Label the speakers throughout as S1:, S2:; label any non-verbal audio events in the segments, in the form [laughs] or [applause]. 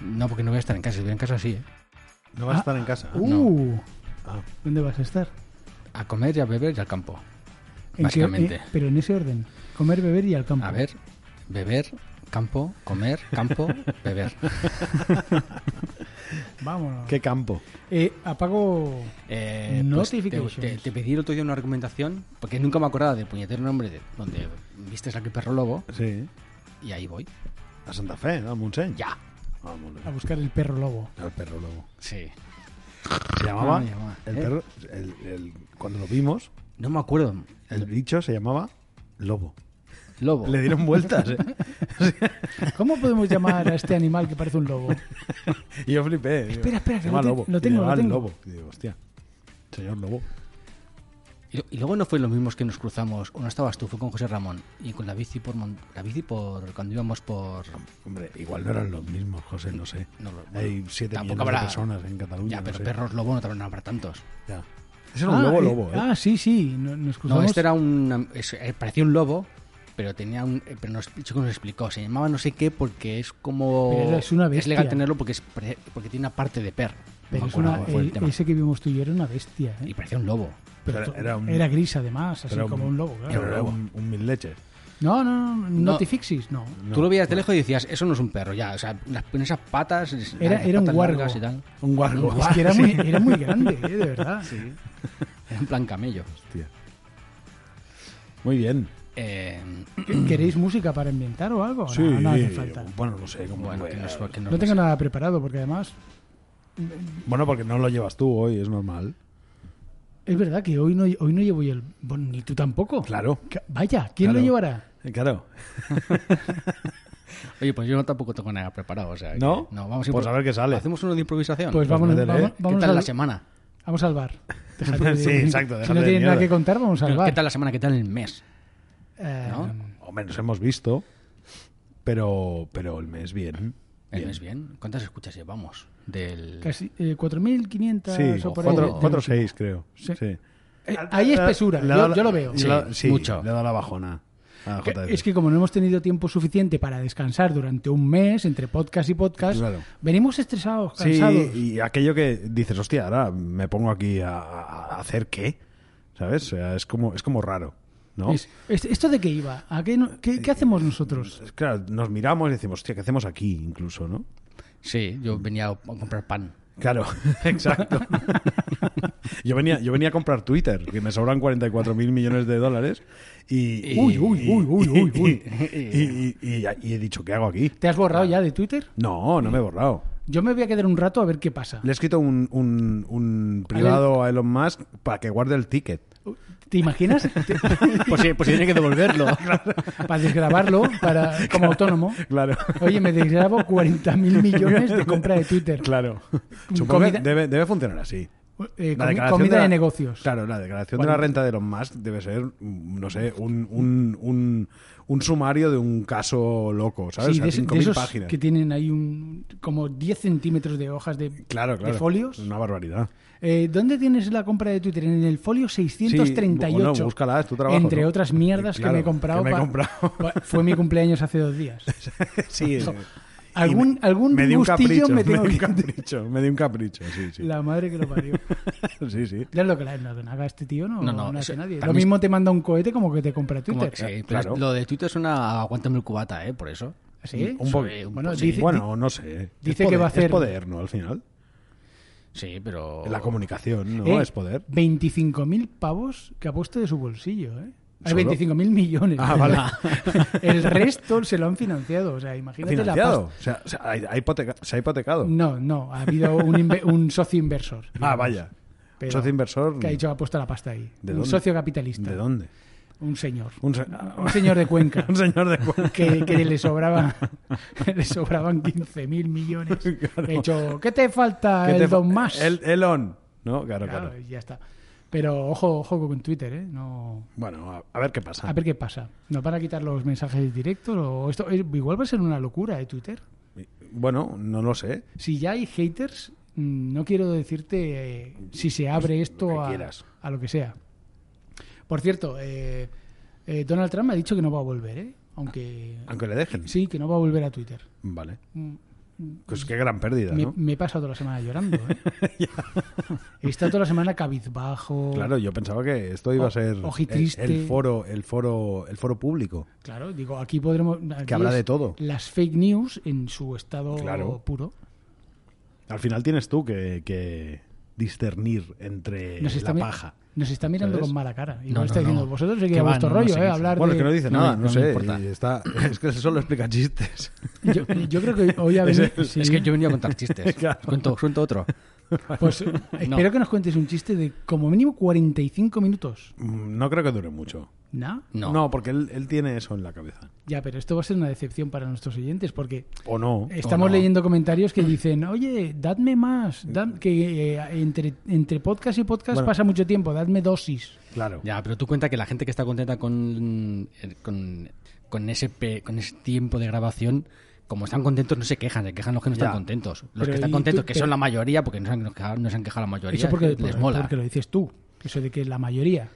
S1: No, porque no voy a estar en casa. Si voy en casa, sí. ¿eh?
S2: No vas a
S3: Ah,
S2: estar en casa.
S3: Uh,
S2: Ah.
S3: ¿Dónde vas a estar?
S1: A comer y a beber y al campo.
S3: ¿En qué-
S1: Básicamente.
S3: eh, pero en ese orden. Comer, beber y al campo.
S1: A ver, beber, campo, comer,
S2: [laughs]
S1: campo, beber.
S3: Vámonos.
S2: ¿Qué campo?
S3: Eh, apago...
S1: Eh,
S3: Notifications.
S1: te, te- te pedí el otro día una argumentación, porque nunca me acordaba del puñetero nombre de donde vistes al perro lobo,
S2: Sí.
S1: y ahí voy.
S2: A Santa Fe, a Montseny.
S1: Ya.
S2: A Montseny.
S3: A buscar el perro lobo.
S2: Al perro lobo.
S1: Sí.
S2: Se llamaba.
S1: No me llamaba,
S2: el
S1: ¿eh?
S2: perro. el- el- cuando lo vimos,
S1: No me acuerdo.
S2: el bicho se llamaba Lobo.
S1: Lobo.
S2: Le dieron vueltas, ¿eh?
S3: ¿Cómo podemos llamar a este animal que parece un lobo?
S2: Y yo flipé. digo,
S3: Espera, espera, que
S2: se llama
S3: lo te-
S2: Lobo.
S3: lo
S2: Y
S3: tengo, lo
S2: llamaba el
S3: tengo.
S2: Lobo. Y digo, hostia, señor Lobo.
S1: Y, y luego no fue lo mismo que nos cruzamos. Uno estabas tú, fue con José Ramón, y con la bici por. Mon- La bici por. Cuando íbamos por.
S2: Hombre, igual no eran los mismos, José, no sé.
S1: No lo- bueno,
S2: Hay siete
S1: tampoco
S2: millones de
S1: habrá-
S2: personas en Cataluña.
S1: Ya,
S2: no
S1: pero
S2: sé.
S1: perros lobo no también habrá tantos.
S2: Ya. Ese era un lobo
S3: eh,
S2: lobo, ¿eh?
S3: Ah, sí, sí. no- Nos cruzamos.
S1: No, este era un. es- eh, parecía un lobo, pero tenía un. eh, Pero nos, el chico nos explicó. Se llamaba no sé qué porque es como.
S3: Pero es una bestia.
S1: legal tenerlo porque, es, pre- porque tiene una parte de perro.
S3: Pero
S1: No me
S3: es una-
S1: acuerdo cuál fue el
S3: el-
S1: tema.
S3: ese que vimos tú y yo era una bestia. ¿eh?
S1: Y parecía un lobo.
S3: Pero
S2: Era-
S3: to-
S2: era un-
S3: era gris, además, así
S2: Pero
S3: como un lobo.
S2: pero
S3: Claro.
S2: era un, un mil leches.
S3: No, no,
S1: No.
S3: no, Notifixis, no.
S2: No,
S1: Tú lo veías de lejos y decías, eso no es un perro, ya. O sea, las- con esas patas. es-
S3: Era-
S1: las
S3: era un
S1: patas
S3: guargo.
S1: largas y tal.
S2: Un guargo.
S3: [laughs] Es
S2: [laughs]
S3: que era muy, era muy grande, ¿eh? de verdad.
S1: Era en plan camello.
S2: Hostia. Muy bien.
S1: Eh,
S3: ¿Qué- ¿Queréis música para inventar o algo? No,
S2: Sí,
S3: no, hace falta.
S2: Bueno, no sé cómo
S1: bueno, que
S2: era.
S1: nos, que nos-
S3: No tengo nada preparado porque además
S2: Bueno, porque no lo llevas tú hoy, es normal.
S3: es verdad que hoy no, hoy no llevo yo el... Bueno, ni tú tampoco.
S2: Claro.
S3: Ca- Vaya, ¿quién
S2: Claro.
S3: lo llevará?
S2: Claro.
S1: Oye, pues yo tampoco tengo nada preparado. O sea, que-
S2: ¿No?
S1: no, vamos a
S2: Pues
S1: impro-
S2: a ver qué sale.
S1: ¿Hacemos uno de improvisación?
S3: Pues vámonos,
S2: métele,
S3: vamos,
S2: ¿eh?
S3: vamos
S1: ¿Qué tal
S3: al,
S1: la semana?
S3: vamos
S2: [laughs]
S3: al bar. Déjate de-
S2: Sí, exacto,
S3: Si
S2: déjate
S3: no
S2: de
S3: tienes nada
S2: mierda.
S3: que contar, vamos al bar.
S1: ¿Qué tal la semana? ¿Qué tal el mes?
S3: Eh,
S1: ¿No?
S2: Hombre, nos hemos visto, pero, pero el mes bien.
S1: El mes bien. ¿Cuántas escuchas llevamos? Del...
S3: Casi eh, 4.500
S2: Sí,
S3: o por ahí.
S2: 4 o 6 creo.
S3: Sí.
S2: Sí.
S3: Eh, ahí es pesura,
S2: Le he dado
S3: yo- yo lo veo.
S2: le he
S1: Sí,
S2: dado- sí,
S1: mucho.
S2: Le he dado la bajona. a
S3: Que-
S2: JF.
S3: es que como no hemos tenido tiempo suficiente para descansar durante un mes entre podcast y podcast,
S2: Claro.
S3: venimos estresados,
S2: Sí,
S3: cansados.
S2: y aquello que dices, hostia, ahora me pongo aquí a, a hacer qué, ¿sabes? O sea, es como, es como raro, ¿no? Eh,
S3: Es- es- ¿Esto de qué iba? ¿A qué, no- qué, qué hacemos nosotros?
S2: Es- Claro, nos miramos y decimos, hostia, ¿qué hacemos aquí incluso, no?
S1: Sí, yo venía a comprar pan.
S3: [laughs]
S2: Claro, exacto. yo, venía, yo venía a comprar Twitter, que me sobran 44 mil millones de dólares. Y, y-
S3: Uy, uy, uy, uy, uy, uy.
S2: Y, y- y- y he dicho, ¿qué hago aquí?
S3: ¿Te has borrado ya de Twitter?
S2: No, no me he borrado.
S3: Yo me voy a quedar un rato a ver qué pasa.
S2: Le he escrito un, un- un privado a Elon Musk para que guarde el ticket.
S3: ¿Te imaginas? Te-
S1: Pues sí, pues tiene que
S2: [laughs]
S1: devolverlo.
S3: para desgrabarlo para, como autónomo.
S2: Claro.
S3: Oye, me desgrabo 40 mil millones de compra de Twitter.
S2: Claro. Supongo
S3: Comida-
S2: que debe, debe funcionar así.
S3: Eh,
S2: La
S3: comi-
S2: declaración
S3: comida de,
S2: la-
S3: negocios.
S2: Claro, la declaración de la
S3: Cuarenta.
S2: renta de Elon Musk debe ser, mm, no sé, un, un, un, un sumario de un caso loco, ¿sabes?
S3: Sí,
S2: O sea,
S3: de, ese- de
S2: 5.000
S3: esos
S2: páginas.
S3: que tienen ahí un, como 10 centímetros de hojas de,
S2: Claro, claro.
S3: de folios.
S2: Una barbaridad.
S3: Eh, ¿Dónde tienes la compra de Twitter? En el folio 638.
S2: Sí, bueno, búscala, es tu trabajo,
S3: Entre
S2: ¿no?
S3: otras mierdas
S2: Claro,
S3: que me he comprado.
S2: que me he
S3: pa-
S2: comprado. [laughs]
S3: pa- Fue mi cumpleaños hace dos días.
S2: Sí,
S3: [laughs]
S2: eh,
S3: Algún,
S2: y me- [laughs]
S3: algún
S2: me di un
S3: gustillo
S2: capricho,
S3: me tengo
S2: di un
S3: que-
S2: capricho, me di un capricho, sí, sí.
S3: La madre que lo parió.
S2: Sí, sí.
S3: Ya es lo que le no, haga este tío, no,
S1: No,
S3: no,
S1: no,
S3: hace
S1: eso-
S3: nadie.
S1: para
S3: Lo
S1: mí es-
S3: mismo te manda un cohete como que te compra
S1: Como-
S3: Twitter.
S1: sí, pero
S2: claro.
S1: Lo de Twitter suena a aguántame el cubata, ¿eh? Por eso.
S3: ¿Sí?
S2: Un poco.
S1: Sí, un
S3: Bueno,
S1: po- sí.
S3: dice-
S2: bueno, no sé.
S3: dice
S2: Es
S3: que
S2: poder-
S3: va a hacer-
S2: Es poder, ¿no? Al final.
S1: Sí, pero...
S2: La comunicación, ¿no?
S3: Eh,
S2: Es poder.
S3: 25.000 pavos que ha puesto de su bolsillo, ¿eh? Hay
S2: ¿Solo?
S3: 25.000 millones.
S2: Ah, vale.
S3: [laughs] El resto se lo han financiado. O sea, imagínate la
S2: Financiado.
S3: pasta.
S2: O sea, o sea, ha- ha hipoteca- se ha hipotecado.
S3: No, no. Ha habido un, inve- un socio inversor.
S2: Ah, vaya.
S3: Pero-
S2: socio inversor.
S3: Que ha dicho, ha puesto la pasta ahí.
S2: ¿De
S3: un
S2: dónde?
S3: socio capitalista.
S2: ¿De dónde?
S3: Un señor.
S2: Un, se-
S3: Un señor de Cuenca.
S2: [laughs] un señor
S3: [laughs]
S2: de Cuenca.
S3: que, que le sobraba [laughs] le sobraban
S2: [laughs]
S3: 15.000 millones. He hecho, ¿qué te falta
S2: ¿Qué
S3: el
S2: te fa-
S3: Don Más?
S2: El, Elon. ¿No? Claro, claro.
S3: Claro, eh. y ya está. Pero ojo, ojo con Twitter, ¿eh? No...
S2: Bueno, a, a ver qué pasa.
S3: A ver qué pasa. ¿Nos van a quitar los mensajes directos o esto? eh, Igual va a ser una locura de Twitter.
S2: Bueno, no lo sé.
S3: Si ya hay haters, mm, no quiero decirte eh, si se abre esto
S2: Pues, que
S3: a,
S2: quieras.
S3: a lo que sea. Por cierto, eh, eh, Donald
S2: Ah.
S3: Trump ha dicho que no va a volver, ¿eh? Aunque...
S2: Aunque le dejen.
S3: Sí, que no va a volver a Twitter.
S2: Vale.
S3: Mm,
S2: Pues qué gran pérdida,
S3: Me,
S2: ¿no?
S3: me he pasado toda la semana llorando. ¿eh?
S2: [laughs]
S3: he estado toda la semana cabizbajo.
S2: Claro, yo pensaba que esto iba a
S3: O-
S2: ser el,
S3: ojitriste.
S2: el foro, el foro, el foro público.
S3: Claro, digo, aquí podremos. aquí
S2: habla
S3: es
S2: de todo.
S3: Las fake news en su estado
S2: Claro.
S3: puro.
S2: Al final tienes tú que, que discernir
S1: eh,
S2: entre
S3: Nos está,
S2: la
S3: mi-
S2: paja.
S3: nos está mirando
S2: ¿Sabes?
S3: con mala cara. Igual
S1: No,
S3: está
S1: no,
S3: diciendo,
S1: no.
S3: vosotros sí
S1: Que
S3: que a
S1: va,
S3: vuestro
S1: no, no
S3: rollo,
S1: sé
S3: ¿eh?
S1: qué
S3: Hablar
S2: Bueno,
S3: de...
S2: es que no dice
S1: No,
S2: nada,
S1: no
S2: no,
S1: me
S2: sé.
S1: importa.
S2: y está, [laughs] es que solo explica chistes.
S3: yo, yo creo que
S1: [laughs]
S3: hoy ha
S2: Es
S3: venido...
S2: el-
S3: sí.
S1: Es que yo venía a contar chistes.
S2: [laughs] Claro.
S1: Cuento, cuento otro.
S3: [laughs]
S1: [laughs]
S3: Pues eh, espero que nos cuentes un chiste de como mínimo 45 minutos.
S2: Mm, No creo que dure mucho.
S3: ¿No?
S1: No.
S2: porque él, él tiene eso en la cabeza.
S3: Ya, pero esto va a ser una decepción para nuestros oyentes porque
S2: O no.
S1: Eh,
S3: estamos
S2: o no.
S3: leyendo comentarios
S1: [laughs]
S3: que dicen, oye, dadme más, dad- que eh, entre, entre podcast y podcast
S2: Bueno.
S3: pasa mucho tiempo, dadme dosis.
S2: Claro.
S1: Ya, pero tú cuenta que la gente que está contenta con, eh, con, con ese, pe- con ese tiempo de grabación, como están contentos, no se quejan, se quejan los que no
S2: Ya.
S1: están contentos. Los
S3: Pero
S1: que están
S3: ¿y
S1: contentos,
S3: tú-
S1: que
S3: pero-
S1: son la mayoría, porque no se han quejado, no se han quejado la mayoría,
S3: Eso porque,
S1: les
S3: porque-
S1: mola.
S3: porque lo dices tú, eso de que la mayoría.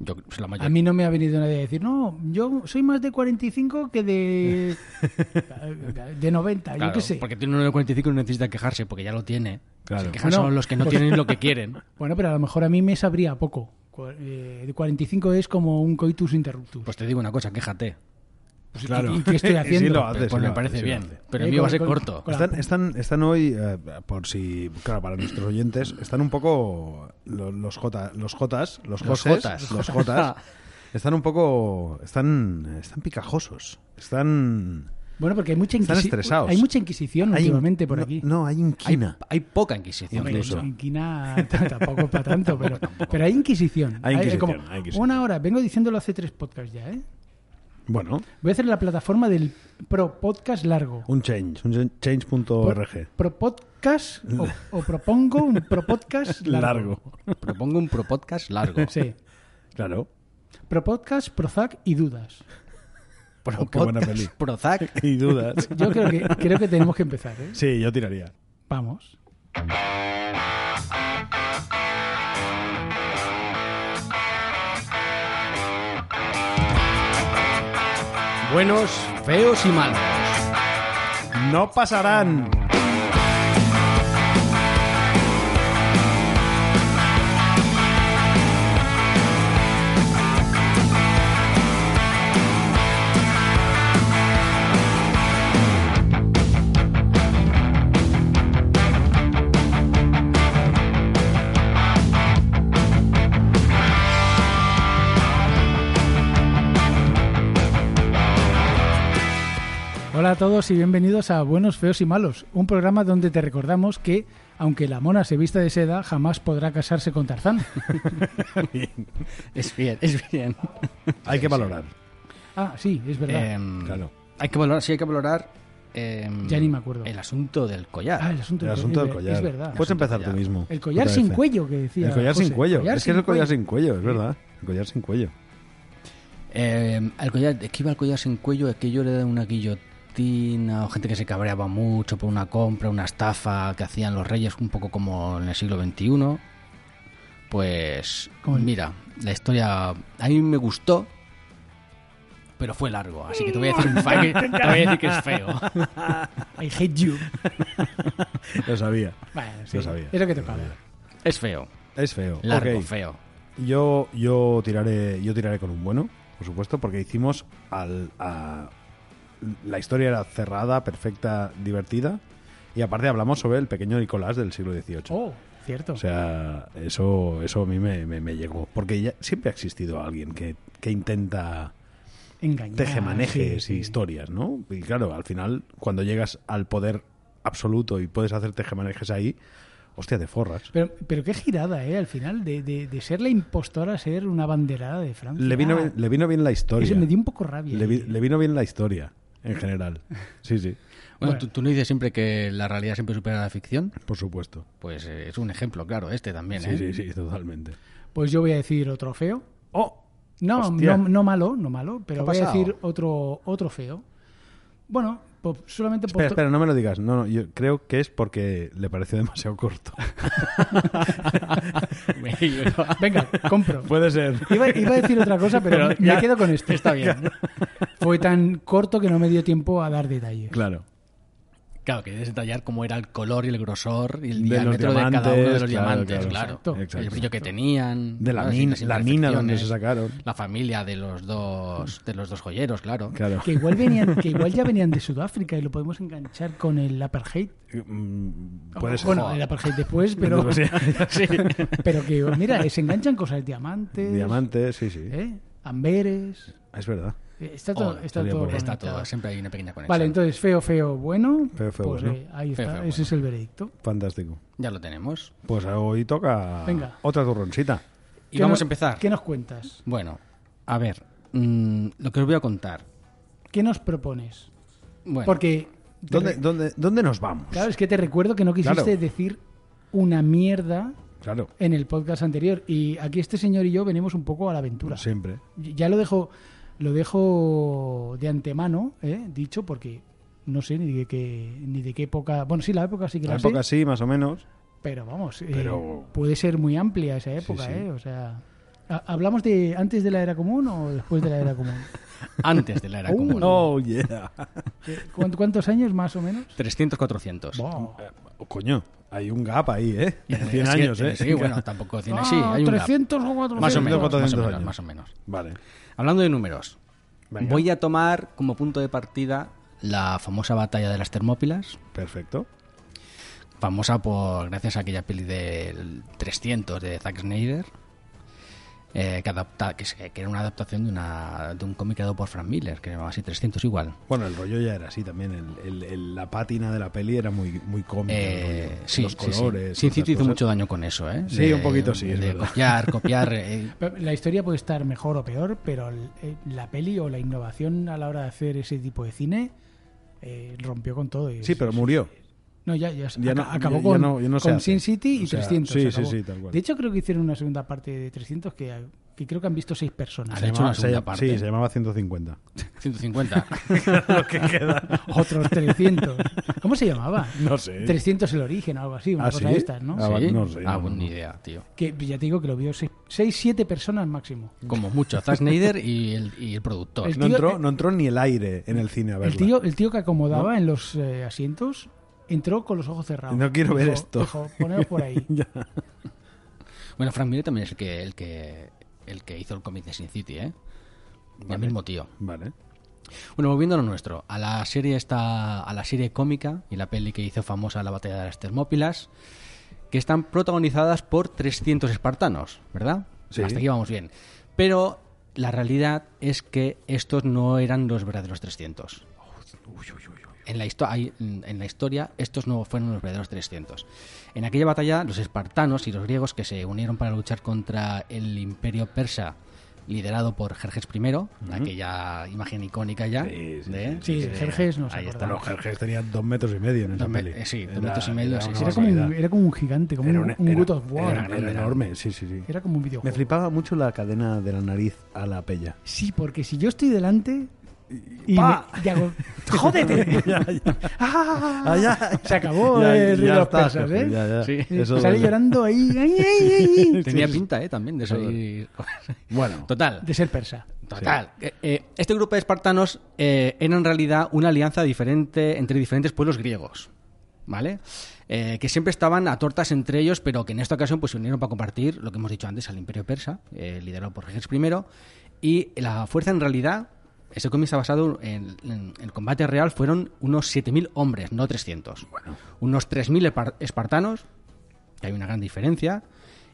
S1: Yo, pues, la
S3: A
S1: mayoría.
S3: mí no me ha venido nadie a decir, no, yo soy más de 45
S2: [laughs]
S3: que de, de 90, Ah, yo
S1: claro,
S3: qué sé.
S1: Porque tiene un 45 y no necesita quejarse, porque ya lo tiene.
S2: Claro.
S1: Se quejan
S3: Bueno,
S1: solo los que no
S3: pues-
S1: tienen lo que quieren.
S3: Bueno, pero a lo mejor a mí me sabría poco. Cu- eh, de 45 es como un coitus interruptus.
S1: Pues te digo una cosa, quéjate.
S3: Pues,
S2: claro.
S3: ¿y- y qué
S2: [laughs]
S3: estoy
S2: Sí lo
S3: haciendo?
S2: hace,
S1: Pues
S2: sí lo
S1: me
S2: hace,
S1: parece
S2: sí lo hace.
S1: bien. Pero
S3: Eh,
S1: el mío va a
S3: con-
S1: ser
S3: con-
S1: corto.
S3: con-
S2: Están, están, están hoy, eh, por si, claro, para nuestros oyentes, están un poco lo- los, J, los Jotas, los
S1: Los
S2: Joses,
S1: Jotas.
S2: los Jotas,
S1: [laughs]
S2: están un poco, están, están picajosos, están...
S3: Bueno, porque hay mucha,
S2: Están
S3: inquisi-
S2: estresados.
S3: hay mucha inquisición
S2: hay-
S3: últimamente por
S2: no-
S3: aquí.
S2: No, hay
S1: Hay,
S2: inquina.
S1: hay poca inquisición.
S3: Hombre,
S1: de
S2: incluso.
S1: hecho.
S3: inquina [laughs] t- tampoco es para tanto, pero, pero hay inquisición.
S2: Hay inquisición,
S3: como
S2: hay inquisición.
S3: Una hora, vengo diciéndolo hace tres podcasts ya, ¿eh?
S2: Bueno,
S3: Voy a hacer la plataforma del Pro Podcast Largo.
S2: un change, un change- change.org.
S3: Pro Podcast, o, o propongo un Pro Podcast Largo.
S2: [laughs] Largo.
S1: Propongo un pro podcast largo.
S3: [laughs] Sí.
S2: Claro.
S3: Pro Podcast, Prozac y dudas.
S1: Pro
S2: Oh, qué buena
S1: podcast,
S2: peli.
S1: Prozac. [laughs]
S2: Y dudas.
S3: Yo creo que, creo que tenemos que empezar, ¿eh?
S2: Sí, yo tiraría.
S3: Vamos.
S1: Buenos, feos y malos.
S2: No pasarán.
S3: Hola a todos y bienvenidos a Buenos, Feos y Malos, un programa donde te recordamos que, aunque la mona se vista de seda, jamás podrá casarse con Tarzán.
S1: Es bien, es bien.
S2: Hay que valorar.
S3: Ah, sí, es verdad.
S2: Eh,
S1: Em,
S2: Claro.
S1: Hay que valorar, sí hay que valorar. em,
S3: Ya ni me acuerdo.
S1: El asunto del collar.
S3: ah, el asunto,
S2: El
S3: del-
S2: asunto
S3: es
S2: del
S3: ver-
S2: collar.
S3: Es verdad.
S2: Puedes empezar
S1: collar.
S2: tú mismo.
S3: el collar
S2: otra
S3: sin
S2: vez.
S3: cuello, que decía.
S2: El collar
S3: José.
S2: sin cuello.
S3: Collar
S2: es que es
S3: sin
S2: el collar sin cuello, es verdad. El collar sin cuello.
S1: Em, al collar, es que iba al collar sin cuello, aquello era una guillotina, o gente que se cabreaba mucho por una compra, una estafa que hacían los reyes, un poco como en el siglo XXI. Pues,
S3: Como el-
S1: mira, la historia a mí me gustó, pero fue largo, así que te voy a decir, un fa- que- te voy a decir que es feo.
S3: I hate you.
S2: Lo sabía.
S3: Bueno, sí,
S2: Lo sabía.
S3: Es lo que te paga.
S1: Es feo,
S2: Es feo.
S1: largo,
S2: Ok.
S1: feo.
S2: Yo, yo tiraré, yo tiraré con un bueno, por supuesto, porque hicimos al a- la historia era cerrada, perfecta, divertida. Y aparte hablamos sobre el pequeño Nicolás del siglo XVIII.
S3: Oh, cierto.
S2: O sea, eso, eso a mí me, me- me llegó. Porque ya, siempre ha existido alguien que, que intenta
S3: Engañar.
S2: tejemanejes
S3: sí,
S2: y
S3: sí.
S2: historias, ¿no? Y claro, al final, cuando llegas al poder absoluto y puedes hacer tejemanejes ahí, hostia, te forras.
S3: Pero, pero qué girada, ¿eh? Al final, de, de, de ser la impostora a ser una banderada de Francia.
S2: Le vino,
S3: Ah,
S2: bien- le vino bien la historia.
S3: Eso me dio un poco rabia.
S2: Le, vi-
S3: eh.
S2: le vino bien la historia, en
S3: [laughs]
S2: general. Sí, sí,
S1: Bueno,
S3: Bueno.
S1: ¿tú, tú no dices siempre que la realidad siempre supera a la ficción,
S2: por supuesto.
S1: pues eh, es un ejemplo, claro, este también,
S2: Sí,
S1: ¿eh? [laughs]
S2: sí, sí, totalmente.
S3: Pues yo voy a decir otro feo.
S2: ¡Oh!
S3: No,
S2: Hostia.
S3: no, no malo, no malo,
S1: ¿Qué
S3: pero
S1: ha
S3: voy a
S1: pasado?
S3: decir otro, otro feo. Bueno, pues solamente por...
S2: Espera, espera, no me lo digas. No, no, yo creo que es porque le parece [laughs] demasiado
S3: [laughs]
S2: corto.
S3: Venga, compro.
S2: Puede ser.
S3: Iba, iba a decir otra cosa, pero,
S1: Pero
S3: me-
S1: ya-
S3: me quedo con este. [laughs]
S1: Está bien.
S3: Fue tan corto que no me dio tiempo a dar detalle.
S2: Claro.
S1: Claro, quería detallar cómo era el color y el grosor y el
S2: De los
S1: diámetro de cada uno de los
S2: diamantes,
S1: diamantes,
S2: claro,
S1: claro.
S2: exacto,
S1: El
S2: exacto.
S1: brillo que tenían.
S2: De la,
S1: claro, Ah, sí,
S2: min-
S1: las
S2: la mina donde se
S1: imperfecciones,
S2: sacaron.
S1: La familia de los dos, de los dos joyeros, claro.
S2: Claro.
S3: Que igual, venían, que igual ya venían de Sudáfrica y lo podemos enganchar con el apartheid.
S2: Mm, Puede ser.
S3: Bueno, el apartheid
S2: [laughs]
S3: después, pero,
S2: O sea,
S1: [laughs]
S2: [laughs]
S1: Sí.
S3: pero que, mira, se enganchan cosas, diamantes,
S2: diamantes, sí, sí.
S3: ¿eh? amberes.
S2: Es verdad.
S3: eh, Está todo,
S1: Joder,
S3: está
S2: estaría
S3: todo
S2: por ahí.
S1: Está
S3: conectado.
S1: todo, siempre hay una pequeña conexión.
S3: Vale, entonces feo, feo, bueno.
S2: Feo, feo,
S3: pues,
S2: bueno.
S3: eh, ahí
S1: Feo,
S3: está,
S1: feo,
S3: ese
S1: bueno.
S3: es el veredicto.
S2: Fantástico.
S1: Ya lo tenemos.
S2: Pues hoy toca
S3: Venga.
S2: otra turroncita.
S1: Y
S3: ¿Qué
S1: vamos a
S3: no-
S1: empezar.
S3: ¿Qué nos cuentas?
S1: Bueno, a ver, mm, lo que os voy a contar.
S3: ¿Qué nos propones?
S1: Bueno,
S3: Porque. te
S2: ¿Dónde,
S3: re-
S2: dónde, ¿Dónde nos vamos?
S3: Claro, es que te recuerdo que no quisiste
S2: Claro.
S3: decir una mierda
S2: Claro,
S3: en el podcast anterior. Y aquí este señor y yo venimos un poco a la aventura.
S2: siempre.
S3: Ya lo dejo, lo dejo de antemano, ¿eh? dicho, porque no sé ni de qué, ni de qué época. Bueno, sí, la época sí que la,
S2: La
S3: sé,
S2: época sí, más o menos.
S3: pero vamos, eh,
S2: Pero-
S3: puede ser muy amplia esa época,
S2: sí.
S3: ¿eh? O sea. ¿ha- ¿Hablamos de antes de la era común o después de la
S2: [laughs]
S3: era común?
S1: antes de la era
S3: Uh,
S1: común.
S2: Oh, yeah.
S3: ¿Cuánto- ¿Cuántos años más o menos?
S1: 300, 400.
S3: Buah.
S2: Oh, coño, hay un gap ahí, ¿eh? 100
S1: Sí,
S2: años,
S1: sí,
S2: ¿eh?
S1: Sí, bueno, tampoco tiene sí,
S3: Ah,
S1: hay un gap.
S3: 300 o 400.
S1: Más o
S2: 300,
S1: menos, más o
S2: 400
S1: menos,
S2: años.
S1: más o menos.
S2: [laughs] Vale.
S1: Hablando de números,
S2: Venga.
S1: voy a tomar como punto de partida la famosa batalla de las Termópilas,
S2: Perfecto.
S1: famosa por gracias a aquella peli del 300 de Zack Snyder, eh, que, adapta, que, se- que era una adaptación de, una, de un cómic creado por Frank Miller, que se llamaba así 300 igual.
S2: Bueno, el rollo ya era así también. El, el- el- la pátina de la peli era muy, muy cómica. el
S1: Eh,
S2: rollo.
S1: sí,
S2: Los
S1: sí, sí.
S2: colores.
S1: Sin
S2: otras
S1: City hizo
S2: cosas.
S1: mucho daño con eso, ¿eh?
S2: Sí, un poquito sí, es
S1: de
S2: verdad.
S1: copiar, copiar.
S2: [laughs]
S1: eh,
S3: Pero La historia puede estar mejor o peor, pero el- eh, la peli o la innovación a la hora de hacer ese tipo de cine eh, rompió con todo. y-
S2: Sí, pero murió.
S3: No, ya, ya se-
S2: Ya no-
S3: aca- acabó
S2: ya- ya
S3: con,
S2: no- ya no se
S3: con
S2: hace.
S3: Sin City y
S2: O sea,
S3: 300.
S2: sí,
S3: se
S2: sí,
S3: acabó.
S2: sí, tal cual.
S3: De hecho, creo que hicieron una segunda parte de 300 que, que creo que han visto seis personas.
S1: Han hecho una
S2: Se
S1: segunda
S2: llama-
S1: parte.
S2: Sí, se llamaba 150.
S1: 150.
S2: [laughs]
S3: Otros 300. ¿Cómo se llamaba?
S2: No sé.
S3: 300 el origen o algo así, una
S2: ¿Ah,
S3: cosa
S2: sí?
S3: de estas, ¿no?
S2: Ah,
S1: ¿Sí?
S2: no sé,
S1: Ah,
S2: no,
S1: pues
S2: no.
S1: ni idea, tío.
S3: Que ya te digo que lo vio 6, 7 personas máximo.
S1: Como mucho, Zack Snyder y el, y el
S2: [laughs]
S1: productor.
S3: El
S2: No
S3: tío-
S2: entró, no entró ni el aire en el cine a verla.
S3: El tío, el tío que acomodaba en los eh, asientos entró con los ojos cerrados.
S2: No quiero ver esto.
S3: Dijo, poneos
S2: [laughs]
S3: por ahí.
S1: Bueno, Frank Miller también es el que, el que, el que hizo el cómic de Sin City, ¿eh? El mismo tío.
S2: Vale.
S1: Bueno, volviendo a lo nuestro, a la serie esta, a la serie cómica y la peli que hizo famosa la batalla de las Termópilas, que están protagonizadas por 300 espartanos, ¿verdad?
S2: Sí.
S1: Hasta aquí vamos bien. Pero la realidad es que estos no eran los verdaderos 300. En la, histo- hay- mm, en la historia, estos no fueron los verdaderos 300. En aquella batalla, los espartanos y los griegos que se unieron para luchar contra el imperio persa, liderado por Jerjes I, aquella imagen icónica ya.
S2: Sí, sí,
S1: de-
S3: sí, sí,
S1: de-
S3: Jerjes nos
S1: ahí está.
S3: acordamos.
S2: Los Jerjes tenían dos metros y medio en esa
S1: Dos me-
S2: peli.
S1: eh, sí, dos metros y medio, sí, sí.
S3: Era como, un,
S2: barbaridad.
S3: era como un gigante, como
S2: Era
S3: un,
S2: una-
S3: un
S2: era-
S3: God of War.
S2: Era, era enorme, sí, sí, sí.
S3: Era como un videojuego.
S2: Me flipaba mucho la cadena de la nariz a la
S3: [laughs]
S2: pella. [laughs]
S3: Sí, porque si yo estoy delante y,
S2: ¡Pa!
S3: me- y
S2: [laughs]
S3: hago, ¡jódete! [laughs] ¡Ah! Se acabó
S2: Ya,
S3: el
S2: ya
S3: de los
S2: está,
S3: persas,
S2: jefe,
S3: ¿eh?
S2: ya, ya.
S1: Sí.
S2: Eso-
S3: Salí llorando ahí, ¡ay, ay, ay,
S2: [laughs]
S3: ay!
S1: Tenía
S2: Sí, sí.
S1: pinta, ¿eh? También de [laughs] salir.
S2: Bueno,
S1: Total.
S3: De ser persa.
S1: Total. Eh, eh, este grupo de espartanos eh, era en realidad una alianza diferente entre diferentes pueblos griegos, ¿vale? Eh, que siempre estaban a tortas entre ellos, pero que en esta ocasión pues, se unieron para compartir lo que hemos dicho antes al imperio persa, eh, liderado por Jerjes I. Y la fuerza en realidad, ese cómic está basado en, en el combate real, fueron unos 7.000 hombres, no 300. Unos 3.000 espar- espartanos, que hay una gran diferencia,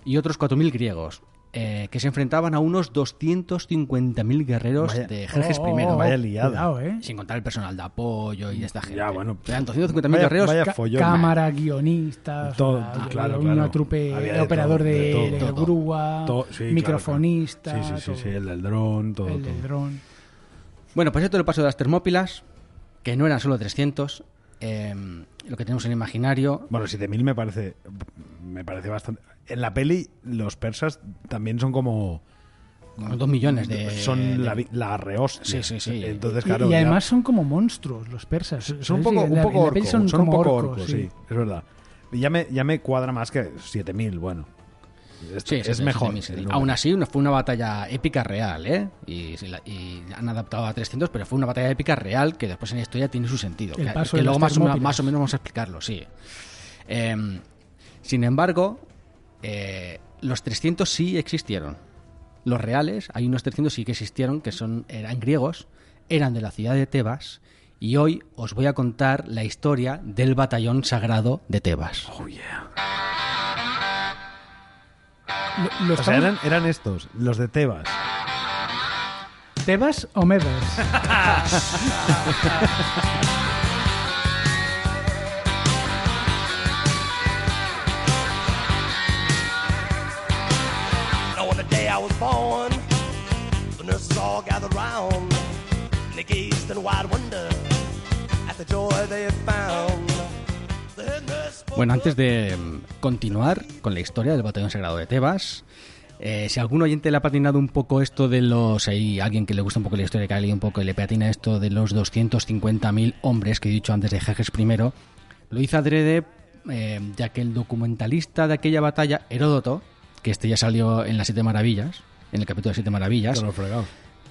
S1: y otros 4.000 griegos, eh, que se enfrentaban a unos 250.000 guerreros
S2: Vaya-
S1: de Jerjes
S3: Oh,
S1: I.
S2: vaya liada.
S3: Cuidado, ¿eh?
S1: Sin contar el personal de apoyo y esta gente.
S2: Ya, bueno.
S1: Eran 250.000
S2: Vaya-
S1: guerreros.
S2: vaya
S1: ca-
S3: Ca-
S2: follón.
S3: cámara, guionistas,
S2: Todo,
S3: o sea,
S2: claro,
S3: una
S2: claro.
S3: trupe,
S2: Había
S3: el
S2: de
S3: operador
S2: todo,
S3: de,
S2: de todo.
S3: de
S1: Todo.
S3: grúa,
S2: To- sí, claro,
S3: Ah, microfonista,
S2: claro. Sí, sí, sí, sí,
S3: todo.
S2: el del dron, todo.
S3: el del
S2: todo.
S3: dron.
S1: Bueno, pues esto lo paso de las Termópilas, que no eran solo 300. eh, lo que tenemos en el imaginario.
S2: Bueno, 7000 me parece me parece bastante. En la peli los persas también son como
S1: Como dos millones de-
S2: Mm, son la,
S1: de-
S2: vi- la rehostia.
S1: Sí, sí, sí.
S2: Entonces,
S3: Y-
S2: claro,
S3: y,
S2: ya-
S3: además son como monstruos los persas.
S2: son un
S3: Sí,
S2: poco,
S3: en
S2: un
S3: la-
S2: poco
S3: en la peli
S2: orcos, son, un
S3: como
S2: poco orcos, sí. es verdad. Y Ya me, ya me cuadra más que 7000, bueno. Es,
S1: Sí, sí,
S2: es
S1: sí,
S2: mejor.
S1: 7.000, 7.000.
S2: el número.
S1: Aún así, una- fue una batalla épica real, ¿eh? Y, se la- y han adaptado a 300, pero fue una batalla épica real que después en la historia tiene su sentido.
S3: El
S1: que-
S3: paso
S1: que
S3: de
S1: luego
S3: las
S1: más o, menos,
S3: Termópilas.
S1: más o menos vamos a explicarlo, sí. Em, sin embargo, eh, los 300 sí existieron. Los reales, hay unos 300 sí que existieron, que son eran griegos, eran de la ciudad de Tebas, y hoy os voy a contar la historia del batallón sagrado de Tebas.
S2: Oh,
S3: Lo- lo
S2: O sea,
S3: estamos-
S2: eran, eran estos, los de Tebas.
S3: ¿Tebas o Mebas?
S4: Now on the day I was born, the nurses all gathered round, and they gazed in wide wonder at the joy they had found. The head nurse spoke
S1: Bueno, antes de mm, continuar con la historia del Batallón Sagrado de Tebas, eh, si algún oyente le ha patinado un poco esto de los... Hay alguien que le gusta un poco la historia, que ha leído un poco y le patina esto de los 250.000 hombres que he dicho antes de Jerjes I, lo hizo adrede eh, ya que el documentalista de aquella batalla, Heródoto, que este ya salió en las Siete Maravillas, en el capítulo de Siete Maravillas,
S2: Con los fregados.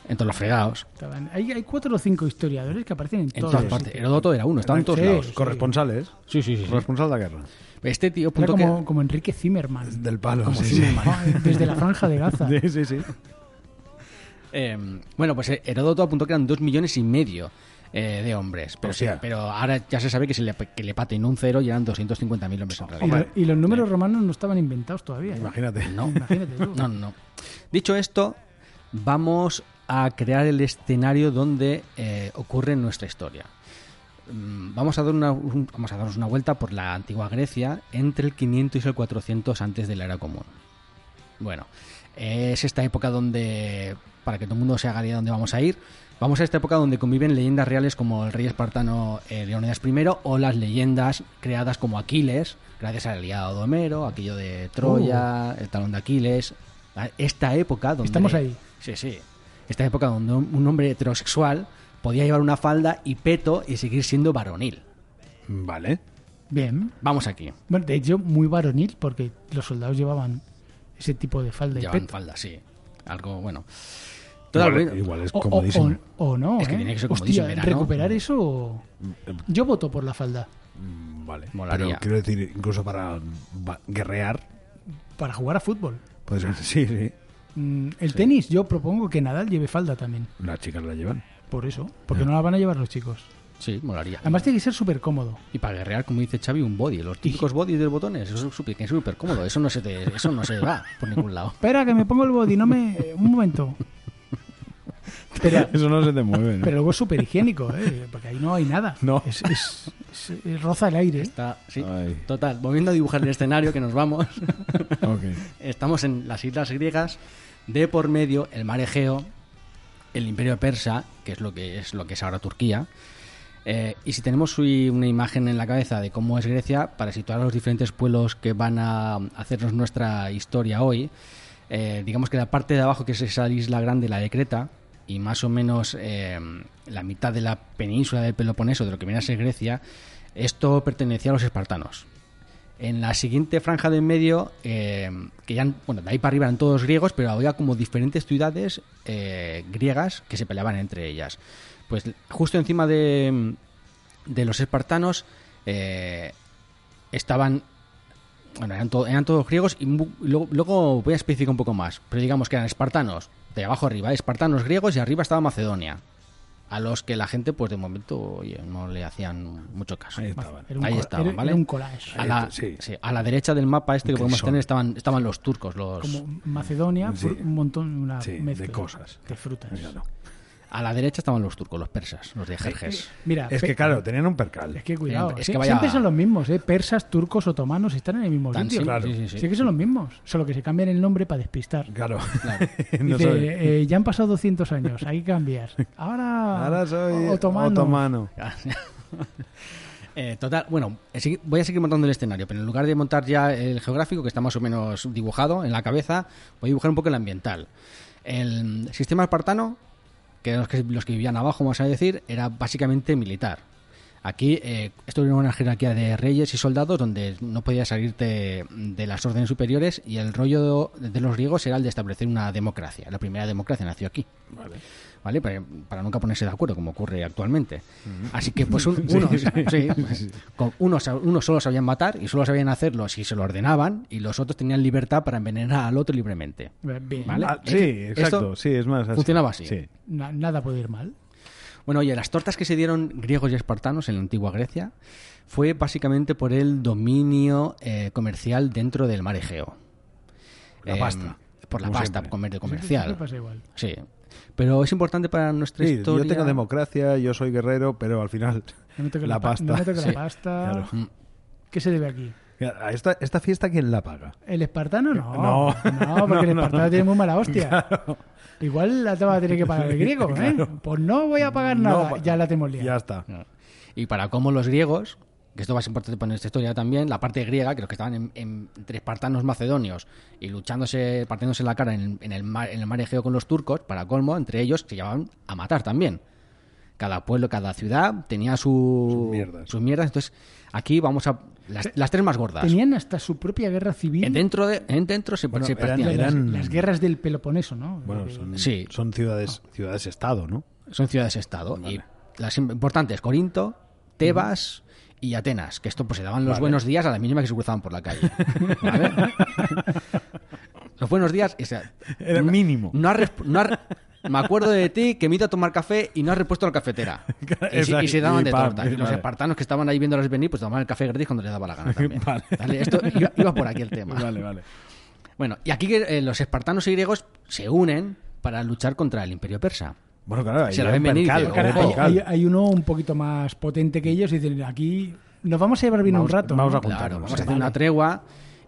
S1: en todos los fregados,
S3: Estaban- Hay, hay cuatro o cinco historiadores que aparecen en,
S1: en
S3: todos
S1: todas
S3: los
S1: partes.
S3: sitios.
S1: Heródoto era uno, estaba en todos
S3: Sí.
S1: lados.
S2: Corresponsales.
S1: Sí, sí, sí. sí.
S2: Corresponsal de la guerra.
S1: Este tío...
S3: Era
S1: punto que-
S3: como, como Enrique Zimmerman.
S2: Del palo.
S3: Como
S2: sí, sí.
S3: [laughs] Zimmerman. Ay, Desde la franja
S1: [laughs]
S3: de Gaza.
S2: Sí, sí, sí.
S1: Eh, bueno, pues eh, Heródoto apuntó que eran dos millones y medio eh, de hombres. Pero,
S2: O
S1: sí,
S2: sea.
S1: pero ahora ya se sabe que se le, que le patinó un cero y eran 250.000 hombres en
S3: Y, lo-
S1: realidad.
S3: y los números romanos no estaban inventados todavía. ¿eh?
S2: Imagínate.
S1: No,
S3: Imagínate tú.
S1: Eh. [laughs] no, no, no. Dicho esto, vamos a crear el escenario donde eh, ocurre nuestra historia. Mm, Vamos a, dar una, un- vamos a darnos una vuelta por la antigua Grecia entre el 500 y el 400 antes de la era común. Bueno, eh, es esta época donde, para que todo el mundo se haga la idea de dónde vamos a ir, vamos a esta época donde conviven leyendas reales como el rey espartano eh, Leónidas I o las leyendas creadas como Aquiles, gracias al aliado de Homero, aquello de Troya, el talón de Aquiles. A- Esta época donde...
S3: Uh. Estamos ahí.
S1: Sí, sí. Esta época donde un un hombre heterosexual podía llevar una falda y peto y seguir siendo varonil.
S2: Vale.
S3: Bien.
S1: Vamos aquí.
S3: Bueno, de hecho, muy varonil, porque los soldados llevaban ese tipo de falda y
S1: Llevan
S3: peto.
S1: falda, sí. Algo bueno.
S2: Igual,
S1: Totalmente-
S2: igual es
S3: O- o-
S2: comodísimo.
S3: O, o no,
S1: Es que
S3: ¿eh?
S1: tiene que ser comodísimo
S3: Hostia,
S1: en verano. eh.
S3: recuperar eso... Yo voto por la falda.
S2: Mm, Vale.
S1: Molaría.
S2: Pero quiero decir, incluso para mm, ba- guerrear.
S3: Para jugar a fútbol.
S2: Puede ser. Sí, sí.
S3: Mm, el tenis, yo propongo que Nadal lleve falda también.
S2: Las chicas la llevan.
S3: Por eso.
S1: Eh.
S3: Porque no la van a llevar los chicos.
S1: Sí, molaría.
S3: Además tiene que ser súper cómodo.
S1: Y para guerrear, como dice Xavi, un body. Los típicos body de botones. Eso es súper que es súper cómodo. Eso no, se te- eso no se va por ningún lado.
S3: Espera, que me pongo el body, no me... eh, Un momento. Pero,
S2: [laughs] Eso no se te mueve, ¿no?
S3: pero luego es súper higiénico, ¿eh? Porque ahí no hay nada.
S2: No.
S3: Es, es- es- es- roza el
S1: [laughs]
S3: aire.
S1: Está, sí.
S2: Ay.
S1: Total, volviendo a dibujar el escenario que nos vamos. [laughs]
S2: Ok.
S1: Estamos en las islas griegas. De por medio, el mar Egeo, el imperio persa, que es lo que es, lo que es ahora Turquía. Eh, y si tenemos hoy una imagen en la cabeza de cómo es Grecia, para situar a los diferentes pueblos que van a hacernos nuestra historia hoy, eh, digamos que la parte de abajo, que es esa isla grande, la de Creta, y más o menos eh, la mitad de la península del Peloponeso, de lo que viene a ser Grecia, esto pertenecía a los espartanos. En la siguiente franja de en medio, eh, que ya, han- bueno, de ahí para arriba eran todos griegos, pero había como diferentes ciudades eh, griegas que se peleaban entre ellas. Pues justo encima de, de los espartanos eh, estaban bueno, eran, to- eran todos griegos y mu- luego, luego voy a especificar un poco más. Pero digamos que eran espartanos, de abajo arriba, espartanos griegos y arriba estaba Macedonia. A los que la gente, pues de momento, oye, no le hacían mucho caso.
S2: Ahí estaban.
S3: Era un
S1: Ahí
S3: cola-
S1: estaban,
S3: era- era
S1: ¿vale?
S3: un collage.
S1: A la,
S2: Sí.
S1: sí, a la derecha del mapa este que
S2: Que
S1: podemos
S2: son-
S1: tener estaban, estaban los turcos, los...
S3: Como Macedonia,
S2: Sí.
S3: fue un montón, una
S2: Sí,
S3: mezcla
S2: de cosas.
S3: De frutas.
S2: Claro.
S1: A la derecha estaban los turcos, los persas, los de Jerjes.
S3: Mira,
S2: Es
S3: pe-
S2: que claro, tenían un percal.
S3: es que cuidado.
S1: Es que
S3: Sie-
S1: vaya-
S3: Siempre son los mismos, ¿eh? Persas, turcos, otomanos, están en el mismo
S1: Tan
S3: sitio.
S1: sim-
S2: claro.
S1: sí, sí, sí.
S3: Sí que son los mismos, solo que se cambian el nombre para despistar.
S2: Claro.
S1: Claro.
S2: [laughs] No
S3: Dice,
S2: soy-
S3: eh, ya han pasado 200 años, hay que cambiar. Ahora,
S2: Ahora soy
S3: ah, otomano.
S2: otomano.
S1: [laughs] Eh, total, bueno, eh, sí- voy a seguir montando el escenario, pero en lugar de montar ya el geográfico, que está más o menos dibujado en la cabeza, voy a dibujar un poco el ambiental. El mm, sistema espartano, que eran los que, los que vivían abajo, vamos a decir, era básicamente militar. Aquí eh, esto era una jerarquía de reyes y soldados donde no podías salirte de las órdenes superiores y el rollo de los griegos era el de establecer una democracia. La primera democracia nació aquí. Vale. ¿Vale? Para, para nunca ponerse de acuerdo, como ocurre actualmente. Así que, pues, un- unos, [laughs] sí, pues, con unos, unos solo sabían matar y solo sabían hacerlo si se lo ordenaban y los otros tenían libertad para envenenar al otro libremente.
S3: Bien.
S1: Vale.
S2: Ah,
S1: Es
S2: sí,
S1: que
S2: exacto.
S1: esto
S2: Sí, es más. así.
S1: funcionaba así.
S2: Sí.
S3: Na- nada puede ir mal.
S1: Bueno, oye, las tortas que se dieron griegos y espartanos en la antigua Grecia fue básicamente por el dominio eh, comercial dentro del mar Egeo. Em,
S2: La pasta,
S1: Por la
S2: como
S1: pasta,
S2: siempre.
S1: comer de
S3: Siempre pasa
S1: comercial.
S3: igual.
S1: Sí. Pero es importante para nuestra
S2: Sí,
S1: historia.
S2: yo tengo democracia, yo soy guerrero, pero al final
S3: No me toque
S2: la
S3: pa-
S2: pasta.
S3: no Mm. me toque la
S2: Sí.
S3: pasta.
S2: Claro.
S3: ¿Qué se debe aquí?
S2: Mira, ¿a Esta, esta fiesta, ¿quién la paga?
S3: ¿El espartano? No.
S2: No.
S3: No, porque
S2: [laughs]
S3: el
S2: No, no,
S3: espartano
S2: no.
S3: tiene muy
S2: [laughs]
S3: mala hostia. Igual la te va a tener que pagar el griego, ¿eh? Pues no voy a pagar nada.
S2: No,
S3: ya la tenemos liada.
S2: Ya está.
S1: Y para cómo los griegos, que esto va a ser importante para nuestra historia también, la parte griega, que los que estaban en- en- entre espartanos macedonios y luchándose, partiéndose la cara en, en el mar, en el mar Egeo con los turcos, para colmo, entre ellos se llamaban a matar también. Cada pueblo, cada ciudad tenía su,
S2: Sus mierdas.
S1: sus mierdas. Entonces, aquí vamos a. Las, las tres más gordas.
S3: Tenían hasta su propia guerra civil.
S1: Dentro, de, en dentro se,
S2: Bueno,
S1: se
S2: eran-
S1: partían.
S3: las,
S2: eran-
S3: las guerras del Peloponeso, ¿no?
S2: Bueno,
S3: Porque-
S2: son,
S1: Sí.
S2: son ciudades, ciudades estado, ¿no?
S1: Son ciudades-estado. Y las im- importantes, Corinto, Tebas y Atenas, que esto pues se daban los buenos días a la mínima que se cruzaban por la calle.
S2: [laughs]
S1: ¿Vale? los buenos días, o sea,
S2: Era mínimo.
S1: no has resp- no has- me acuerdo de ti que me he ido a tomar café y no has repuesto la
S2: [laughs]
S1: cafetera. Y, se- y se
S2: Exacto.
S1: daban
S2: Y
S1: de
S2: pam,
S1: torta. Y los
S2: vale.
S1: espartanos que estaban ahí viéndolas venir, pues tomaban el café gratis cuando les daba la gana también.
S2: [laughs] Vale.
S1: ¿Vale? Esto iba, iba por aquí el tema.
S2: Vale, vale.
S1: Bueno, y aquí que, eh, los espartanos y griegos se unen para luchar contra el imperio persa.
S2: Bueno, claro,
S1: Se la
S2: ahí
S1: ven
S2: era un
S1: venir,
S2: percal,
S1: digo,
S2: era un
S1: carajo.
S2: percal.
S3: hay, hay uno un poquito más potente que ellos y dicen, aquí nos vamos a llevar bien
S2: Vamos-
S3: un rato.
S2: Mm, vamos
S3: ¿no?
S2: a juntar.
S1: Claro,
S2: Contarnos,
S1: vamos a
S2: sí.
S1: hacer una tregua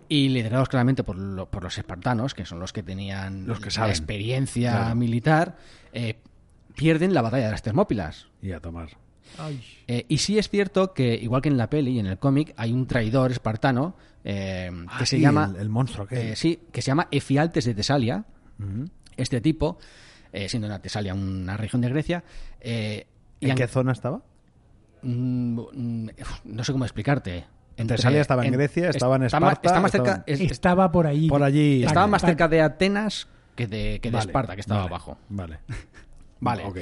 S1: y liderados claramente por, lo- por los espartanos, que son los que tenían
S2: Los que
S1: la
S2: saben.
S1: experiencia
S2: Claro.
S1: militar, eh, pierden la batalla de las Termópilas.
S2: Y a tomar.
S3: Ay.
S1: Eh, y sí es cierto que, igual que en la peli y en el cómic, hay un traidor espartano eh, que
S2: Ah,
S1: se
S2: sí,
S1: llama
S2: El, el monstruo aquel.
S1: eh, sí, que se llama Efialtes de Tesalia. Este tipo, eh, siendo una Tesalia una región de Grecia, eh, y
S2: ¿En
S1: han-
S2: qué zona estaba?
S1: Mm, mm, uf, no sé cómo explicarte. Entre-
S2: Tesalia estaba en Grecia, estaba en
S1: está más-
S2: Esparta,
S1: Está más
S2: estaba-
S1: cerca, es- es-
S3: Estaba por ahí.
S2: Por allí.
S1: estaba
S2: Vale.
S1: más cerca de Atenas que de, que de
S2: Vale,
S1: Esparta, que estaba
S2: vale,
S1: abajo.
S2: Vale.
S1: [laughs] Vale.
S2: Ok.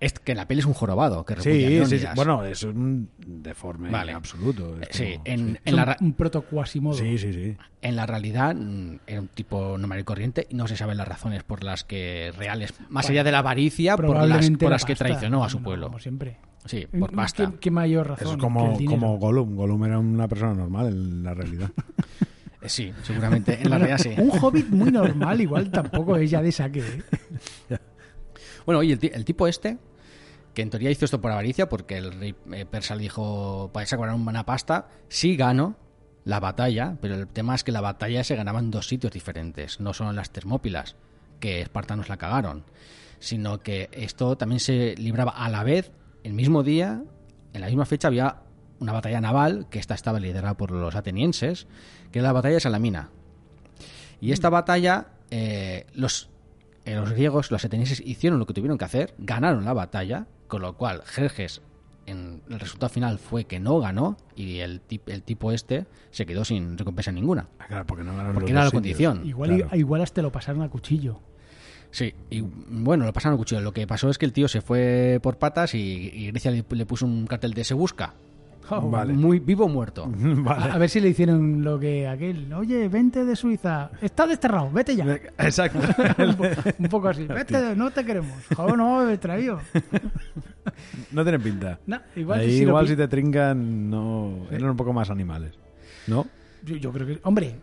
S1: Es que en la peli es un jorobado. Que repudia
S2: Sí, sí, sí.
S1: Leónidas.
S2: Bueno, es un deforme
S1: Vale.
S2: absoluto.
S1: Eh,
S2: es
S1: sí,
S2: como-
S1: en,
S3: Es
S1: en la,
S3: un,
S1: ra-
S3: un proto Quasimodo.
S2: sí, sí, sí.
S1: en la realidad mm, era un tipo normal y corriente y no se saben las razones por las que reales, más allá de la avaricia, por las,
S3: Probablemente
S1: por
S3: la
S1: las que
S3: pasta.
S1: traicionó a su
S3: No,
S1: pueblo.
S3: Como siempre.
S1: Sí, por
S3: ¿Qué-
S1: pasta.
S3: ¿Qué, mayor razón?
S2: Eso es
S3: que
S2: como,
S3: el dinero?
S2: como Gollum. Gollum era una persona normal en la realidad. [laughs]
S1: Eh, Sí, seguramente. En la realidad sí.
S3: Un hobbit muy normal, igual tampoco es ya de saque.
S1: [laughs]
S3: ¿eh?
S1: Bueno, y el, ti- el tipo este, que en teoría hizo esto por avaricia, porque el rey eh, persa le dijo, vais a cobrar una buena pasta, sí ganó la batalla, pero el tema es que la batalla se ganaba en dos sitios diferentes, no solo en las Termópilas, que espartanos la cagaron, sino que esto también se libraba a la vez, el mismo día, en la misma fecha había una batalla naval, que esta estaba liderada por los atenienses, que era la batalla de Salamina. Y esta batalla, eh, los, eh, los griegos, los atenienses hicieron lo que tuvieron que hacer, ganaron la batalla, con lo cual Jerjes, en el resultado final fue que no ganó y el, tip- el tipo este se quedó sin recompensa ninguna.
S2: Ah, Claro, porque no eran
S1: Porque
S2: los
S1: era la
S2: dos sitios.
S1: condición.
S3: Igual,
S2: Claro.
S3: igual hasta lo pasaron a
S1: [laughs]
S3: cuchillo.
S1: Sí, y bueno, lo pasaron al cuchillo. Lo que pasó es que el tío se fue por patas y, y Grecia le, le puso un cartel de se busca.
S3: Oh.
S2: Vale.
S1: Muy vivo o muerto.
S3: A,
S2: [laughs] vale.
S3: a ver si le hicieron lo que aquel. Oye, vente de Suiza. Está desterrado, vete ya.
S2: [laughs] Exacto.
S3: un, po- un poco así. Vete, no te queremos. Joder, no, me he traído.
S2: No tienen pinta.
S3: No, igual
S2: Ahí
S3: si lo
S2: igual
S3: pi-
S2: si te trincan, no. Eran un poco más animales. ¿No?
S3: Yo, yo creo que. Hombre,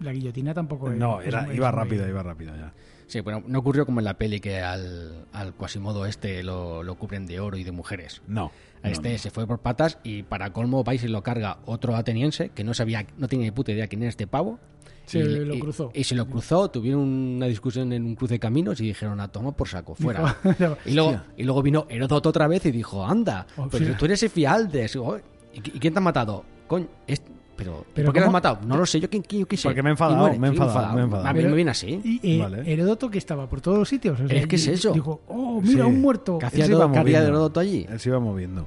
S3: la guillotina tampoco es-
S2: No,
S3: Pues es
S2: era,
S3: muy-
S2: iba
S3: es muy-
S2: rápido, iba rápido ya.
S1: Sí, pero no ocurrió como en la peli que al, al Quasimodo este lo, lo cubren de oro y de mujeres.
S2: No.
S1: A
S2: no,
S1: este se fue por patas y para colmo vais y lo carga otro ateniense que no sabía, no tenía ni puta idea quién era este pavo.
S3: Se
S1: y,
S3: lo
S1: y-
S3: cruzó.
S1: Y, se lo cruzó, tuvieron una discusión en un cruce de caminos y dijeron a toma por saco,
S3: [laughs]
S1: fuera.
S3: Dijo-
S1: y, luego, y luego vino Heródoto otra vez y dijo, anda,
S3: Oh,
S1: pero
S3: sí.
S1: tú eres Efialdes. oh, ¿Y, qui- y quién te ha matado? Coño, es- pero,
S3: Pero
S1: ¿por qué lo has
S3: ¿cómo?
S1: matado? No lo sé, yo quién, quién- yo qué sé.
S2: Porque me he enfadado,
S1: Y muere,
S2: me he
S1: sí,
S2: enfadado, me he enfadado.
S1: A mí me viene así.
S3: Y eh,
S2: Vale.
S3: Heródoto que estaba por todos los sitios. o sea,
S1: Es que es
S3: y-
S1: eso.
S3: Dijo, oh, mira,
S2: Sí.
S3: un muerto.
S1: ¿Qué
S2: Él
S1: hacía
S2: se iba
S1: Heródoto- qué haría
S2: moviendo.
S1: Heródoto allí?
S2: Él se iba moviendo.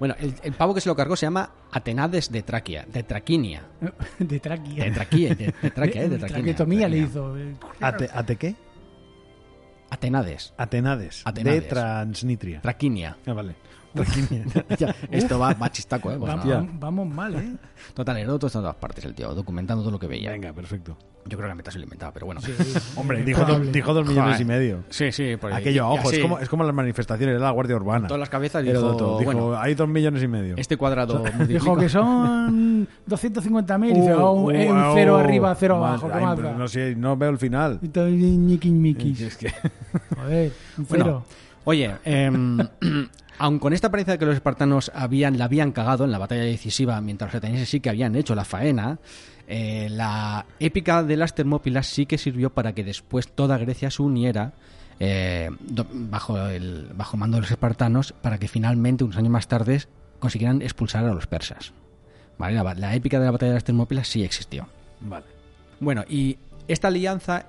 S1: Bueno, el, el pavo que se lo cargó se llama Atenades de Traquia, de Traquinia.
S3: [laughs] De traquia.
S1: De Traquia, de, de Traquia, eh, de Traquinia.
S3: Traqueotomía le
S1: Traquinia.
S3: hizo. eh,
S2: Ate, ¿Ate qué?
S1: Atenades,
S2: Atenades.
S1: Atenades.
S2: De Transnitria.
S1: Traquinia.
S2: ah, vale. Traquinia.
S1: Ya, Esto va, va chistaco, ¿eh? Bueno,
S3: Vamos,
S2: ya.
S3: vamos
S2: [laughs]
S3: mal, ¿eh?
S1: Total, Heródoto está en todas partes, el tío, documentando todo lo que veía.
S2: Venga, perfecto.
S1: Yo creo que la meta se lo inventaba, pero bueno.
S2: Hombre, dijo, dos- dijo dos millones
S1: Joder.
S2: y medio.
S1: Sí, Pues sí, por ahí.
S2: Aquello a
S1: Y
S2: ojo, es
S1: así,
S2: como, es como las manifestaciones, era la Guardia Urbana.
S1: Todas las cabezas dijo,
S2: Heródoto dijo,
S1: bueno,
S2: hay dos millones y medio.
S1: este cuadrado
S3: Dijo
S1: multiplico-
S3: que son 250.000 [laughs] y
S2: Uh,
S3: dice, oh, un, eh, un
S2: wow.
S3: cero arriba, cero
S2: Más-
S3: abajo, ¿qué
S2: ay,
S3: más
S2: pero
S3: da?
S2: no sé, no veo el final.
S3: Y todo ñiqui, ñiquis.
S2: Es que- [laughs]
S3: Joder, un
S1: Bueno,
S3: cero.
S1: Oye, em, [clears throat] aun con esta apariencia de que los espartanos habían, la habían cagado en la batalla decisiva, mientras los atenienses sí que habían hecho la faena, eh, la épica de las Termópilas sí que sirvió para que después toda Grecia se uniera eh, do- bajo el bajo mando de los espartanos para que finalmente, unos años más tarde, consiguieran expulsar a los persas. ¿Vale? La, ba- la épica de la batalla de las Termópilas sí existió.
S2: Vale.
S1: Bueno, y esta alianza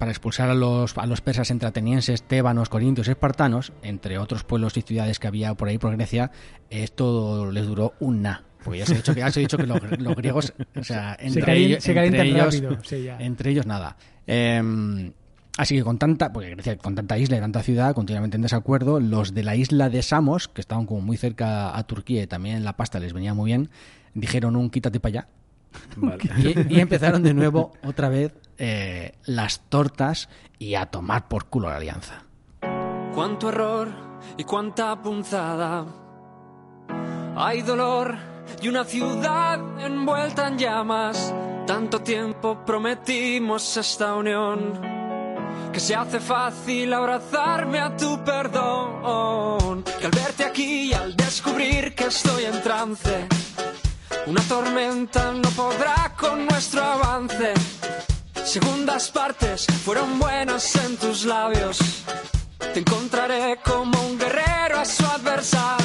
S1: para expulsar a los, a los persas entre atenienses, tébanos, corintios y espartanos, entre otros pueblos y ciudades que había por ahí por Grecia, esto les duró un na. Porque ya se ha dicho que, ya se ha dicho que los, los griegos, o sea, entre,
S3: calien-
S1: ellos-
S3: se calientan
S1: entre ellos-
S3: rápido, sí, ya.
S1: entre ellos nada. Eh, así que con tanta, porque Grecia, con tanta isla y tanta ciudad, continuamente en desacuerdo, los de la isla de Samos, que estaban como muy cerca a Turquía y también la pasta les venía muy bien, dijeron un quítate para allá. Y, y empezaron de nuevo otra vez eh, las tortas y a tomar por culo la alianza.
S5: Cuánto error y cuánta punzada. Hay dolor y una ciudad envuelta en llamas. Tanto tiempo prometimos esta unión que se hace fácil abrazarme a tu perdón. Que al verte aquí y al descubrir que estoy en trance, una tormenta no podrá con nuestro avance. Segundas partes fueron buenas en tus labios. Te encontraré como un guerrero a su adversario.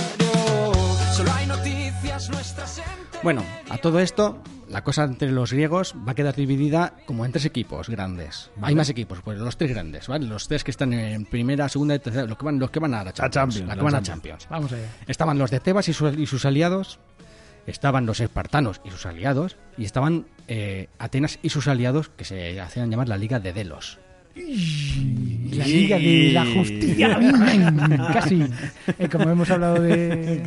S5: Solo hay noticias nuestras entre-
S1: Bueno, a todo esto, la cosa entre los griegos va a quedar dividida como en tres equipos grandes. Hay más equipos, pues los tres grandes, ¿vale? Los tres que están en primera, segunda y tercera, los que van, los que van a la Champions.
S2: Champions,
S1: los que
S2: la
S1: van a
S2: Champions.
S1: Champions.
S3: Vamos allá.
S1: Estaban los de Tebas y, su- y sus aliados, estaban los espartanos y sus aliados, y estaban eh, Atenas y sus aliados, que se hacían llamar la Liga de Delos.
S3: La Liga de
S2: [laughs]
S3: la Justicia. Casi. Eh, como hemos hablado de.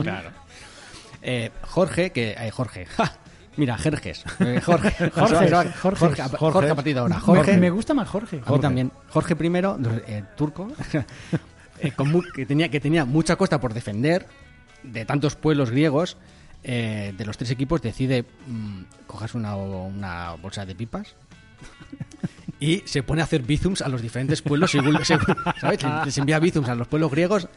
S1: [laughs] Claro. Eh, Jorge, que. eh, Jorge. [laughs] ¡Ja! Mira, Jerjes. Eh, [laughs] Jorge.
S3: Jorge,
S1: Jorge,
S3: Jorge.
S1: Jorge, a- Jorge
S2: Jorge.
S1: a partir de ahora. Jorge.
S3: Jorge. Me gusta más Jorge.
S1: A mí también. Jorge I, los- eh, turco, [laughs] eh, con mu- que, tenía, que tenía mucha costa por defender de tantos pueblos griegos. eh, de los tres equipos decide mm, cogerse una, una bolsa de pipas [laughs] y se pone a hacer bizums a los diferentes pueblos según, [laughs] según- ¿sabes? Les- Les envía bizums a los pueblos griegos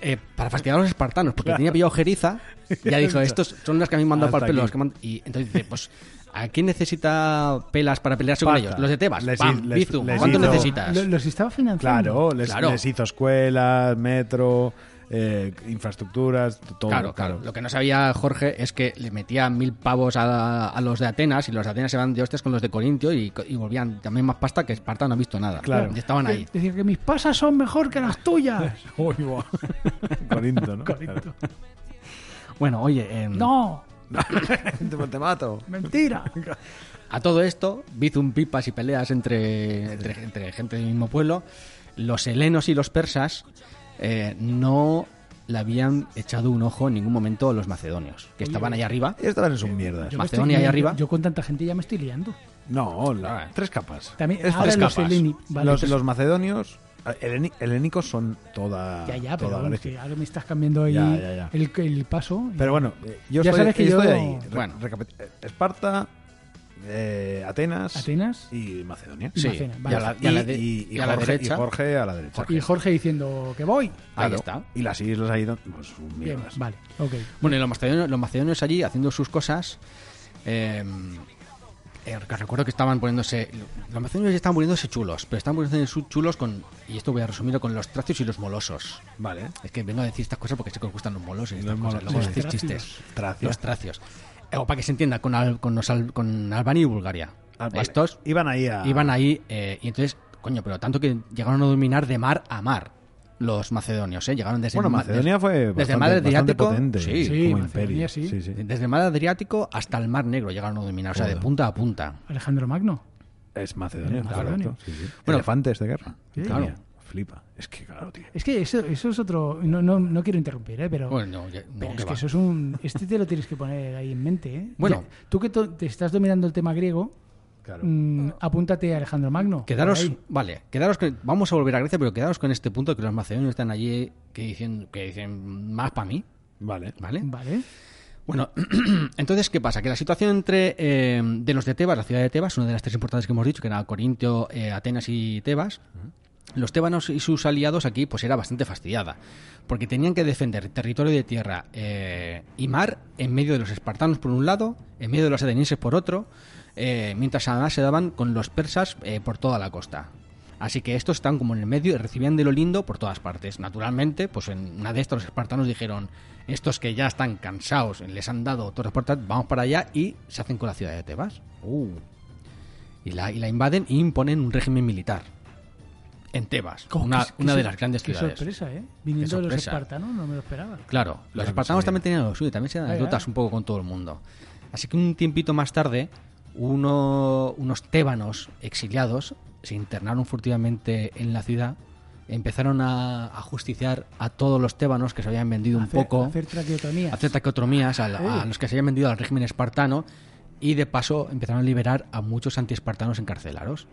S1: eh, para fastidiar a los espartanos porque tenía pillado Jeriza y ya [laughs] dijo estos son los que a mí me han dado
S2: Hasta
S1: para el pelo
S2: aquí.
S1: los que me han- y entonces dice pues ¿a quién necesita pelas para pelearse con
S2: Pasta.
S1: ellos? los de Tebas
S2: Les-
S1: Pam,
S2: les-
S1: bizum.
S2: les
S1: ¿cuánto
S2: hizo-
S1: necesitas?
S3: Lo- Los estaba financiando.
S2: Claro, les,
S1: Claro.
S2: les hizo escuelas, metro, eh, infraestructuras, t- todo.
S1: Claro, claro. Lo que no sabía Jorge es que le metía mil pavos a, a los de Atenas y los de Atenas se van de hostias con los de Corintio y, co- y volvían también más pasta que Esparta no ha visto nada.
S2: Claro.
S1: Y estaban
S2: [laughs]
S1: ahí.
S3: Es decir, que mis pasas son mejor que las tuyas.
S2: [laughs] Corinto, ¿no?
S3: Correcto.
S1: Bueno, oye, em,
S3: No,
S2: Claro. Te mato. [laughs]
S3: mentira.
S1: a todo esto, bizum pipas y peleas entre, entre, entre gente del mismo pueblo, los helenos y los persas eh, no le habían echado un ojo en ningún momento a los macedonios, que estaban ahí arriba.
S2: Y estaban en sus mierdas.
S3: Yo me
S1: Macedonia ahí
S3: yo-
S1: arriba.
S3: Yo con tanta gente ya me estoy liando.
S2: No, la- tres capas.
S3: También,
S2: Es
S3: ahora
S2: tres
S3: los
S2: capas.
S3: heleni- vale,
S2: los,
S3: pero-
S2: los macedonios, eh, heleni- helénicos son toda.
S3: Ya, ya, pero
S2: toda
S3: vamos,
S2: Grecia.
S3: que ahora me estás cambiando ahí
S2: Ah, Ya, ya, ya.
S3: El, el paso.
S2: Pero bueno, eh, yo
S3: Ya
S2: estoy,
S3: sabes que
S2: yo estoy
S3: yo-
S2: ahí. Re-
S1: Bueno.
S2: recapit- eh, Esparta, eh, Atenas,
S3: Atenas.
S2: y Macedonia.
S3: Y
S1: Sí,
S3: Macena,
S1: y
S3: vale.
S1: a la- y a la
S2: Y-
S1: de-
S2: y- y
S1: y a la
S2: Jorge, y
S1: derecha.
S2: Jorge a la derecha.
S3: Y Jorge diciendo que voy.
S1: Ahí
S2: Claro.
S1: está.
S2: Y las islas ahí, don- pues sus
S3: Bien,
S2: mierdas.
S3: vale, ok.
S1: Bueno, y los macedonios, los macedonios allí haciendo sus cosas. eh, eh, que recuerdo que estaban poniéndose. Los macedonios ya estaban poniéndose chulos, pero estaban poniéndose su- chulos con. Y esto voy a resumirlo con los tracios y los molosos.
S2: Vale.
S1: Es que vengo a decir estas cosas porque sé que os gustan los molos y estas
S2: Los
S1: cosas.
S2: molos,
S1: Luego
S2: sí.
S1: hacéis
S3: Tracios.
S1: chistes.
S2: Tracios.
S1: Los tracios. Eh, O para que se entienda, con, Al- con, los Al- con Albania y Bulgaria.
S2: Ah, vale.
S1: Estos
S2: iban ahí a.
S1: iban ahí eh, y entonces, coño, pero tanto que llegaron a dominar de mar a mar. los macedonios, ¿eh? Llegaron desde
S2: Bueno,
S1: el ma-
S2: Macedonia fue
S1: desde
S2: bastante,
S1: el mar
S2: bastante
S1: Adriático.
S2: potente
S1: sí.
S3: Sí,
S2: como
S3: Macedonia,
S2: imperio.
S3: sí.
S2: Sí, sí.
S1: Desde el mar Adriático hasta el mar Negro llegaron a dominar, o sea, de
S2: Joder.
S1: punta a punta.
S3: Alejandro Magno.
S2: Es Macedonia,
S3: Es Macedonia.
S2: correcto, sí, sí.
S1: Bueno,
S2: Elefantes de guerra.
S3: sí.
S2: Claro.
S1: Claro.
S2: Flipa. Es que claro, tío.
S3: Es que eso, eso es otro. No, no, no quiero interrumpir, ¿eh? pero,
S1: Bueno, no, ya- no,
S3: pero
S1: qué
S3: es que
S1: va.
S3: eso es un. Este te lo tienes que poner ahí en mente. ¿eh?
S1: Bueno.
S3: Ya, tú que to- te estás dominando el tema griego,
S2: Claro.
S3: mm, apúntate a Alejandro Magno.
S1: Quedaros,
S3: Por ahí.
S1: vale, quedaros con- vamos a volver a Grecia, pero quedaros con este punto que los macedonios están allí que dicen, que dicen más para mí,
S2: Vale.
S1: ¿vale?
S3: Vale.
S1: Bueno, [clears throat] entonces, ¿qué pasa? Que la situación entre eh, de los de Tebas, la ciudad de Tebas, una de las tres importantes que hemos dicho, que era Corintio, eh, Atenas y Tebas, los tebanos y sus aliados aquí, pues era bastante fastidiada, porque tenían que defender territorio de tierra eh, y mar en medio de los espartanos por un lado, en medio de los atenienses por otro, eh, mientras además se daban con los persas eh, por toda la costa. Así que estos están como en el medio y recibían de lo lindo por todas partes. Naturalmente, pues en una de estas los espartanos dijeron, estos que ya están cansados, les han dado todas las puertas, vamos para allá y se hacen con la ciudad de Tebas. Y, la, y la invaden y imponen un régimen militar. En Tebas,
S3: Oh,
S1: una,
S3: qué- qué
S1: una de
S3: sor-
S1: las grandes
S3: qué
S1: ciudades.
S3: sorpresa, ¿eh? Viniendo de los
S1: sorpresa.
S3: espartanos, no me lo esperaba.
S1: Claro, los
S2: Claro,
S1: espartanos
S2: sí.
S1: también tenían lo suyo, también se dan
S3: Ah,
S1: anécdotas
S3: ya.
S1: un poco con todo el mundo. Así que un tiempito más tarde, uno- unos tébanos exiliados se internaron furtivamente en la ciudad, empezaron a, a justiciar a todos los tébanos que se habían vendido
S3: Hacer-
S1: un poco,
S3: Hacer traqueotomía.
S1: hacer taqueotomías a, la- a
S3: Eh.
S1: los que se habían vendido al régimen espartano y de paso empezaron a liberar a muchos antiespartanos encarcelados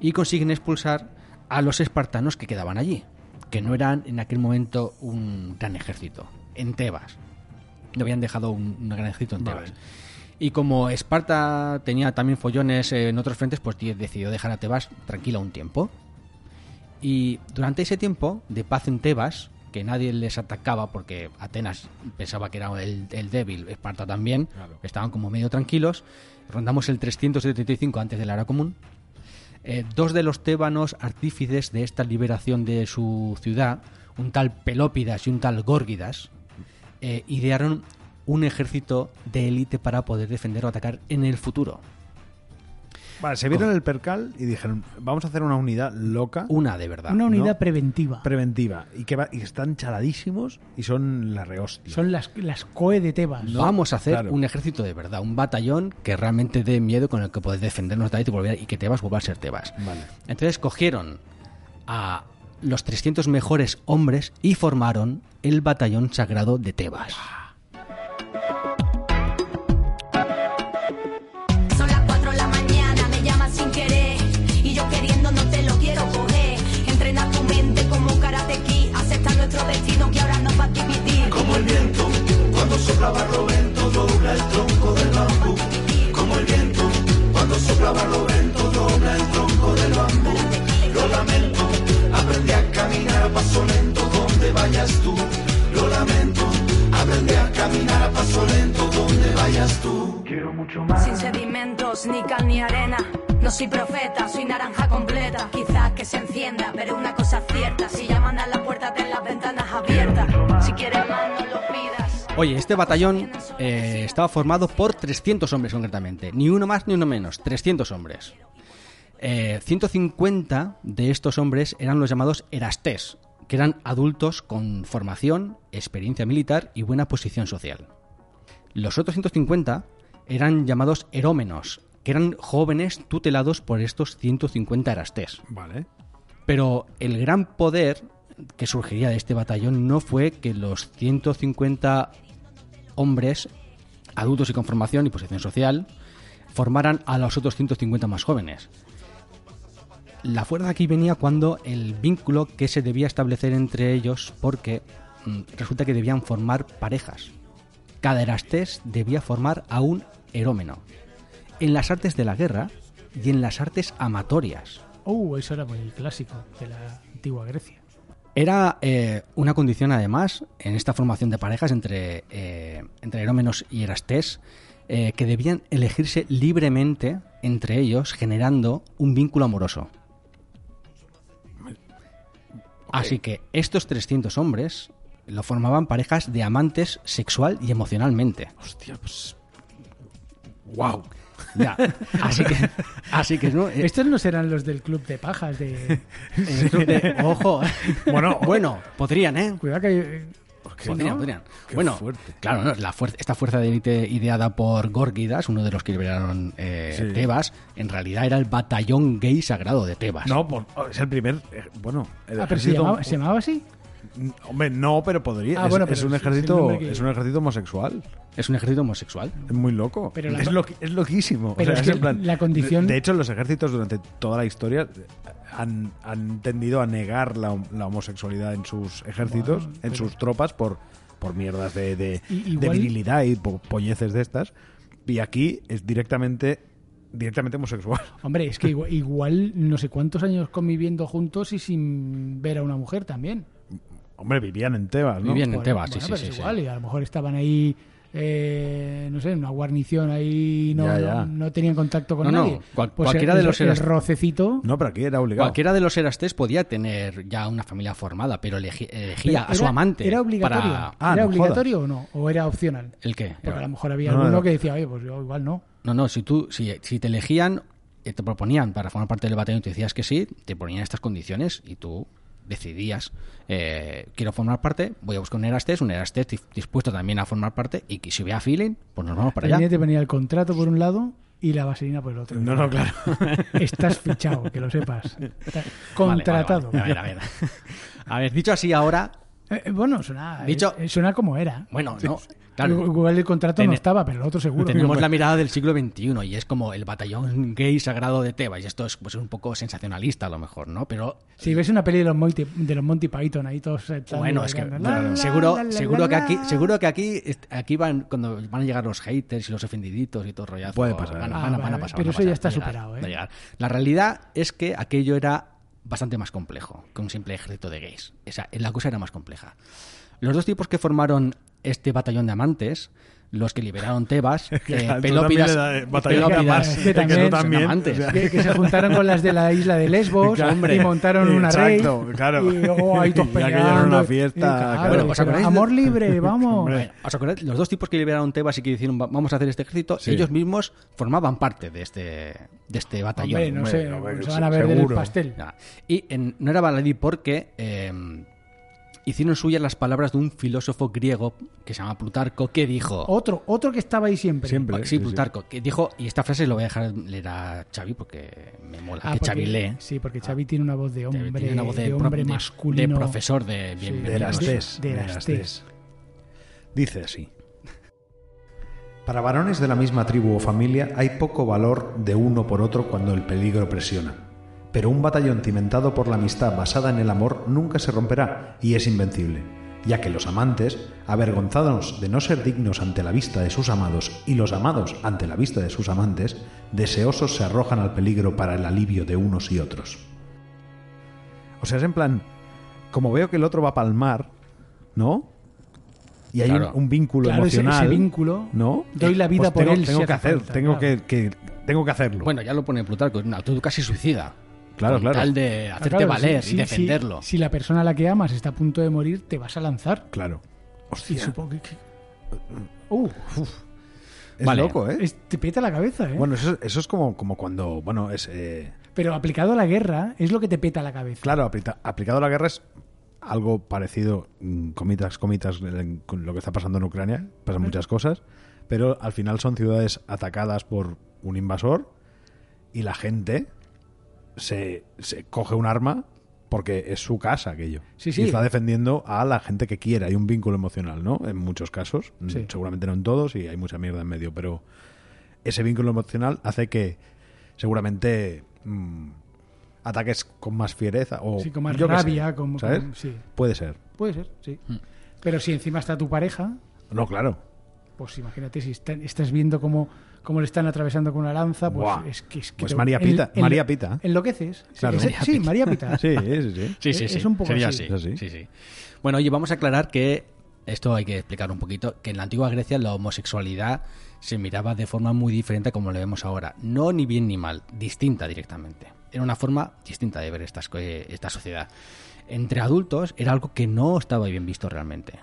S1: y consiguen expulsar a los espartanos que quedaban allí, que no eran en aquel momento un gran ejército, en Tebas. No habían dejado un, un gran ejército en
S2: Vale.
S1: Tebas. Y como Esparta tenía también follones eh, en otros frentes, pues die- decidió dejar a Tebas tranquila un tiempo. Y durante ese tiempo de paz en Tebas, que nadie les atacaba porque Atenas pensaba que era el, el débil, Esparta también,
S2: Claro.
S1: estaban como medio tranquilos, rondamos el 375 antes de la era común. Eh, dos de los tébanos artífices de esta liberación de su ciudad, un tal Pelópidas y un tal Górgidas, eh, idearon un ejército de élite para poder defender o atacar en el futuro.
S2: Vale, se vieron el percal y dijeron, vamos a hacer una unidad loca,
S1: Una de verdad.
S3: Una unidad
S2: No.
S3: preventiva.
S2: preventiva, y que va- y están chaladísimos y son la rehostia.
S3: Son las, las COE de Tebas.
S1: Vamos a hacer
S2: claro.
S1: un ejército de verdad, un batallón que realmente dé miedo con el que poder defendernos de ahí y, volver- y que Tebas vuelva a ser Tebas.
S2: Vale.
S1: Entonces cogieron a los 300 mejores hombres y formaron el batallón sagrado de Tebas.
S6: Son las 4 de la mañana, me llamas sin querer. Y yo queriendo no te lo quiero coger. Entrena tu mente como karate ki. Acepta nuestro destino que ahora nos va a dividir. Como el Sin sedimentos, ni cal ni arena. No soy profeta, soy naranja completa. Quizás que se encienda, pero una cosa cierta. Si llaman a la puerta, ten las ventanas abiertas. Si quieres más, no lo pidas.
S1: Oye, este batallón eh, estaba formado por 300 hombres concretamente, ni uno más ni uno menos, 300 hombres. Eh, 150 de estos hombres eran los llamados erastés, que eran adultos con formación, experiencia militar y buena posición social. Los otros 150 eran llamados erómenos, que eran jóvenes tutelados por estos 150 erastés.
S2: Vale.
S1: Pero el gran poder que surgiría de este batallón no fue que los 150 hombres, adultos y con formación y posición social, formaran a los otros 150 más jóvenes. La fuerza aquí venía cuando el vínculo que se debía establecer entre ellos, porque mm, resulta que debían formar parejas. Cada erastés debía formar a un erómeno. En las artes de la guerra y en las artes amatorias.
S3: Oh, eso era muy clásico de la antigua Grecia.
S1: Era eh, una condición, además, en esta formación de parejas entre, eh, entre Herómenos y Erastés, eh, que debían elegirse libremente entre ellos, generando un vínculo amoroso. Así que estos 300 hombres lo formaban parejas de amantes sexual y emocionalmente.
S2: Hostia, pues... ¡Wow!
S1: Ya. Así que, así que no. eh,
S3: Estos no serán los del club de
S1: [laughs]
S3: pajas de...
S1: eh, tú te- ojo.
S2: Bueno,
S1: [laughs] bueno, podrían, ¿eh?
S3: Cuidado que... hay-
S2: ¿Qué
S1: Podrían,
S2: no?
S1: podrían.
S2: Qué
S1: bueno,
S2: fuerte.
S1: claro, ¿no? la fuer- esta fuerza de élite ideada por Gorgidas, uno de los que liberaron eh,
S2: Sí.
S1: Tebas, en realidad era el batallón gay sagrado de Tebas.
S2: No, por- es el primer. eh, Bueno, el
S3: Ah, pero se
S2: ejército-
S3: llamaba, ¿se llamaba así?
S2: Hombre, no, pero podría.
S3: Ah,
S2: es,
S3: bueno,
S2: es
S3: pero
S2: un
S3: es- es el
S2: ejército,
S3: nombre que-
S2: es un ejército homosexual.
S1: Es un ejército homosexual.
S2: Es muy loco.
S3: Pero la-
S2: es, lo- es loquísimo. O
S3: Pero
S2: sea,
S3: es
S2: es
S3: que
S2: en plan-
S3: la condición-
S2: De, de hecho, los ejércitos durante toda la historia han, han tendido a negar la, hom- la homosexualidad en sus ejércitos,
S3: Bueno,
S2: en sus tropas, por, por mierdas de, de,
S3: Y-
S2: de
S3: igual-
S2: virilidad y po- polleces de estas. Y aquí es directamente, directamente homosexual. [laughs]
S3: Hombre, es que igual, igual no sé cuántos años conviviendo juntos y sin ver a una mujer también.
S2: Hombre, vivían en Tebas, ¿no?
S1: Vivían en
S3: Bueno,
S1: Tebas, sí,
S3: bueno,
S1: sí,
S3: pero
S1: sí,
S3: es
S1: sí.
S3: igual, y a lo mejor estaban ahí, eh, no sé, en una guarnición ahí, no,
S2: Ya, ya.
S3: no- no tenían contacto con
S1: No, no,
S3: nadie.
S1: cual-
S3: Pues
S1: cualquiera
S3: el-
S1: de los
S3: el,
S1: eras-
S3: rocecito. eh,
S2: No, pero aquí era obligado.
S1: Cualquiera de los Erastes podía tener ya una familia formada, pero elegi- elegía
S3: Pero
S1: a su
S3: era-
S1: amante.
S3: ¿Era obligatorio?
S1: para-
S2: Ah,
S3: ¿Era
S2: no
S3: obligatorio o no? ¿O era opcional?
S1: ¿El qué?
S3: Porque a lo mejor había
S2: No, no,
S3: alguno
S2: no.
S3: que decía, oye, pues yo igual no.
S1: No, no, si tú, si, si te elegían, eh, te proponían para formar parte del batallón y te decías que sí, te ponían estas condiciones y tú decidías, eh, quiero formar parte, voy a buscar un Erastes, un Erastes dis- dispuesto también a formar parte y que si vea feeling, pues nos vamos para
S3: También
S1: allá.
S3: te venía el contrato por un lado y la vaselina por el otro.
S2: No, no, claro.
S3: Estás fichado, que
S1: [laughs]
S3: lo sepas. Estás Contratado.
S1: Vale, vale, vale. A ver, [laughs] a ver. A ver, dicho así ahora,
S3: Eh, eh, bueno, suena,
S1: Dicho-
S3: eh, suena como era.
S1: bueno, no,
S3: Igual
S1: claro.
S3: el contrato no
S1: Tene-
S3: estaba, pero el otro seguro.
S1: Tenemos la mirada del siglo XXI y es como el batallón gay sagrado de Tebas. Y esto es pues, un poco sensacionalista a lo mejor, ¿no? Pero
S3: pues, Si ves una peli de los Monty, de los Monty Python ahí todos eh, saltando
S1: Bueno,
S3: y
S1: es que
S3: bailando,
S1: bueno,
S3: la, la,
S1: seguro,
S3: la, la,
S1: seguro
S3: la,
S1: que aquí,
S3: la.
S1: seguro que aquí, est- aquí van cuando van a llegar los haters y los ofendiditos y todo el rollazo.
S2: Puede pasar.
S1: Van, a-
S3: Ah,
S1: van a- van
S3: vale,
S1: a pasar.
S3: pero
S1: van a
S3: eso ya
S1: pasar,
S3: está
S1: va a llegar,
S3: superado, ¿eh?
S1: va a llegar. La realidad es que aquello era bastante más complejo que un simple ejército de gays. Esa, la cosa era más compleja. Los dos tipos que formaron este batallón de amantes, los que liberaron Tebas, eh,
S2: [laughs] Que al- tú
S1: Pelópidas,
S2: también le da- eh, batallón de
S1: Pelópidas-
S2: amantes.
S3: Es que también
S2: tú
S3: son
S1: amantes.
S2: o sea,
S3: [laughs] Que, que se juntaron con las de la isla
S1: [laughs]
S3: de Lesbos
S2: Hombre.
S3: y montaron una rey.
S2: Exacto, claro.
S3: Y luego ahí todos
S2: Y aquello era
S3: peleando.
S2: una
S3: y-
S2: fiesta,
S3: y claro,
S2: claro.
S1: ¿Os acordáis de- [laughs]
S3: Amor libre, vamos.
S2: Hombre.
S1: ¿Os acordáis? Los dos tipos que liberaron Tebas y que dijeron "Va- vamos a hacer este ejército,
S2: Sí.
S1: ellos mismos formaban parte de este, de este batallón.
S3: Hombre, no
S2: hombre,
S3: sé,
S2: hombre,
S3: se van a ver del
S2: seguro.
S3: pastel.
S1: Nada. Y en- no era baladí porque eh, hicieron suyas las palabras de un filósofo griego que se llama Plutarco que dijo...
S3: Otro, otro que estaba ahí siempre.
S2: Siempre.
S1: Sí,
S2: sí, sí.
S1: Plutarco, que dijo, y esta frase lo voy a dejar leer a Xavi porque me mola
S3: Ah,
S1: que
S3: porque-
S1: Xavi lee. Ah.
S3: Sí, porque Xavi tiene una voz de hombre,
S1: Tiene una voz de,
S3: de
S1: pro-
S3: hombre
S1: de- de
S3: masculino.
S1: profesor de
S3: Sí,
S1: bienvenidos.
S2: De las
S3: Pero
S2: TES.
S3: sí, de las TES.
S2: Dice así. Para varones de la misma tribu o familia hay poco valor de uno por otro cuando el peligro presiona. Pero un batallón cimentado por la amistad basada en el amor nunca se romperá y es invencible, ya que los amantes, avergonzados de no ser dignos ante la vista de sus amados y los amados ante la vista de sus amantes, deseosos se arrojan al peligro para el alivio de unos y otros. O sea, es en plan, como veo que el otro va a palmar, ¿no? Y hay
S1: Claro.
S2: un, un vínculo
S3: Claro, ese-
S2: emocional.
S3: ese vínculo,
S2: ¿no?
S3: doy la
S2: Pues
S3: vida por
S2: tengo-
S3: él si
S2: Tengo
S3: hace
S2: que hacer,
S3: falta,
S2: tengo
S3: claro.
S2: que, que- tengo que hacerlo.
S1: Bueno, ya lo pone Plutarco, es un actitud casi suicida.
S2: Claro,
S1: con
S2: claro.
S1: Tal de
S3: Ah,
S1: hacerte
S3: claro,
S1: valer
S3: sí, sí,
S1: y defenderlo.
S3: sí. Si la persona a la que amas está a punto de morir, te vas a lanzar.
S2: claro.
S3: Y
S2: Hostia,
S3: supongo que. que- Uh,
S2: es
S1: Vale.
S2: loco, ¿eh?
S3: es- te peta la cabeza, Este, ¿eh?
S2: Bueno, eso, eso es como, como cuando, bueno, es eh,
S3: Pero aplicado a la guerra, es lo que te peta la cabeza.
S2: claro, aplica- aplicado a la guerra es algo parecido, mm, comitas, comitas, eh, con lo que está pasando en Ucrania, pasan muchas cosas, pero al final son ciudades atacadas por un invasor y la gente se, se coge un arma porque es su casa aquello.
S3: Sí, sí.
S2: Y está defendiendo a la gente que quiere. Hay un vínculo emocional, ¿no? En muchos casos.
S3: Sí.
S2: Seguramente no en todos y hay mucha mierda en medio, pero ese vínculo emocional hace que seguramente mm, ataques con más fiereza o
S3: Sí, con más
S2: yo qué
S3: rabia, con-
S2: ¿sabes?
S3: con- sí.
S2: Puede ser.
S3: Puede ser, sí.
S1: Mm.
S3: Pero si encima está tu pareja,
S2: No, claro.
S3: pues imagínate si está- estás viendo cómo, cómo le están atravesando con una lanza, pues
S2: Buah.
S3: es que es que
S2: Pues
S3: te-
S2: María
S3: en-
S2: Pita,
S3: en-
S2: María Pita. ¿eh?
S3: Enloqueces. Sí,
S2: Claro.
S3: es-
S2: María
S3: sí,
S1: Pita.
S3: María
S2: [laughs]
S3: Pita.
S2: Sí, sí, sí.
S1: Sí, sí,
S3: Es-
S1: sí.
S3: es un poco
S1: Sería
S3: así.
S2: Es así.
S1: Sí, sí. Bueno, oye, vamos a aclarar que esto hay que explicar un poquito, que en la antigua Grecia la homosexualidad se miraba de forma muy diferente a como lo vemos ahora. No ni bien ni mal, distinta directamente. Era una forma distinta de ver estas, co- eh, esta sociedad. Entre adultos era algo que no estaba bien visto realmente.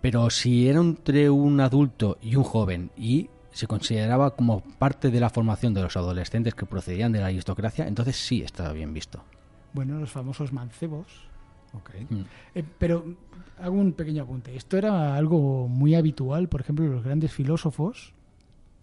S1: Pero si era entre un adulto y un joven y se consideraba como parte de la formación de los adolescentes que procedían de la aristocracia, entonces sí estaba bien visto.
S3: Bueno, los famosos mancebos.
S2: Okay.
S1: Mm.
S3: Eh, pero hago un pequeño apunte. Esto era algo muy habitual, por ejemplo, los grandes filósofos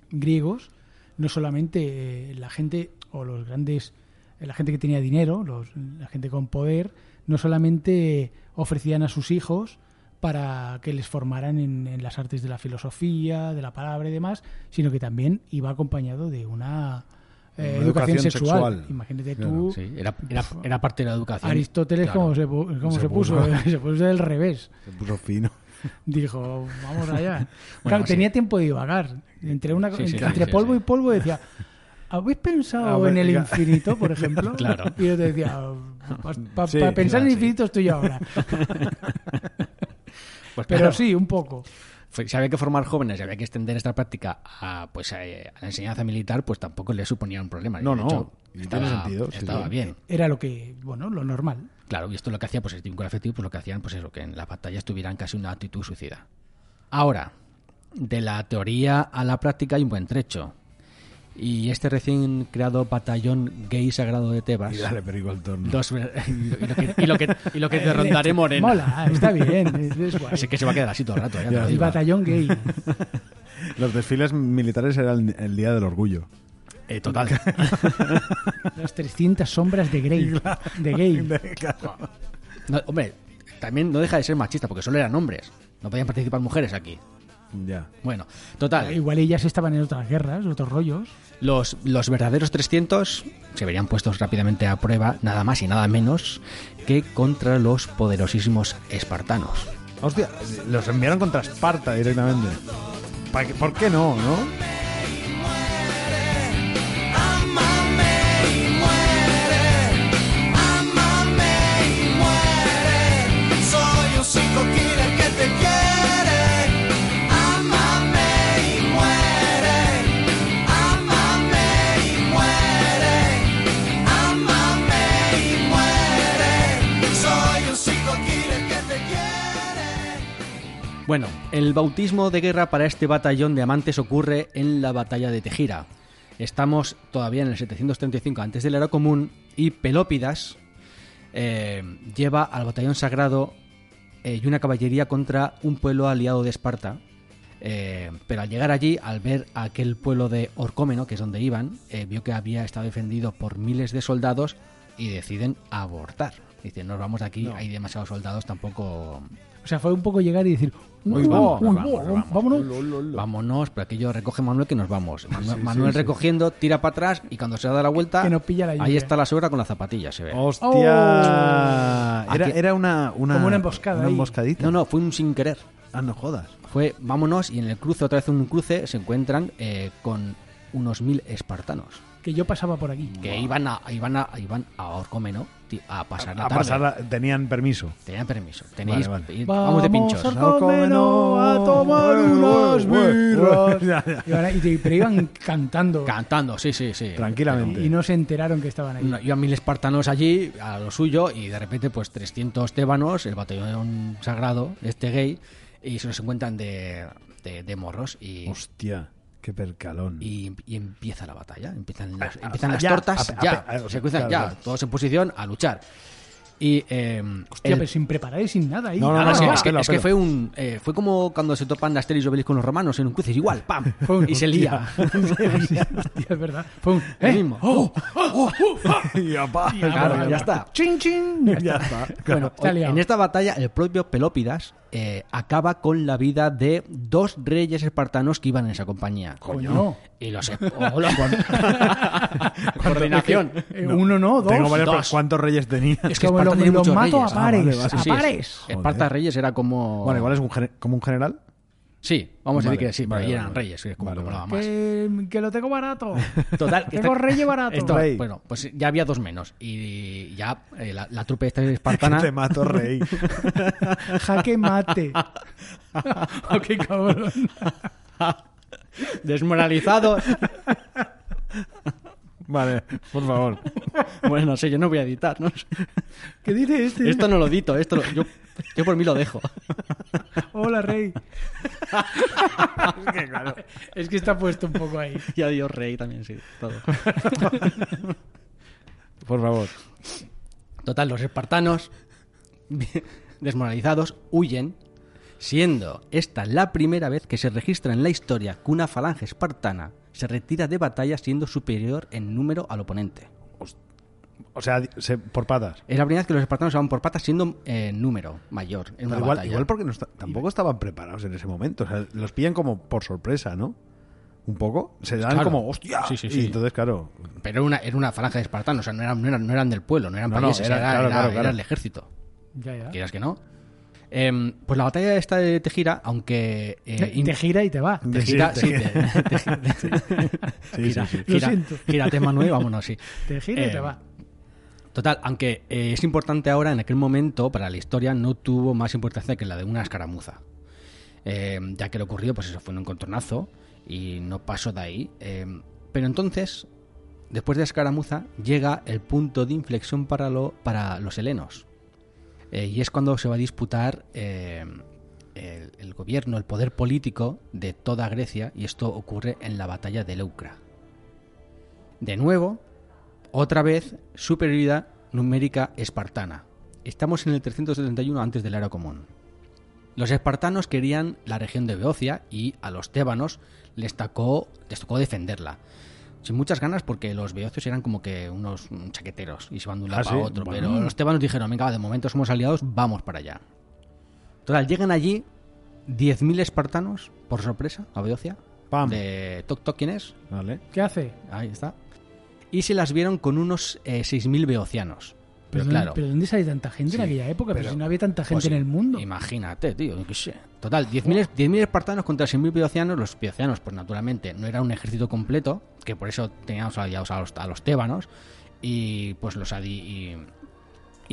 S3: griegos, no solamente eh, la gente o los grandes, eh, la gente que tenía dinero, los- la gente con poder, no solamente ofrecían a sus hijos para que les formaran en, en las artes de la filosofía, de la palabra y demás, sino que también iba acompañado de una, eh,
S2: Una
S3: educación,
S2: educación
S3: sexual.
S2: sexual.
S3: Imagínate
S2: Claro,
S3: tú,
S1: Sí, era, era- era parte de la educación.
S3: Aristóteles,
S1: Claro.
S3: ¿cómo se, pu- cómo
S2: Se
S3: se puso?
S2: puso.
S3: [laughs] se puso del revés.
S2: Se
S1: [laughs]
S2: puso fino.
S3: Dijo, vamos allá. claro,
S1: Bueno, sí.
S3: tenía tiempo de divagar. Entre, una,
S1: Sí, sí,
S3: entre,
S1: sí,
S3: entre
S1: sí,
S3: polvo
S1: sí.
S3: y polvo decía, ¿habéis pensado
S2: A ver,
S3: en el
S2: ya.
S3: infinito,
S1: [laughs]
S3: por ejemplo?
S1: Claro.
S3: Y yo te decía, para
S2: Sí,
S1: claro,
S3: pensar en el
S1: sí.
S3: infinito estoy yo ahora.
S1: Pues
S3: Pero
S1: claro,
S3: sí, un poco.
S1: fue- si había que formar jóvenes, y había que extender esta práctica a, pues, a, eh, a la enseñanza militar, pues tampoco le suponía un problema.
S2: No,
S1: De
S2: no,
S1: hecho,
S2: y
S1: estaba,
S2: tiene sentido, sí,
S1: estaba
S2: sí.
S1: bien.
S3: Era lo que, bueno, lo normal.
S1: Claro, y esto lo que hacía, pues el vínculo afectivo, pues lo que hacían, pues eso, que en las batallas tuvieran casi una actitud suicida. Ahora, de la teoría a la práctica hay un buen trecho. Y este recién creado batallón gay sagrado de Tebas.
S2: Y dale perico al torno.
S1: dos ver- [laughs] y, lo que, y lo que- y lo que te
S2: [laughs]
S1: rondaré morena.
S3: Mola, está bien, es,
S1: [laughs]
S3: es guay.
S1: Así que se va a quedar así todo el rato. ya te lo
S3: El
S1: digo.
S3: batallón
S1: [laughs]
S3: gay.
S2: Los desfiles militares era el, el día del
S3: [laughs]
S2: orgullo. [laughs]
S1: Eh, total. [laughs]
S3: Las 300 sombras de Grey. De gay.
S1: No, hombre, también no deja de ser machista porque solo eran hombres. No podían participar mujeres aquí.
S2: Ya.
S1: Bueno, total.
S3: Igual ellas estaban en otras guerras, otros rollos.
S1: Los, los verdaderos 300 se verían puestos rápidamente a prueba, nada más y nada menos, que contra los poderosísimos espartanos.
S2: Hostia, los enviaron contra Esparta directamente. Pa- ¿Por qué no, no?
S4: Soy un psico killer que te quiere. Amame y muere. Amame y muere. Amame y muere. Soy un psico killer que te quiere.
S1: Bueno, el bautismo de guerra para este batallón de amantes ocurre en la batalla de Tejira. Estamos todavía en el 735 antes del Era Común y Pelópidas eh, lleva al batallón sagrado eh, y una caballería contra un pueblo aliado de Esparta. Eh, pero al llegar allí, al ver aquel pueblo de Orcómeno, que es donde iban, eh, vio que había estado defendido por miles de soldados y deciden abortar. Dicen, nos vamos de aquí, hay demasiados soldados, tampoco
S3: O sea, fue un poco llegar y decir, uy,
S2: Uy, vamos,
S3: uy,
S2: nos
S1: vamos,
S3: uy,
S1: nos vamos".
S3: vámonos.
S1: Vámonos, pero aquello recoge Manuel que nos vamos. Manuel, Manuel recogiendo, tira para atrás y cuando se da la vuelta,
S3: Que nos pilla la
S1: ahí
S3: lluvia.
S1: está la suegra con la zapatilla, se ve.
S2: Oh, ¡Hostia!
S1: Oh.
S2: Era,
S1: Aquí-
S2: era una, una.
S3: Oh. Como una emboscada
S2: Una
S3: ahí.
S2: emboscadita.
S1: No, no, fue un sin querer.
S2: Ah, no jodas.
S1: Fue vámonos y en el cruce, otra vez en un cruce, se encuentran eh, con unos mil espartanos
S3: Que yo pasaba por aquí.
S1: que iban a iban a iban a Orcómeno ti- a pasar la
S2: A
S1: tarde.
S2: pasar la- tenían permiso.
S1: Tenían permiso. Tenéis,
S2: Vale, vale.
S1: y- Vamos de pinchos.
S3: Vamos, Orco- Orcómeno, a tomar unas
S1: [laughs]
S2: [laughs]
S3: birras.
S2: Ya, ya.
S3: Y ahora- y te- pero iban cantando.
S1: Cantando, sí, sí, sí.
S2: Tranquilamente.
S3: y no se enteraron que estaban ahí.
S1: No, Iban mil espartanos allí a lo suyo y de repente pues 300 tébanos, el batallón sagrado, este gay, y se los encuentran de, de- de morros y,
S2: Hostia, qué percalón.
S1: [laughs] y- y empieza la batalla, empiezan las,
S2: a-
S1: empiezan las
S2: Ah, ya,
S1: tortas,
S2: a- a-
S1: ya,
S2: a- a-
S1: se cruzan
S2: claro,
S1: ya,
S2: claro.
S1: todos en posición a luchar. Y, eh,
S3: Hostia,
S1: el-
S3: pero sin preparar y sin nada ahí.
S2: No, no,
S1: Ah,
S2: no,
S1: es
S2: no,
S1: que, es que-
S2: pelo,
S1: es que
S2: pelo.
S1: fue un eh, fue como cuando se topan Asterix y Obelix con los romanos en un cruce, es igual,
S2: [laughs]
S1: pam, y se lía.
S3: [laughs]
S1: [laughs]
S3: Hostia, es verdad. Fue un,
S1: Lo
S2: [laughs]
S3: ¿eh?
S1: mismo.
S2: Y apa.
S1: Claro, ya está.
S3: Chin, chin.
S2: Ya [laughs] está.
S1: Bueno,
S3: Está
S1: oye,
S3: liado.
S1: en esta batalla el propio Pelópidas eh, acaba con la vida de dos reyes espartanos que iban en esa compañía.
S3: Coño.
S1: Y los... [laughs] hola, [laughs] con- Coordinación.
S3: Eh, Uno no, dos.
S2: Tengo varias
S1: dos.
S2: preguntas. ¿Cuántos reyes tenían?
S1: Es que
S3: Como
S1: Esparta
S3: los-
S1: tiene
S3: los
S1: muchos
S3: mato
S1: reyes.
S3: a
S2: Ah,
S3: pares,
S2: vale, vale,
S3: a
S1: sí,
S3: pares.
S2: Joder.
S1: Esparta Reyes era como...
S2: [laughs] Bueno, igual es un gene- como un general.
S1: Sí, vamos a
S2: Vale,
S1: decir que sí, pero
S2: vale,
S1: ahí
S2: vale,
S1: eran
S2: vale.
S1: reyes, que es como
S2: Vale,
S1: que
S2: vale.
S1: molaba Ah, más.
S3: Que, que lo tengo
S1: [laughs]
S3: barato.
S1: Total, que
S3: tengo
S1: esta-
S3: rey barato.
S1: esto-
S2: Rey.
S1: Bueno, pues ya había dos menos. Y ya eh, la, la trupe esta [laughs]
S2: Te
S1: espartana...
S2: mato, rey.
S1: [laughs]
S3: Jaque mate. qué cabrón.
S1: [laughs] Desmoralizado.
S2: Vale, por favor.
S1: Bueno, no sé, yo no voy a editar, ¿no?
S3: ¿Qué dice este?
S1: Esto no
S2: [laughs]
S1: lo edito, esto lo- yo, yo por mí lo dejo. [laughs]
S3: Hola, [laughs] Rey.
S2: Es que, claro.
S3: Es que está puesto un poco ahí.
S1: Y adiós, Rey, también, sí, todo.
S2: [laughs] Por favor.
S1: Total, los espartanos, desmoralizados, huyen, siendo esta la primera vez que se registra en la historia que una falange espartana se retira de batalla siendo superior en número al oponente.
S2: O sea, se- por patas.
S1: Es la primera vez que los espartanos se van por patas siendo eh, en número mayor en una
S2: Igual,
S1: batalla.
S2: igual porque no esta- tampoco estaban preparados en ese momento. O sea, los pillan como por sorpresa, ¿no? Un poco. Se dan
S1: Claro.
S2: como, hostia.
S1: Sí, sí,
S2: Y
S1: sí.
S2: entonces, claro.
S1: Pero era una, era una falange de espartanos, o sea, no eran, no eran, no eran del pueblo, no eran
S2: No, no,
S1: países,
S2: era-
S1: era,
S2: claro,
S1: era-
S2: claro, claro.
S1: era el ejército.
S3: Ya, ya.
S1: Quieras que eh, no. Em, pues la batalla esta de Tejira, aunque... eh, in- Mm.
S3: Te gira y te va.
S1: Te gira,
S2: Sí,
S1: sí,
S2: te-
S1: te- te gira-
S2: Sí, sí,
S1: gira-
S2: sí.
S3: Lo
S1: gira-
S3: siento.
S1: Gírate, Manuel, vámonos, sí.
S3: Te gira y
S1: Eh,
S3: te va.
S1: Total, aunque eh, es importante ahora, en aquel momento, para la historia, no tuvo más importancia que la de una escaramuza. Eh, ya que lo ocurrido, pues eso fue un encontronazo y no pasó de ahí. Eh, pero entonces, después de la escaramuza, llega el punto de inflexión para, lo, para los helenos. Eh, y es cuando se va a disputar eh, el, el gobierno, el poder político de toda Grecia, y esto ocurre en la batalla de Leucra. De nuevo, otra vez, superioridad numérica espartana. Estamos en el 371 antes del era común. Los espartanos querían la región de Beocia y a los tébanos les, tacó- les tocó defenderla. Sin muchas ganas porque los beocios eran como que unos mm, chaqueteros y se van de un lado
S2: Ah,
S1: para
S2: sí,
S1: otro.
S2: bueno.
S1: Pero los tébanos dijeron, venga, va, de momento somos aliados, vamos para allá. Total, llegan allí 10.000 espartanos, por sorpresa, a Beocia.
S2: Pam.
S1: De Tok Tok, ¿quién es?
S2: Vale.
S3: ¿Qué hace?
S1: Ahí está. Y se las vieron con unos eh, 6.000 beocianos. Pero
S2: Pues
S3: ¿dónde-
S1: claro,
S3: ¿Pero dónde sale tanta gente en aquella época? Pero,
S1: pero-
S3: si no había tanta gente
S1: pues,
S3: en el mundo.
S1: Imagínate, tío. yo qué sé. Total, 10.000 es- 10.000 espartanos contra 6.000 beocianos. Los beocianos, pues naturalmente, no era un ejército completo, que por eso teníamos aliados a los, a los tébanos. Y pues los adi- y,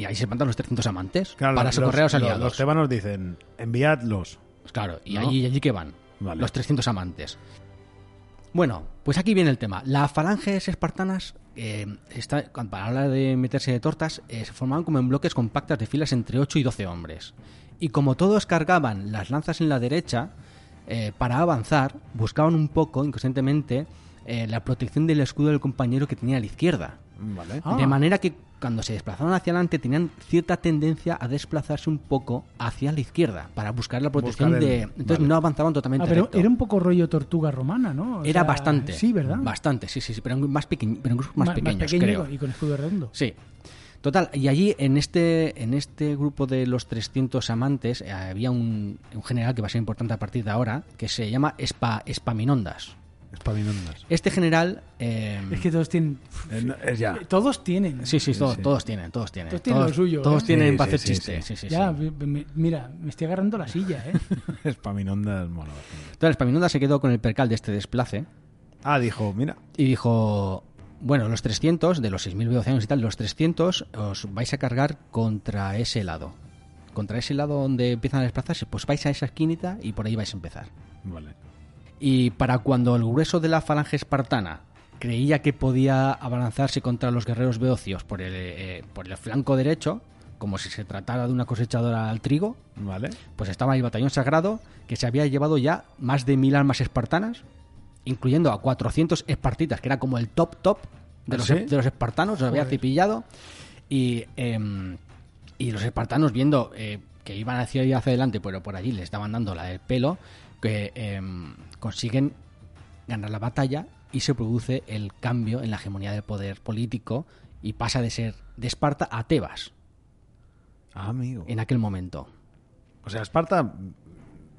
S1: y ahí se plantan los 300 amantes
S2: Claro,
S1: para
S2: los-
S1: socorrer a los
S2: los-
S1: aliados.
S2: Los tebanos dicen, enviadlos.
S1: Pues Claro, y
S2: ¿No?
S1: allí, y allí que van,
S2: Vale.
S1: los 300 amantes. Bueno, pues aquí viene el tema. Las falanges espartanas, eh, está- para hablar de meterse de tortas, eh, se formaban como en bloques compactas de filas entre 8 y 12 hombres. Y como todos cargaban las lanzas en la derecha, eh, para avanzar, buscaban un poco, inconscientemente, eh, la protección del escudo del compañero que tenía a la izquierda.
S2: Vale.
S3: Ah.
S1: De manera que cuando se desplazaban hacia adelante tenían cierta tendencia a desplazarse un poco hacia la izquierda para buscar la protección
S2: Buscar el-
S1: de... Entonces
S2: vale.
S1: no avanzaban
S3: Ah,
S1: totalmente
S3: pero
S1: recto.
S3: era un poco rollo tortuga romana, ¿no? O
S1: Era
S3: sea,
S1: bastante.
S3: Sí, ¿verdad?
S1: Bastante, sí, sí, sí, pero en, más pequeñ- pero en grupos
S3: Ma-
S1: más, pequeños,
S3: pequeño
S1: creo.
S3: y con escudo redondo.
S1: Sí. Total, y allí en este, en este grupo de los 300 amantes eh, había un, un general que va a ser importante a partir de ahora, que se llama Spa, Spaminondas.
S2: Espaminondas.
S1: Este general... eh,
S3: Es que todos tienen.
S2: Eh, no, es ya.
S3: Todos tienen.
S1: Sí, sí, todos,
S2: sí.
S1: todos tienen, todos tienen.
S3: Todos tienen lo suyo,
S1: Todos
S3: ¿eh?
S1: tienen
S2: Sí,
S1: para
S2: sí,
S1: hacer
S2: sí,
S1: chistes.
S2: sí.
S1: Sí, sí,
S3: ya,
S1: sí.
S3: me- me- mira, me estoy agarrando la silla,
S1: [laughs]
S3: ¿eh?
S2: [laughs] Espaminondas mola bastante.
S1: Entonces, Spaminondas se quedó con el percal de este desplace
S2: Ah, dijo, mira.
S1: y dijo: Bueno, los 300, de los 6.000 veoceanos y tal, los 300 os vais a cargar contra ese lado. Contra ese lado donde empiezan a desplazarse, pues vais a esa esquinita y por ahí vais a empezar.
S2: Vale.
S1: Y para cuando el grueso de la falange espartana creía que podía abalanzarse contra los guerreros beocios por el, eh, por el flanco derecho, como si se tratara de una cosechadora al trigo,
S2: Vale.
S1: pues estaba el batallón sagrado que se había llevado ya más de mil armas espartanas, incluyendo a 400 espartitas, que era como el top top de
S2: ¿Ah,
S1: los,
S2: sí?
S1: de los espartanos, los había cepillado. Y, em, y los espartanos viendo eh, que iban hacia, hacia adelante, pero por allí les estaban dando la del pelo, que em, consiguen ganar la batalla y se produce el cambio en la hegemonía del poder político y pasa de ser de Esparta a Tebas
S2: Ah, amigo.
S1: en aquel momento.
S2: O sea, Esparta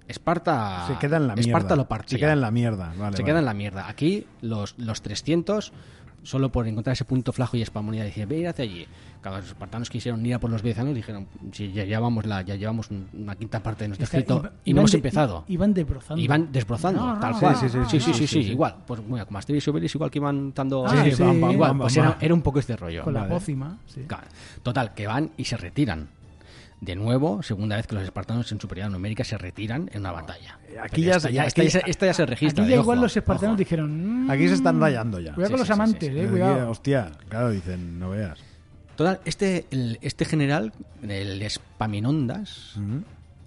S1: Esparta
S2: se queda en la mierda.
S1: Ah, Esparta lo partía.
S2: Se queda en la mierda. Vale.
S1: Se
S2: vale.
S1: queda en la mierda. Aquí los, los 300, solo por encontrar ese punto flajo y espamonía, decían, ve ir hacia allí. Claro, los espartanos quisieron ir a por los bezanos dijeron, si ya llevamos, la, ya llevamos un- una quinta parte de nuestro
S3: Está-
S1: ejército
S3: iba-
S1: y no hemos
S3: de-
S1: empezado.
S3: Iban desbrozando.
S1: Iban desbrozando,
S3: No, no,
S1: tal
S3: no,
S1: cual.
S2: sí, sí,
S1: sí,
S2: sí, sí, sí, sí.
S1: igual. Pues mira, como Asterix y Obelix, igual que iban dando...
S3: Ah, Sí, sí. pam, pam,
S1: igual,
S2: pam,
S1: pues
S2: pam.
S1: era, era un poco este rollo.
S3: Con la
S2: Vale.
S3: pócima. sí.
S1: Claro. Total, que van y se retiran. De nuevo, segunda vez que los espartanos en superioridad numérica se retiran en una batalla.
S2: Aquí
S1: Pero
S2: ya
S1: esta
S2: se-
S1: ya,
S2: aquí-
S1: esta ya se- esta ya se registra.
S3: Aquí
S1: eh,
S3: ya igual
S1: ojo,
S3: los espartanos
S1: ojo.
S3: dijeron. "Mm,
S2: Aquí se están rayando ya.
S3: Cuidado con
S1: Sí,
S3: los
S1: sí, sí,
S3: amantes,
S1: sí.
S3: eh,
S2: Aquí,
S3: cuidado.
S2: Hostia, claro, dicen, no veas.
S1: Total, este, el- este general, el Espaminondas,
S2: Ah,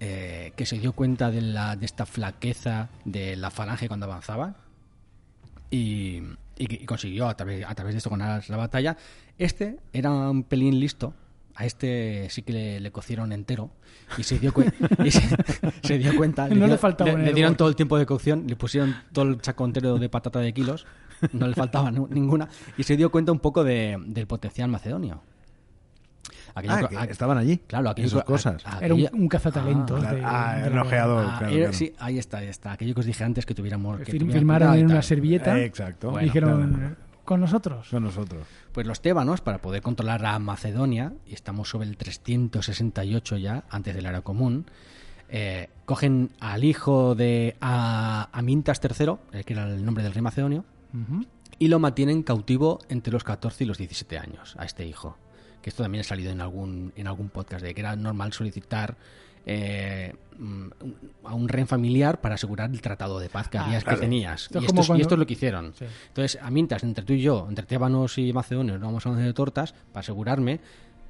S1: eh, que se dio cuenta de, la, de esta flaqueza de la falange cuando avanzaba y, y- y consiguió a través, a través de esto ganar la batalla. Este era un pelín listo. A este sí que le, le cocieron entero y se dio,
S3: [laughs]
S1: cuen- y se, se dio cuenta.
S3: No le
S1: dieron-
S3: faltaba en
S1: le,
S3: el
S1: dieron
S3: bol.
S1: todo el tiempo de cocción, le pusieron todo el saco entero de patata de kilos, no le faltaba nu- ninguna, y se dio cuenta un poco de- del potencial macedonio. Aquello
S2: Ah,
S1: co-
S2: que
S1: a-
S2: estaban allí.
S1: Claro,
S2: y
S1: aquello co-
S2: sus
S1: a-
S2: cosas.
S1: a-
S3: Era un,
S1: aquello-
S3: un cazatalentos.
S2: Ah,
S3: de-
S2: ah,
S3: de
S2: el
S3: la-
S2: ojeador.
S1: Ah,
S2: claro,
S1: era-
S2: claro.
S1: Sí, ahí está, ahí está. Aquello que os dije antes que tuviéramos.
S3: que
S1: Que
S3: fir-
S1: tuviéramos
S3: firmaron en una servilleta.
S2: Eh, exacto.
S1: Bueno,
S3: Dijeron,
S2: Claro,
S3: con nosotros.
S2: Son nosotros.
S1: Pues los tébanos, para poder controlar a Macedonia, y estamos sobre el 368 ya, antes del era común, eh, cogen al hijo de a- Amintas III, eh, que era el nombre del rey macedonio,
S3: Ujú.
S1: y lo mantienen cautivo entre los 14 y los 17 años a este hijo. Que esto también ha salido en algún, en algún podcast, de que era normal solicitar eh, mm, a un rehén familiar para asegurar el tratado de paz que,
S3: Ah,
S1: habías,
S2: claro.
S1: que tenías.
S3: Esto es
S1: y, esto
S3: como
S1: es, y
S3: cuando-
S1: esto es lo que hicieron.
S3: Sí.
S1: Entonces, a Mintas, entre tú y yo, entre tébanos y macedonios, no vamos a hacer tortas, para asegurarme,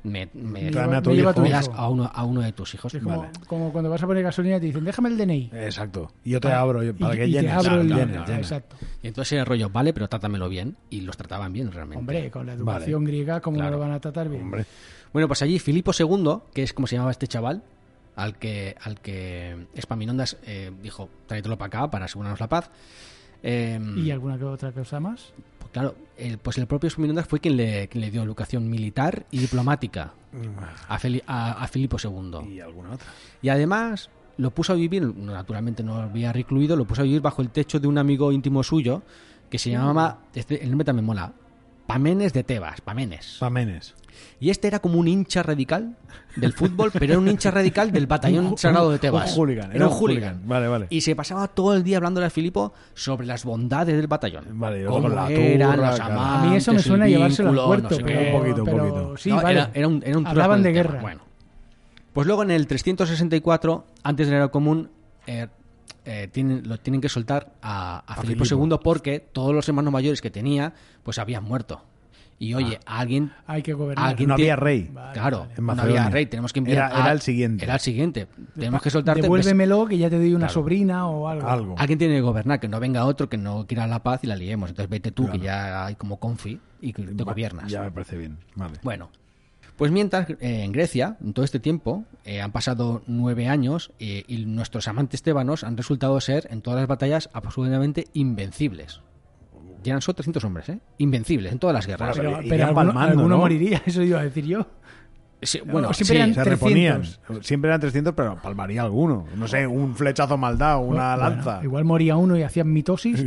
S1: me, me,
S3: Me
S2: Dame
S3: lleva-
S2: a tu
S3: me lleva
S2: hijo.
S1: me
S2: hijo.
S1: das a uno, a uno de tus hijos.
S3: Es como,
S2: Vale.
S3: como cuando vas a poner gasolina y te dicen, déjame el DNI.
S1: Eh,
S2: Exacto. Y yo te abro yo- para
S3: Ah, y,
S2: que
S3: y te
S2: llenes.
S3: abro
S1: Claro,
S3: el
S1: claro,
S3: DNI.
S1: llenes, llenes.
S3: Exacto.
S1: Y entonces el rollo, vale, pero trátamelo bien. Y los trataban bien realmente.
S3: Hombre, con la educación griega, ¿cómo
S1: Claro.
S3: lo van a tratar bien?
S2: Hombre.
S1: Bueno, pues allí Filipo II, que es como se llamaba este chaval, al que, al que Espaminondas eh, dijo, tráetelo para acá para asegurarnos la paz. eh,
S3: ¿Y alguna que otra cosa más?
S1: pues claro, el, pues el propio Espaminondas fue quien le, quien le dio educación militar y diplomática a, Fili- a- a Filipo II.
S2: Y alguna otra.
S1: Y además lo puso a vivir, naturalmente no había recluido, lo puso a vivir bajo el techo de un amigo íntimo suyo que se llamaba, este- el nombre también mola, Pamenes de Tebas, Pamenes.
S2: Pamenes.
S1: Y este era como un hincha radical del fútbol, pero era un hincha radical del batallón sagrado de Tebas.
S2: [laughs] Un hooligan.
S1: Era un hooligan.
S2: Vale, vale.
S1: Y se pasaba todo el día hablándole a Filipo sobre las bondades del batallón.
S2: Vale, y luego
S1: cómo
S2: con la
S1: eran
S2: turra,
S1: los
S2: claro.
S1: amantes,
S3: A mí eso me
S1: Ah, el
S3: suena a llevárselo al
S1: vínculo,
S3: puerto,
S1: no sé qué.
S3: pero,
S2: Un poquito, un
S3: pero
S2: poquito.
S3: sí,
S1: No,
S3: vale.
S1: era, era un, era un truco
S3: Hablaban
S1: con
S3: de
S1: el tema.
S3: guerra.
S1: Bueno. Pues luego en el 364, antes del era común, eh, eh, tienen, lo tienen que soltar a, a
S2: A
S1: Filipo
S2: Filipo.
S1: II porque todos los hermanos mayores que tenía, pues habían muerto. Y oye, alguien
S3: Hay que gobernar.
S1: Alguien
S2: No había
S1: tiene-
S2: rey.
S3: Vale,
S1: Claro,
S3: vale.
S2: Ah. En
S1: no
S2: Macedonia.
S1: había rey, tenemos que enviar.
S2: Era-
S1: a-
S2: era el siguiente.
S1: Era el siguiente. Tenemos que soltarte.
S3: Devuélvemelo que ya te doy una
S1: Claro.
S3: sobrina o algo.
S2: Algo.
S1: ves, Alguien tiene que gobernar, que no venga otro que no quiera la paz y la liemos. Entonces vete tú, que ya hay como confi y que te
S2: Va-
S1: gobiernas.
S2: Ya me parece bien. Vale.
S1: Bueno, pues mientras eh, en Grecia, en todo este tiempo, eh, han pasado nueve años eh, y nuestros amantes tebanos han resultado ser en todas las batallas absolutamente invencibles. Ya eran solo 300 hombres, ¿eh? Invencibles en todas las guerras.
S3: Pero,
S2: Irían
S3: pero alguno,
S2: palmando,
S3: alguno
S2: ¿no?
S3: moriría, [laughs] eso iba a decir yo.
S1: Sí, bueno,
S3: O siempre
S1: sí.
S3: eran
S2: se
S3: 300.
S2: reponían. Siempre eran 300, pero palmaría alguno. No sé, un flechazo maldad, una
S3: Bueno,
S2: lanza.
S3: igual moría uno y
S2: [laughs]
S3: hacían mitosis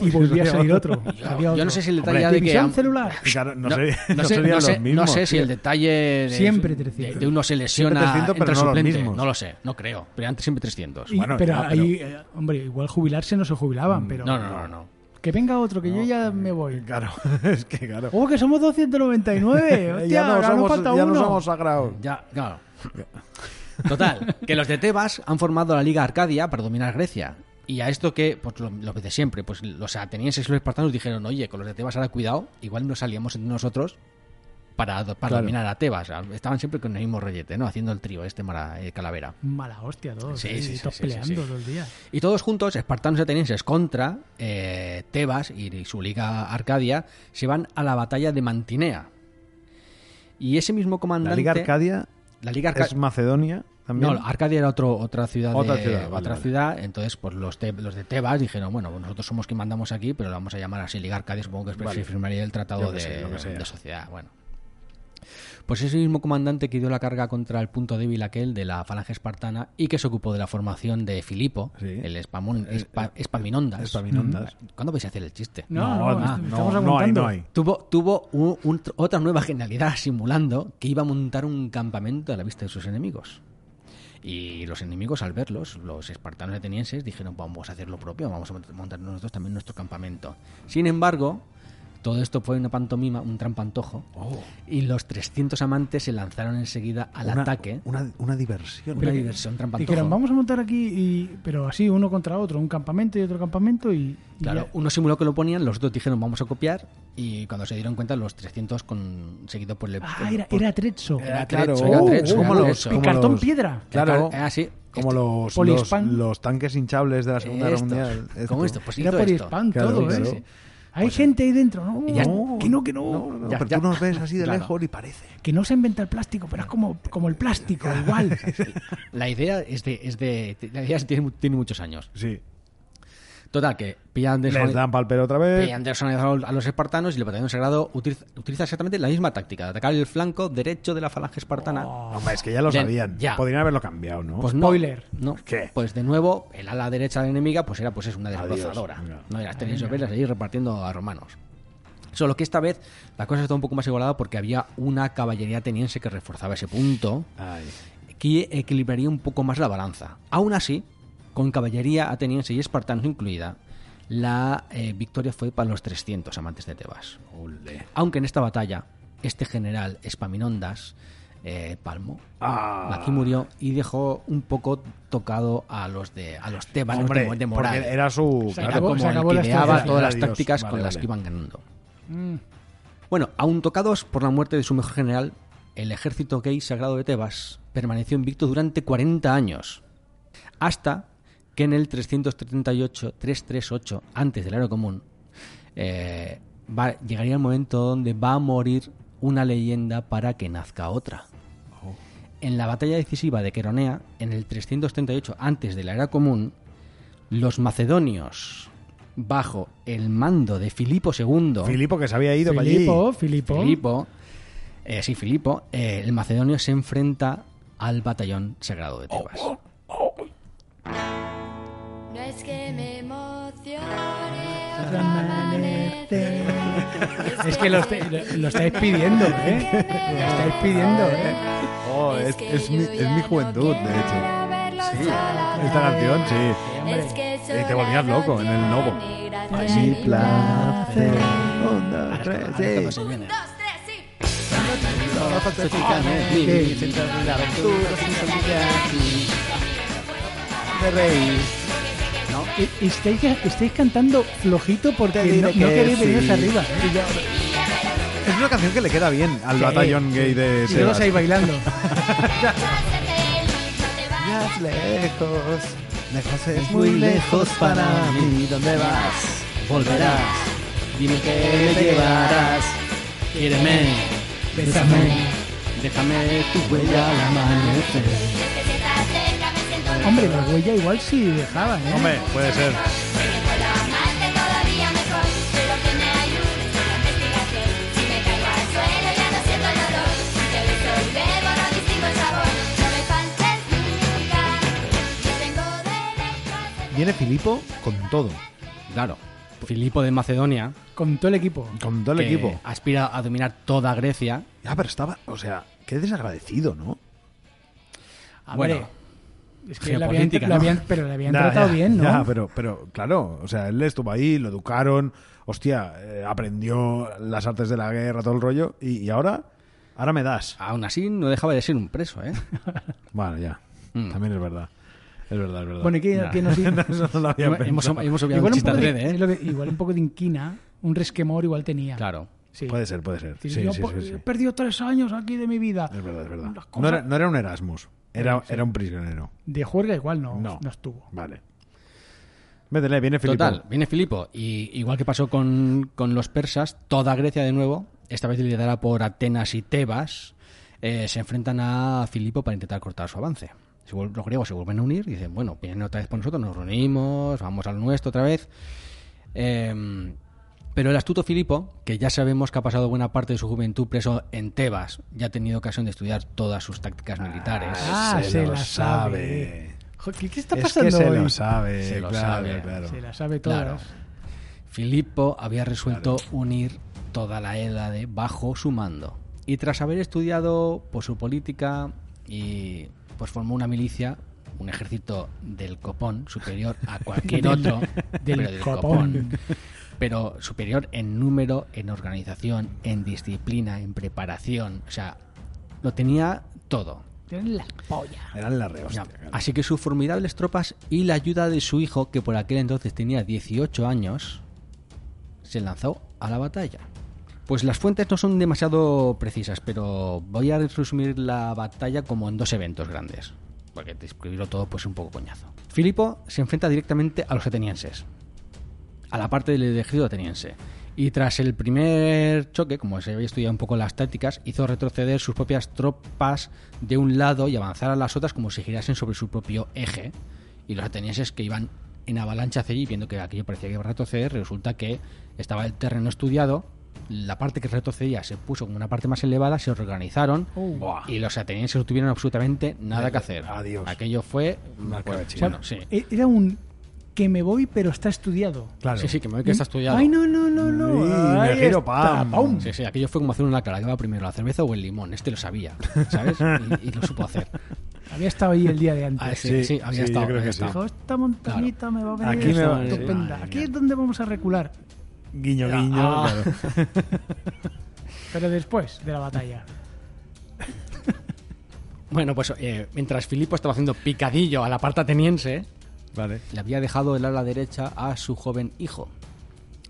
S3: y volvía a salir otro. Había
S1: Yo
S3: otro.
S1: no sé si el
S2: Hombre,
S1: detalle
S2: Pues
S1: ya de que
S3: División
S1: han-
S3: celular.
S2: Y claro, no,
S1: No-
S2: sería-
S1: no
S2: [laughs] no
S1: sé,
S2: serían
S1: no sé-
S2: los mismos.
S1: no sé si el detalle de,
S3: Siempre
S1: de-
S3: 300.
S1: de uno se lesiona
S2: 300, pero
S1: entre
S2: no los
S1: suplente.
S2: mismos.
S1: No lo sé, no creo. Pero antes siempre 300.
S3: Y-
S2: Bueno,
S3: pero
S2: ya, pero- Mm,
S3: ahí, eh, hombre, igual jubilarse no se jubilaban, pero
S1: No, no, no, no.
S3: que venga otro, que yo ya me voy.
S2: Claro, [laughs] es que claro.
S3: ¡Oh, que somos 299!
S2: Eh, [laughs]
S3: ¡Hostia,
S2: ya no
S3: ahora no
S2: somos,
S3: falta
S2: ya
S3: uno!
S2: no somos sagrados.
S1: Ya, claro. Total, que los de Tebas han formado la Liga Arcadia para dominar Grecia. Y a esto que, pues lo, lo de siempre, pues los atenienses y los espartanos dijeron, oye, con los de Tebas ahora cuidado, igual nos salíamos entre nosotros para, para dominar a Tebas. Ah, Estaban siempre con el mismo rollete, ¿no? Haciendo el trío este mara- eh, calavera.
S3: Mala hostia, todos.
S1: Sí,
S3: eh,
S1: sí, sí,
S3: todos
S1: sí, sí,
S3: peleando
S1: sí.
S3: todo el día.
S1: Y todos juntos, espartanos y atenienses contra eh, Tebas y su liga Arcadia, se van a la batalla de Mantinea. Y ese mismo comandante.
S2: La Liga Arcadia
S1: La Liga Arca-
S2: es Macedonia también.
S1: No, Arcadia era otro, otra ciudad. de-
S2: Otra ciudad, vale,
S1: otra
S2: vale.
S1: ciudad. Entonces, pues los, te- los de Tebas dijeron: Bueno, pues nosotros somos quien mandamos aquí, pero la vamos a llamar así Liga Arcadia. Supongo que es- se firmaría el tratado
S2: Yo que
S1: de,
S2: sé, lo que sea.
S1: de sociedad. Bueno. Pues ese mismo comandante que dio la carga contra el punto débil aquel de la falange espartana y que se ocupó de la formación de Filipo,
S2: Sí. Eh,
S1: el Espamón, Espa- Espaminondas.
S2: Espaminondas.
S1: ¿Cuándo vais a hacer el chiste?
S3: No, no,
S2: no,
S3: est-
S2: no,
S3: estamos
S2: no hay,
S3: aguantando.
S2: no hay.
S1: Tuvo, tuvo un- un- otra nueva genialidad simulando que iba a montar un campamento a la vista de sus enemigos. Y los enemigos, al verlos, los espartanos y atenienses, dijeron: Vamos a hacer lo propio, vamos a montar nosotros también nuestro campamento. Sin embargo, Todo esto fue una pantomima, un trampantojo.
S3: Oh.
S1: Y los 300 amantes se lanzaron enseguida al
S2: Una-
S1: ataque.
S2: Una, una diversión.
S1: Una diversión, trampantojo.
S3: Dijeron, vamos a montar aquí, y, pero así, uno contra otro, un campamento y otro campamento y... y
S1: Claro,
S3: ya.
S1: uno simuló que lo ponían, los dos dijeron vamos a copiar y cuando se dieron cuenta los 300 con seguido pues le...
S3: Ah, era, era Atrezzo.
S1: Era
S2: claro,
S1: atrecho, era
S2: uh,
S1: atrecho,
S2: como
S1: era
S2: los,
S1: atrecho.
S2: como
S3: Y cartón
S2: los-
S3: piedra.
S2: Claro,
S1: Ah, sí.
S2: como
S1: Esto-
S2: los, los,
S3: Polispan.
S2: los tanques hinchables de la Segunda
S1: Estos.
S2: Guerra Mundial.
S1: ¿Cómo esto? Pues
S3: Era
S1: hizo
S3: por
S1: esto. Pues,
S3: spam
S2: Claro,
S3: todo,
S2: claro.
S3: ¿eh? Hay gente ahí dentro, ¿no?
S1: Y ya-
S2: No,
S3: que no, que no.
S2: no, no,
S1: Ya,
S2: pero
S1: ya.
S2: tú nos ves así de
S1: Claro.
S2: lejos y parece.
S3: Que no se inventa el plástico, pero es como, como el
S1: [laughs]
S3: plástico, igual.
S1: La idea es de... Es de la idea es- tiene, tiene muchos años.
S2: Sí.
S1: Total, que pillan
S2: Les dan pal pelo otra vez.
S1: Eh, Anderson a los espartanos y el batallón sagrado utiliza, utiliza exactamente la misma táctica de atacar el flanco derecho de la falange espartana.
S2: Hombre, es que ya lo
S1: Ya-
S2: sabían.
S1: ya.
S2: Podrían haberlo cambiado, ¿no?
S1: Pues no,
S3: Spoiler.
S1: No.
S2: ¿Qué?
S1: Pues de nuevo, el ala derecha de la enemiga pues era pues es una
S2: Adiós.
S1: desbrozadora.
S2: Venga.
S1: No, y las tenéis operas ahí repartiendo a romanos. Solo que esta vez la cosa está un poco más igualada porque había una caballería ateniense que reforzaba ese punto
S2: Ay.
S1: que equilibraría un poco más la balanza. Aún así, con caballería ateniense y espartanos incluida, la eh, victoria fue para los 300 amantes de Tebas.
S2: Ole.
S1: Aunque en esta batalla, este general Espaminondas eh, palmó.
S2: Ah.
S1: Aquí murió y dejó un poco tocado a los de a los tebanos
S2: Hombre,
S1: de, de Moral.
S2: porque era su.
S3: Se
S1: Era
S3: acabó-
S1: como
S3: acabó
S1: el
S3: la
S1: que
S3: estrategia.
S1: ideaba todas las
S2: Adiós.
S1: tácticas
S2: Vale,
S1: con las
S2: vale.
S1: que iban ganando.
S3: Mm.
S1: Bueno, aún tocados por la muerte de su mejor general, el ejército gay sagrado de Tebas permaneció invicto durante 40 años. Hasta que en el 338, 338, antes del Aero Común, eh, va- llegaría el momento donde va a morir una leyenda para que nazca otra. En la batalla decisiva de Queronea, en el 338, antes de la Era Común, los macedonios, bajo el mando de Filipo II,
S2: Filipo que se había ido para allí.
S3: Filipo, Filipo.
S1: Filipo, eh, sí, Filipo, eh, el macedonio se enfrenta al batallón sagrado de Tebas.
S7: No es que
S3: [laughs]
S7: me emocione otro amanecer.
S3: Es que lo, est- lo estáis
S7: [laughs]
S3: pidiendo, ¿eh? Lo estáis pidiendo, ¿eh?
S2: Oh, es, es mi, es mi juventud, de hecho.
S7: Sí.
S2: Esta canción, sí.
S7: Es que
S2: Y te volvías loco en el lobo.
S7: Así
S2: placer.
S1: Cuando se viene.
S3: Y- y estáis, estáis cantando flojito porque no, no queréis veniros arriba. ¿eh?
S2: Es una canción que le queda bien al
S3: Sí,
S1: eh,
S2: batallón gay de
S3: Y todos ahí
S1: [laughs]
S2: Sebas.
S3: bailando.
S8: lejos, lejos es
S1: Muy lejos para mí,
S8: ¿dónde vas?
S1: Volverás, dime que me llevarás. Quiéreme,
S3: Bésame.
S1: déjame tu huella al amanecer.
S3: Hombre, la huella igual sí dejaban, ¿eh?
S2: Hombre, puede ser. Viene Filipo con todo,
S1: Claro, Filipo de Macedonia,
S3: Con todo el equipo.
S2: con todo el
S1: que
S2: equipo.
S1: aspira a dominar toda Grecia.
S2: Ah, pero estaba, o sea, qué desagradecido, ¿no?
S3: Hombre,
S1: Bueno,
S3: es que la habían,
S1: geopolítica,
S3: la
S1: ¿no?
S3: habían- pero la habían
S2: Ya,
S3: tratado
S2: ya,
S3: bien, ¿no?
S2: ya, pero, pero claro, o sea, él estuvo ahí, lo educaron, hostia, eh, aprendió las artes de la guerra, todo el rollo, y, y ahora, ahora me das.
S1: Aún así no dejaba de ser un preso,
S2: [laughs]
S1: ¿eh?
S2: Bueno, ya,
S1: Mm.
S2: también es verdad. Es verdad, es verdad.
S3: Bueno, ¿y qué,
S1: Nah.
S2: [laughs]
S3: qué nos dice?
S2: Eso no lo había
S1: hemos,
S2: pensado.
S1: hemos obviado el
S3: igual, un
S1: chiste
S3: poco de,
S1: adrede,
S3: es
S1: ¿eh?
S3: lo que- igual un poco de inquina, un resquemor igual tenía.
S1: Claro.
S3: Sí.
S2: Puede ser, puede ser. Sí,
S3: Sí,
S2: sí,
S3: yo
S2: sí,
S3: po-
S2: sí.
S3: he perdido tres años aquí de mi vida.
S2: Es verdad, es verdad.
S3: Las cosas-
S2: No era, no era un Erasmus, era, era un prisionero.
S3: De juerga igual no,
S2: No.
S3: no. estuvo.
S2: Vale. Métele, viene Filipo.
S1: Total, viene Filipo. Y igual que pasó con, con los persas, toda Grecia de nuevo, esta vez liderada por Atenas y Tebas, eh, se enfrentan a Filipo para intentar cortar su avance. Se vuel- los griegos se vuelven a unir y dicen, bueno, vienen otra vez por nosotros, nos reunimos, vamos al nuestro otra vez. Eh, pero el astuto Filipo, que ya sabemos que ha pasado buena parte de su juventud preso en Tebas, ya ha tenido ocasión de estudiar todas sus tácticas militares.
S3: Ah,
S2: se
S3: se,
S2: lo
S3: la sabe.
S2: sabe.
S3: Jo, ¿Qué, qué está
S2: es
S3: pasando
S2: que se lo
S3: hoy?
S2: sabe,
S1: Se lo
S2: claro,
S1: sabe.
S2: claro.
S3: Se la sabe todas.
S1: Claro. Filipo había resuelto unir toda la Hélade bajo su mando. Y tras haber estudiado por su política y pues formó una milicia, un ejército del copón superior a cualquier
S3: Del-
S1: otro,
S3: del
S1: pero del
S3: copón.
S1: pero superior en número, en organización, en disciplina, en preparación. O sea, lo tenía todo.
S3: Tienen la polla.
S2: Eran la rehostia.
S1: No.
S2: claro.
S1: Así que sus formidables tropas y la ayuda de su hijo, que por aquel entonces tenía 18 años, se lanzó a la batalla. Pues las fuentes no son demasiado precisas, pero voy a resumir la batalla como en dos eventos grandes, porque describirlo todo pues es un poco coñazo. Filipo se enfrenta directamente a los atenienses, a la parte del ejército ateniense. Y tras el primer choque, como se había estudiado un poco las tácticas, hizo retroceder sus propias tropas de un lado y avanzar a las otras como si girasen sobre su propio eje. Y los atenienses que iban en avalancha hacia allí, viendo que aquello parecía que iba a retroceder, resulta que estaba el terreno estudiado, la parte que retrocedía se puso como una parte más elevada, se organizaron
S3: Uh.
S2: Buah.
S1: y los atenienses no tuvieron absolutamente nada que hacer.
S2: Adiós.
S1: Aquello fue...
S2: Marca
S1: bueno,
S2: de chino.
S1: bueno, sí.
S3: E- Era un que me voy, pero está estudiado.
S2: Claro.
S1: Sí, sí, que me ve que está estudiado.
S3: ¿Mm? Ay, no, no, no, no.
S2: Sí,
S3: Ahí
S2: me giro,
S3: está,
S2: pam.
S3: pum.
S1: Sí, sí, aquello fue como hacer una clara que va primero la cerveza o el limón. Este lo sabía,
S2: [laughs]
S1: ¿sabes? Y, y lo supo hacer.
S3: Había estado ahí el día de antes.
S1: Ah, sí, sí,
S2: Sí,
S1: había
S2: sí, yo
S1: estado.
S2: creo
S1: había
S2: que sí.
S1: estado.
S3: Dijo, esta montañita me va a venir
S2: Aquí me va-
S3: estupenda.
S2: sí.
S3: Aquí es donde vamos a recular.
S2: Guiño, guiño.
S1: Ah.
S2: claro.
S3: Pero después de la batalla.
S1: Bueno, pues eh, mientras Filipo estaba haciendo picadillo a la parte ateniense,
S2: Vale.
S1: le había dejado el ala derecha a su joven hijo,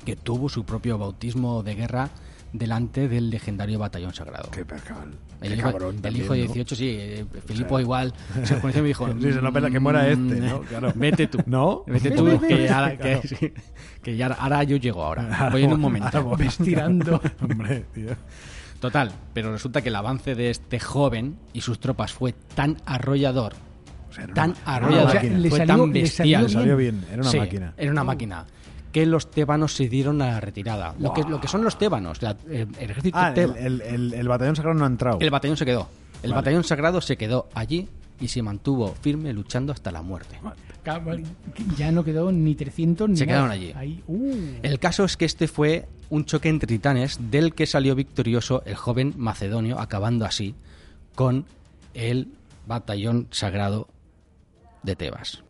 S1: que tuvo su propio bautismo de guerra delante del legendario batallón sagrado.
S2: Qué percal.
S1: El,
S2: Qué
S1: hijo,
S2: cabrón
S1: el
S2: también,
S1: hijo de
S2: ¿no?
S1: 18, sí. eh, Filipo
S2: [laughs]
S1: igual se conoció y me dijo...
S2: Sí, se lo pela que muera este, ¿no?
S1: mm,
S2: Claro.
S1: Vete tú.
S2: ¿No?
S1: Vete tú,
S3: Vete,
S1: que,
S3: vete,
S1: ahora, que- sí, que ya, ahora yo llego ahora. Voy en un momento.
S3: [laughs]
S1: [laughs]
S2: [laughs]
S3: Estirando.
S2: Hombre, tío.
S1: Total, pero resulta que el avance de este joven y sus tropas fue tan arrollador,
S2: O sea, era
S1: tan
S2: una- era una
S1: arrollador,
S2: máquina.
S3: le
S1: fue
S3: salió-
S1: tan
S3: le salió
S1: bestial.
S2: Le salió bien, era una
S1: Sí,
S2: máquina.
S1: Era una máquina. Que los tébanos se dieron a la retirada. Lo, que, lo que son los tébanos, la- el, el ejército
S2: Ah, el,
S1: tébano.
S2: el- el- el batallón sagrado no ha entrado.
S1: El batallón se quedó. El
S2: Vale.
S1: batallón sagrado se quedó allí y se mantuvo firme luchando hasta la muerte.
S3: Ya no quedó ni 300 ni
S1: Se
S3: nada.
S1: quedaron allí.
S3: Ahí, uh.
S1: El caso es que este fue un choque entre titanes del que salió victorioso el joven macedonio, acabando así con el batallón sagrado de Tebas.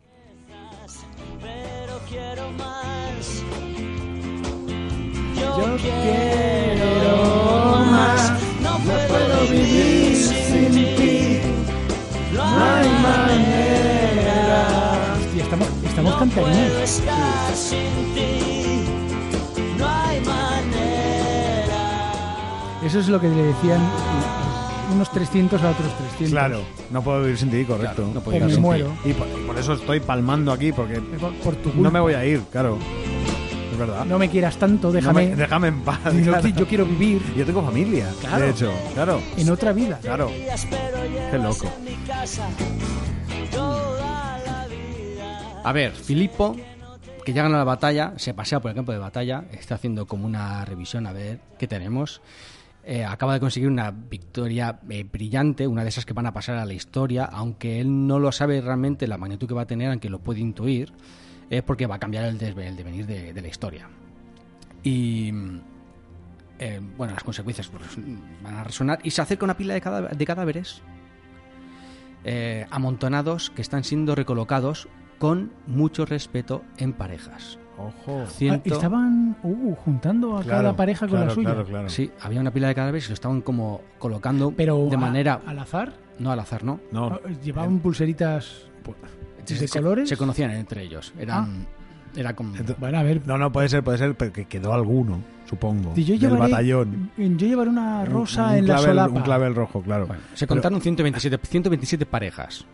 S3: Hostia, estamos, estamos cantarinos. Eso es lo que le decían unos 300 a otros 300.
S2: Claro, no puedo vivir sin ti, correcto.
S1: Claro, no
S3: O
S1: puedo
S3: me
S1: sin ti.
S3: muero.
S2: y, por, y por eso estoy palmando aquí, porque
S3: Por, por tu culpa.
S2: no me voy a ir, claro. Es verdad.
S3: No me quieras tanto,
S2: No
S3: déjame.
S2: me- déjame en paz.
S3: Yo-
S2: claro.
S3: Yo quiero vivir
S2: Yo tengo familia,
S3: Claro.
S2: de hecho, claro.
S3: en otra vida.
S2: Claro. Qué loco.
S1: A ver, Filipo, que ya ganó la batalla, se pasea por el campo de batalla, está haciendo como una revisión a ver qué tenemos. Eh, acaba de conseguir una victoria eh, brillante, una de esas que van a pasar a la historia, aunque él no lo sabe realmente la magnitud que va a tener, aunque lo puede intuir, es porque va a cambiar el, desve- el devenir de, de la historia. Y mm, eh, bueno, las consecuencias pues, van a resonar y se acerca una pila de cada- de cadáveres eh, amontonados que están siendo recolocados con mucho respeto en parejas.
S2: Ojo.
S3: Ah,
S1: Ciento-
S3: Estaban uh, juntando a cada pareja con
S2: claro,
S3: la suya.
S2: Claro, claro.
S1: Sí, había una pila de cadáveres y lo estaban como colocando
S3: Pero
S1: de
S3: a-
S1: manera...
S3: al azar
S1: No al azar, ¿no?
S3: Ah,
S2: No.
S3: llevaban pulseritas.
S1: Se-
S3: ¿De
S1: se-
S3: colores? Ah.
S1: Se conocían entre ellos. Eran... Era como...
S2: Ento-
S3: Bueno, a ver.
S2: no, no, puede ser, puede ser, pero que quedó alguno, supongo.
S3: si yo
S2: del
S3: llevaré,
S2: batallón.
S3: Yo llevaré una rosa
S2: Un- un
S3: en
S2: clavel,
S3: la solapa.
S2: Un clavel rojo, claro.
S1: Bueno, se contaron 127, 127 parejas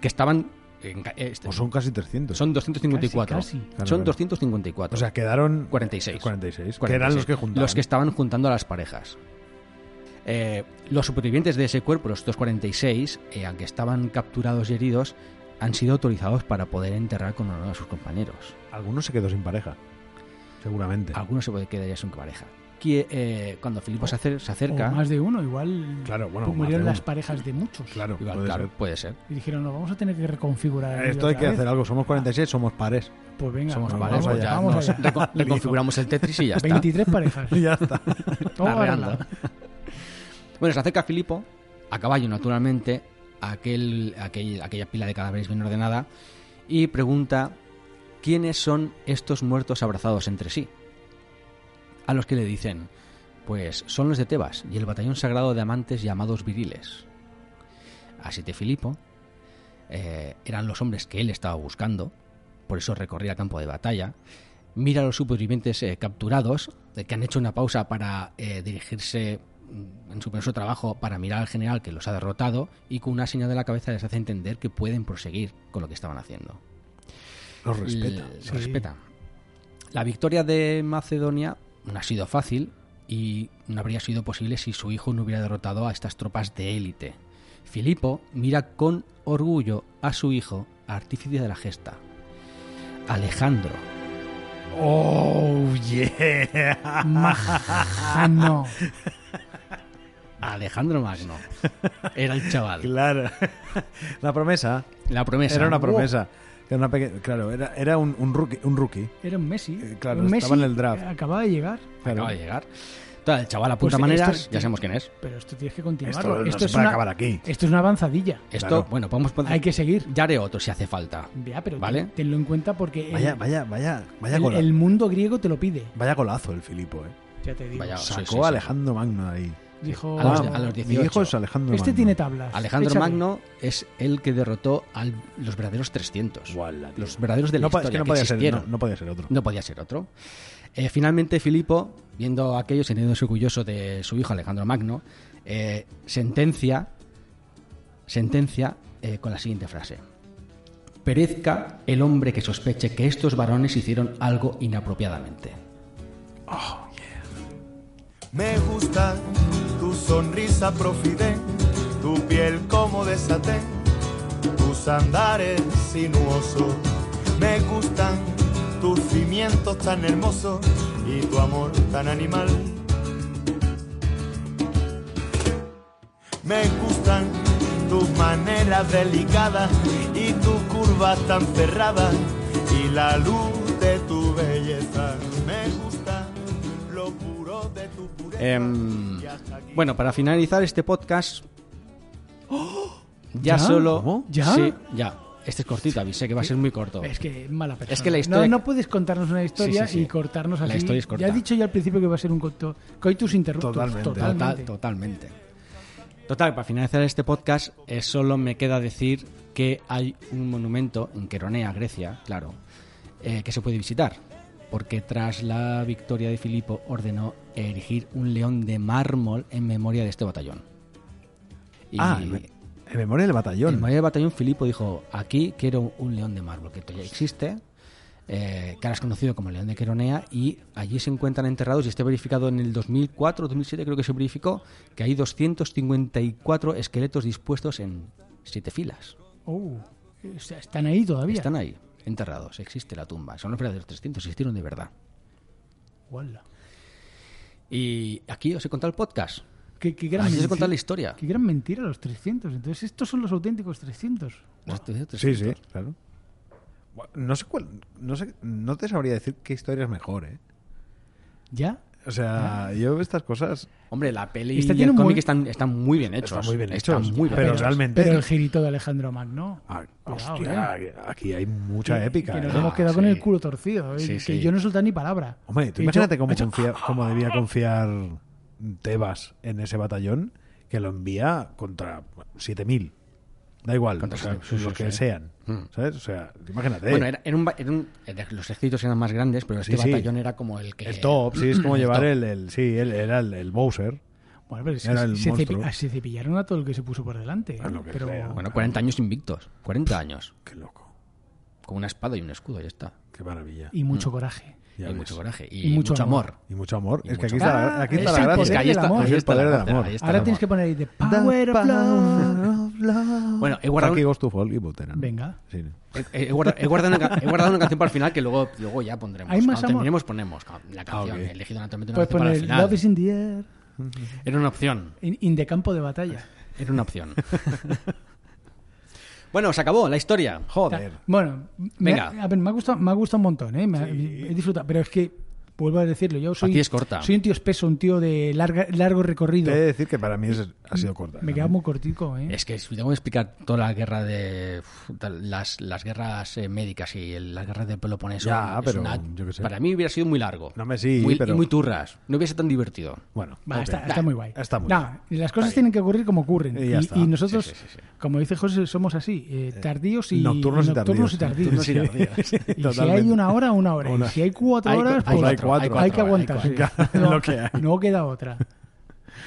S1: que estaban... en ca- eh,
S2: O son casi 300.
S1: son 254.
S3: Casi, casi.
S2: Claro,
S1: Son
S2: claro.
S1: 254.
S2: o sea, quedaron
S1: 46.
S2: 46, Que
S1: 46,
S2: eran los que juntaban.
S1: Los que estaban juntando a las parejas. Eh, los supervivientes de ese cuerpo, los 246, eh, aunque estaban capturados y heridos, han sido autorizados para poder enterrar con honor a sus compañeros.
S2: Algunos se quedó sin pareja. Seguramente.
S1: Algunos se puede quedar ya sin pareja. Que, eh, cuando Filipo se, acer- se
S2: Oh,
S3: O
S1: acerca,
S3: más de uno, igual.
S2: Claro, bueno, más
S3: pues murieron
S2: de
S3: las
S2: uno.
S3: parejas de muchos.
S2: Claro,
S1: igual,
S2: puede
S1: claro,
S2: ser.
S1: puede ser.
S3: Y dijeron, no, vamos a tener que reconfigurar. el
S2: Esto
S3: vídeo
S2: hay que
S3: otra vez".
S2: hacer algo. Somos 46, somos pares. [laughs]
S3: Pues venga,
S1: Somos
S3: vamos,
S1: pares,
S2: vamos
S1: pues
S2: allá,
S1: ya
S3: vamos
S1: nos
S3: allá.
S2: [laughs]
S1: recon- reconfiguramos el Tetris y ya está.
S3: 23 parejas.
S2: ya está.
S3: Todo
S1: Arreando.
S3: arreglado.
S1: Bueno, se acerca Filipo, a caballo naturalmente, a aquel, a aquel- aquella pila de cadáveres bien ordenada, y pregunta quiénes son estos muertos abrazados entre sí. a los que le dicen, pues son los de Tebas y el batallón sagrado de amantes llamados viriles. Así te Filipo eh, eran los hombres que él estaba buscando, por eso recorría el campo de batalla. Mira a los supervivientes eh, capturados, eh, que han hecho una pausa para eh, dirigirse mm, en su penoso trabajo para mirar al general que los ha derrotado y con una señal de la cabeza les hace entender que pueden proseguir con lo que estaban haciendo.
S2: Los respeta.
S1: L-
S3: sí.
S1: respeta. La victoria de Macedonia no ha sido fácil y no habría sido posible si su hijo no hubiera derrotado a estas tropas de élite. Filipo mira con orgullo a su hijo, artífice de la gesta, Alejandro,
S2: Oh, yeah. [laughs]
S1: [laughs]
S3: Majano.
S1: Alejandro
S3: [laughs]
S1: Magno. Era el chaval.
S2: Claro. [laughs] La promesa.
S1: La promesa. Uh,
S2: Era una promesa. Era una peque- Claro, era, era un, un rookie. Un rookie.
S3: Era un Messi.
S2: Eh, claro,
S3: un
S2: estaba en el draft.
S3: Acababa de llegar.
S2: Claro.
S1: Acaba de llegar. Entonces, el chaval apunta
S3: Pues
S1: maneras,
S3: esto-
S1: ya sabemos quién es.
S3: Pero esto tienes que
S2: Esto
S3: continuarlo.
S2: no
S3: Esto,
S2: se
S3: es
S2: puede
S3: una,
S2: acabar aquí.
S3: esto es una avanzadilla.
S1: Esto,
S2: Claro.
S1: bueno, podemos poner-
S3: Hay que seguir.
S1: Ya haré otro si hace falta.
S3: Ya, pero
S1: Vale.
S3: ten- tenlo en cuenta porque el-
S2: Vaya, vaya, vaya. Vaya,
S3: el,
S2: gola-
S3: el mundo griego te lo pide.
S2: vaya golazo el Filipo, eh.
S3: Ya te digo.
S1: Vaya, sí,
S2: Sacó
S1: sí, sí,
S2: a
S1: sí.
S2: Alejandro Magno de ahí.
S3: Dijo,
S1: A los-
S2: Ah,
S1: a los
S2: Mi hijo
S1: 18.
S2: es Alejandro
S3: este
S2: Magno.
S3: tiene tablas.
S1: Alejandro
S3: Échale.
S1: Magno es el que derrotó a los verdaderos 300.
S2: Guala, tío.
S1: los verdaderos de la
S2: no, po- es
S1: historia
S2: que no
S1: que
S2: podía ser, no,
S1: existieron.
S2: no podía ser otro.
S1: No podía ser otro. Eh, finalmente, Filipo, viendo aquello, sintiéndose orgulloso de su hijo Alejandro Magno, eh, sentencia, sentencia eh, con la siguiente frase. Perezca el hombre que sospeche que estos varones hicieron algo inapropiadamente.
S4: Me gusta tu sonrisa profidén, tu piel como de satén, tus andares sinuosos. Me gustan tus cimientos tan hermosos y tu amor tan animal. Me gustan tus maneras delicadas y tus curvas tan cerradas y la luz de tu belleza. Me gusta lo puro de tu pureza.
S1: Em,
S4: y hasta aquí
S1: bueno, para finalizar este podcast, ya,
S3: ¡Oh! ¿Ya?
S1: solo...
S3: ¿Cómo? ¿Ya?
S1: Sí, ya. Este es cortito, avisé que va a ser muy corto.
S3: Es que es mala persona.
S1: Es que la historia-
S3: No, no puedes contarnos una historia
S1: Sí, sí, sí.
S3: y cortarnos
S1: La
S3: así.
S1: historia es corta.
S3: Ya he dicho yo al principio que va a ser un coito- coitus interruptus.
S2: Totalmente.
S1: Total- totalmente. Total, para finalizar este podcast, eh, solo me queda decir que hay un monumento en Queronea, Grecia, claro, eh, que se puede visitar, porque tras la victoria de Filipo ordenó erigir un león de mármol en memoria de este batallón. Y
S2: Ah, en, me- en memoria del
S1: en
S2: batallón.
S1: memoria del batallón, Filipo dijo, aquí quiero un león de mármol, que todavía existe, eh, que ahora es conocido como león de Queronea, y allí se encuentran enterrados, y está verificado en el 2004, 2007 creo que se verificó, que hay 254 esqueletos dispuestos en siete filas.
S3: Oh, o sea, están ahí todavía.
S1: Están ahí, enterrados, existe la tumba, son los verdaderos 300, existieron de verdad.
S3: Guala.
S1: Y aquí os he contado el podcast,
S3: Qué, qué gran
S1: aquí os he
S3: mentira-
S1: contado la historia.
S3: Qué gran mentira los 300. Entonces, estos son los auténticos 300.
S1: Los 300.
S2: Sí, sí, claro. Bueno, No sé cuál. No, sé, no te sabría decir qué historia es mejor, ¿eh?
S3: ¿Ya?
S2: O
S1: Ah.
S2: sea, yo estas cosas.
S1: Hombre, la peli
S3: Este
S1: y
S3: tiene
S1: el
S3: un
S1: cómic
S3: buen-
S1: están, están muy bien hechos.
S2: Están muy bien
S1: Están
S2: hechos,
S1: muy bien
S2: pero
S1: hechos.
S2: realmente.
S3: Pero el girito de Alejandro Magno.
S2: Ah,
S3: Cuidado, eh.
S2: hostia, aquí hay mucha
S3: que-
S2: épica.
S3: Que nos
S2: ¿eh?
S3: hemos
S1: sí.
S3: quedado con el culo torcido. eh,
S1: Sí,
S3: que
S1: sí.
S3: yo no he soltado ni palabra.
S2: Hombre, tú
S3: He
S2: imagínate
S3: hecho-
S2: cómo,
S3: he hecho-
S2: confía- cómo
S1: [laughs]
S2: debía confiar Tebas en ese batallón que lo envía contra 7000. Da igual,
S1: Contra
S2: o sea,
S1: 7.000, sí,
S2: los
S1: sí,
S2: que
S1: sí. Hmm.
S2: sean. ¿Sabes? O sea, imagínate.
S1: Bueno, era, era un, ba- era un- era- los ejércitos eran más grandes, pero este
S2: Sí, sí.
S1: batallón era como [clears throat] el que.
S2: el top, sí, es como llevar
S1: top.
S2: el, el- Sí, él era el, el Bowser.
S3: Bueno, pero se,
S2: Era el
S3: se cepi-
S2: monstruo.
S3: ah, se cepillaron a todo el que se puso por delante. ¿eh?
S2: Ah, lo que
S3: pero
S2: sea.
S1: Bueno, 40 años invictos. 40 años.
S2: Qué loco.
S1: Con una espada y un escudo, ya está.
S2: Qué maravilla.
S3: Y mucho coraje.
S1: Y
S2: Ya ves.
S1: mucho coraje. Y,
S3: Y
S1: mucho,
S3: mucho
S1: amor.
S2: Y mucho amor.
S1: Y
S2: es que
S1: mucho
S2: aquí está,
S3: amor.
S2: la- aquí está
S3: Ah,
S2: la
S3: es el
S2: gracia.
S3: poder del amor.
S2: Es el poder del amor.
S1: ahí está
S3: Ahora
S1: el
S3: tienes que
S1: amor.
S3: poner ahí de
S2: [laughs]
S3: Power of Love.
S1: Bueno, he guardado,
S2: Aquí
S1: un-
S2: Goes to Fall y Butera, ¿no?
S3: Venga.
S2: Sí, ¿no?
S1: he, he guarda- he guardado una, ca- he guardado una canción para el final que luego, luego ya pondremos.
S3: ¿Hay más
S1: Cuando
S3: amor?
S1: terminemos, ponemos ca- la canción.
S2: Ah, ok.
S1: He elegido naturalmente una
S3: Puedes
S1: canción para el
S3: poner
S1: final.
S3: Love is in the air.
S1: Era una opción.
S3: In, in the campo de batalla.
S1: Era una
S3: [laughs]
S1: opción. bueno, se acabó la historia.
S2: Joder.
S3: Bueno, me
S1: Venga.
S3: ha, a ver, me ha gustado, me ha gustado un montón, ¿eh? Me ha- he disfrutado, pero es que Vuelvo a decirlo, yo soy,
S1: ti es corta.
S3: soy un tío espeso, un tío de larga- largo
S2: Te
S3: recorrido.
S2: he de decir que para mí es- ha sido corta.
S3: Me queda muy cortico, ¿eh?
S1: Es que si tengo que explicar toda la guerra de. uf, tal, Las, las guerras eh, médicas y el- las guerras del Peloponeso.
S2: Ya,
S1: es
S2: pero yo qué sé.
S1: Para mí hubiera sido muy largo.
S2: No, hombre, sí,
S1: muy,
S2: pero-
S1: Y muy turras. No hubiese sido tan divertido.
S2: Bueno,
S3: Va,
S2: ok.
S3: está, está muy guay.
S2: Está muy
S3: Nah, las cosas tienen que ocurrir como ocurren.
S2: Y
S3: Y,
S2: ya está.
S3: y nosotros,
S1: Sí, sí, sí, sí.
S3: como dice José, somos así, eh, tardíos y
S2: Nocturnos y
S3: nocturnos
S2: tardíos.
S3: y tardíos.
S2: Nocturnos y
S3: [laughs] Y
S2: tardíos.
S3: si hay una hora, una hora.
S2: Una-
S3: Y si hay cuatro
S1: Hay-
S3: horas,
S1: hay
S3: pues
S2: cuatro, hay
S3: hay que
S1: cuatro,
S3: aguantarse.
S1: hay
S2: [laughs] cuatro.
S3: No,
S2: Lo que hay.
S3: no queda otra.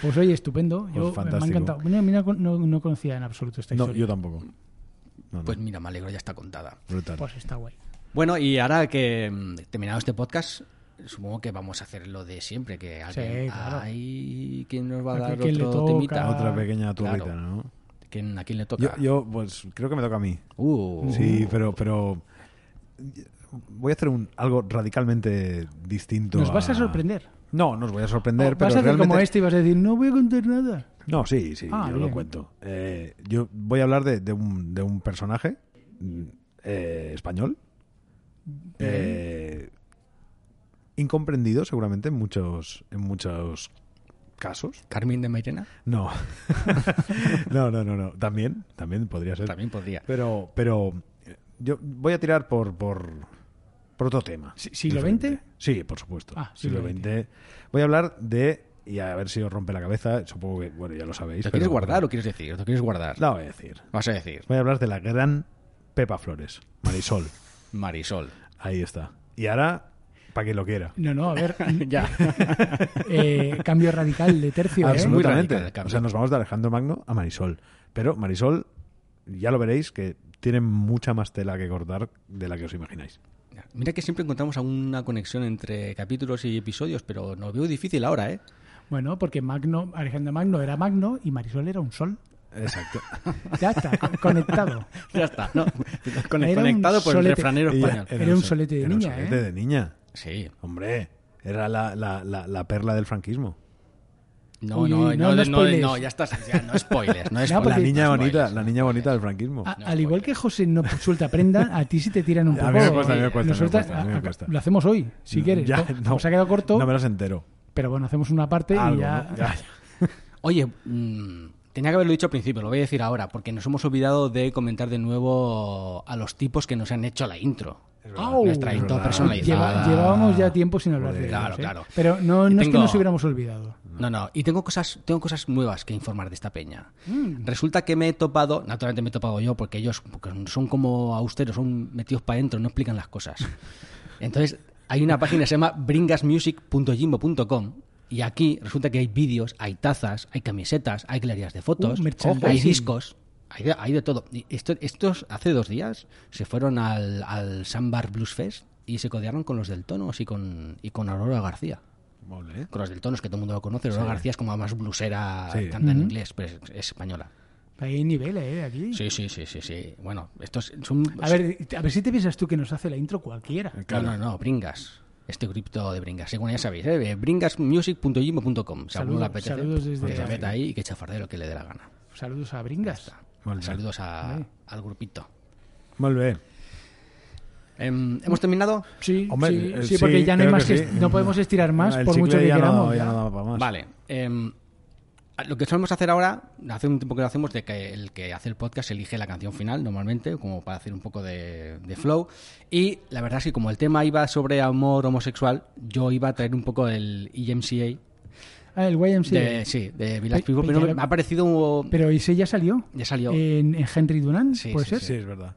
S3: Pues oye, estupendo. Yo, me ha
S2: fantástico.
S3: encantado. Mira, mira, no, no conocía en absoluto esta
S2: No,
S3: historia.
S2: yo tampoco. No, no,
S1: Pues mira, me alegro, ya está contada.
S2: brutal.
S3: Pues está guay.
S1: Bueno, y ahora que mm, terminado este podcast, supongo que vamos a hacer lo de siempre, que alguien,
S3: claro.
S1: ay, ¿quién nos va a
S3: ¿A
S1: dar
S3: quién le
S1: otro
S3: toca?
S1: temita?
S2: Otra pequeña turrita,
S1: Claro.
S2: ¿no?
S1: ¿Quién- ¿A quién le
S2: Yo,
S1: toca?
S2: yo, pues creo que me toca a mí.
S1: Uh,
S2: Sí, pero, pero voy a hacer un, algo radicalmente distinto.
S3: Nos vas a sorprender.
S2: No, no os voy a sorprender, pero
S3: Vas a hacer
S2: realmente...
S3: como este y vas a decir, no voy a contar nada.
S2: No, sí, sí,
S3: Ah,
S2: yo
S3: bien.
S2: lo cuento. Eh, yo voy a hablar de, de un, de un personaje mm, eh, español. eh, incomprendido, seguramente, en muchos, en muchos casos.
S1: ¿Carmen de Mairena?
S2: No. [laughs] no, no, no, no. También, también podría ser.
S1: También podría.
S2: Pero, pero eh, yo voy a tirar por, por, por otro tema.
S3: Si- ¿siglo
S2: Diferente.
S3: XX?
S2: Sí, por supuesto.
S3: Ah,
S2: siglo
S3: siglo
S2: XX. Voy a hablar de, y a ver si os rompe la cabeza, supongo que, bueno, ya lo sabéis.
S1: ¿Lo
S2: pero-
S1: quieres guardar o quieres decir? ¿Lo quieres guardar?
S2: La voy a decir.
S1: Vas a decir,
S2: Voy a hablar de la gran Pepa Flores,
S1: [laughs]
S2: Marisol.
S1: Marisol.
S2: [laughs] Ahí está. Y ahora, para quien lo quiera.
S3: No, no, a
S2: [laughs]
S3: ver.
S1: ya.
S3: eh, cambio radical de tercio. ¿eh?
S1: Absoluto.
S2: Absolutamente.
S1: radical el cambio.
S2: o sea, nos vamos de Alejandro Magno a Marisol. Pero Marisol, ya lo veréis, que tiene mucha más tela que cortar de la que os imagináis.
S1: Mira que siempre encontramos alguna conexión entre capítulos y episodios, pero no veo difícil ahora, ¿eh?
S3: Bueno, porque Magno, Alejandro Magno era Magno y Marisol era un sol.
S2: [laughs] Exacto.
S3: Ya está, co-
S2: [laughs]
S3: conectado.
S1: Ya está, ¿no? [laughs] Con-
S3: Era un
S1: Conectado por el
S3: solete.
S1: refranero
S2: Ella
S1: español.
S3: Era un
S2: sol-
S3: solete de
S2: era un
S3: niña,
S2: solete
S3: ¿eh?
S2: de niña.
S1: Sí.
S2: Hombre, era la, la- la- la perla del franquismo.
S1: No,
S3: Uy,
S1: no,
S3: uy,
S1: no,
S3: no, no
S1: no, no,
S3: spoilers.
S1: ya estás, ya no spoilers, no
S3: [laughs]
S1: spoilers.
S3: porque-
S2: La niña
S1: no
S2: bonita,
S1: spoilers.
S2: la niña bonita del franquismo.
S3: A- al igual que José no suelta prenda, a ti sí te tiran
S2: [laughs]
S3: un
S2: A
S3: poco.
S2: mí me cuesta, a mí me
S3: eh,
S2: cuesta,
S3: nos
S2: a mí me
S3: suelta-
S2: cuesta, a mí me
S3: a-
S2: cuesta. Mm,
S3: Lo hacemos hoy, si quieres.
S2: Ya,
S3: Co-
S2: no.
S3: Nos ha quedado corto,
S2: No me las entero.
S3: pero bueno, hacemos una parte
S2: Algo,
S3: y ya.
S2: ¿no? Ya.
S1: Oye, mm, tenía que haberlo dicho al principio, lo voy a decir ahora, porque nos hemos olvidado de comentar de nuevo a los tipos que nos han hecho la intro.
S3: Au.
S1: Nuestra intro
S2: verdad.
S1: personalizada.
S3: Lleva- llevábamos ya tiempo sin hablar
S2: Joder,
S3: de
S1: claro,
S3: ellos, ¿eh?
S1: claro.
S3: Pero no,
S1: Y
S3: no es que
S1: tengo-
S3: nos hubiéramos olvidado.
S1: No, no, y tengo cosas, tengo cosas nuevas que informar de esta peña.
S3: Mm.
S1: Resulta que me he topado, naturalmente me he topado yo, porque ellos porque son como austeros, son metidos para adentro, no explican las
S3: [laughs]
S1: cosas. Entonces, hay una página que se llama bringasmusic.jimbo.com y aquí resulta que hay vídeos, hay tazas, hay camisetas, hay galerías de fotos,
S3: Uh, merchandising.
S1: hay discos. Hay de, hay de todo. Y esto- estos hace dos días se fueron al, al Sambar Blues Fest y se codearon con los del Tonos y con, y con Aurora García
S2: Mole, ¿eh?
S1: con los del tonos que todo el mundo lo conoce. Lola García es como más blusera,
S2: Sí.
S1: canta en inglés, pero es, es española.
S3: Hay niveles, ¿eh? Aquí.
S1: Sí, sí, sí, sí, sí. Bueno, estos son... pues,
S3: A ver, a ver si te piensas tú que nos hace la intro cualquiera.
S1: No, no, no, bringas. Este cripto de bringas, según ya sabéis, ¿eh? bringasmusic.yimo.com. Si alguno
S3: Saludos,
S1: le apetece,
S3: saludos desde-
S1: que se meta ahí y que chafardee lo que le dé la gana.
S3: Saludos a Bringas.
S2: Molt bé.
S1: Saludos a- al grupito.
S2: Molt bé.
S1: Em, ¿Hemos terminado?
S3: Sí,
S2: Hombre,
S3: sí,
S2: eh,
S3: sí, porque
S2: sí,
S3: ya no, hay
S2: creo
S3: más
S2: que
S3: que
S2: sí.
S3: est- no podemos estirar más
S2: El
S3: por mucho
S2: chicle
S3: que
S2: ya no
S3: queramos.
S2: da- ya
S3: ya.
S2: no daba para más.
S1: Vale. em, lo que solemos hacer ahora, hace un tiempo que lo hacemos, de que el que hace el podcast elige la canción final normalmente, como para hacer un poco de, de flow. Y la verdad es que como el tema iba sobre amor homosexual, yo iba a traer un poco el E EMCA
S3: Ah, el YMCA.
S1: de, sí, de Village
S3: Pe-
S1: People,
S3: pe-
S1: pero
S3: ya
S1: me
S3: lo-
S1: ha parecido...
S3: Pero ese ya salió.
S1: Ya salió.
S3: En, en Henry Dunant,
S1: Sí,
S3: ¿puede
S1: sí,
S3: ser?
S2: Sí, es verdad.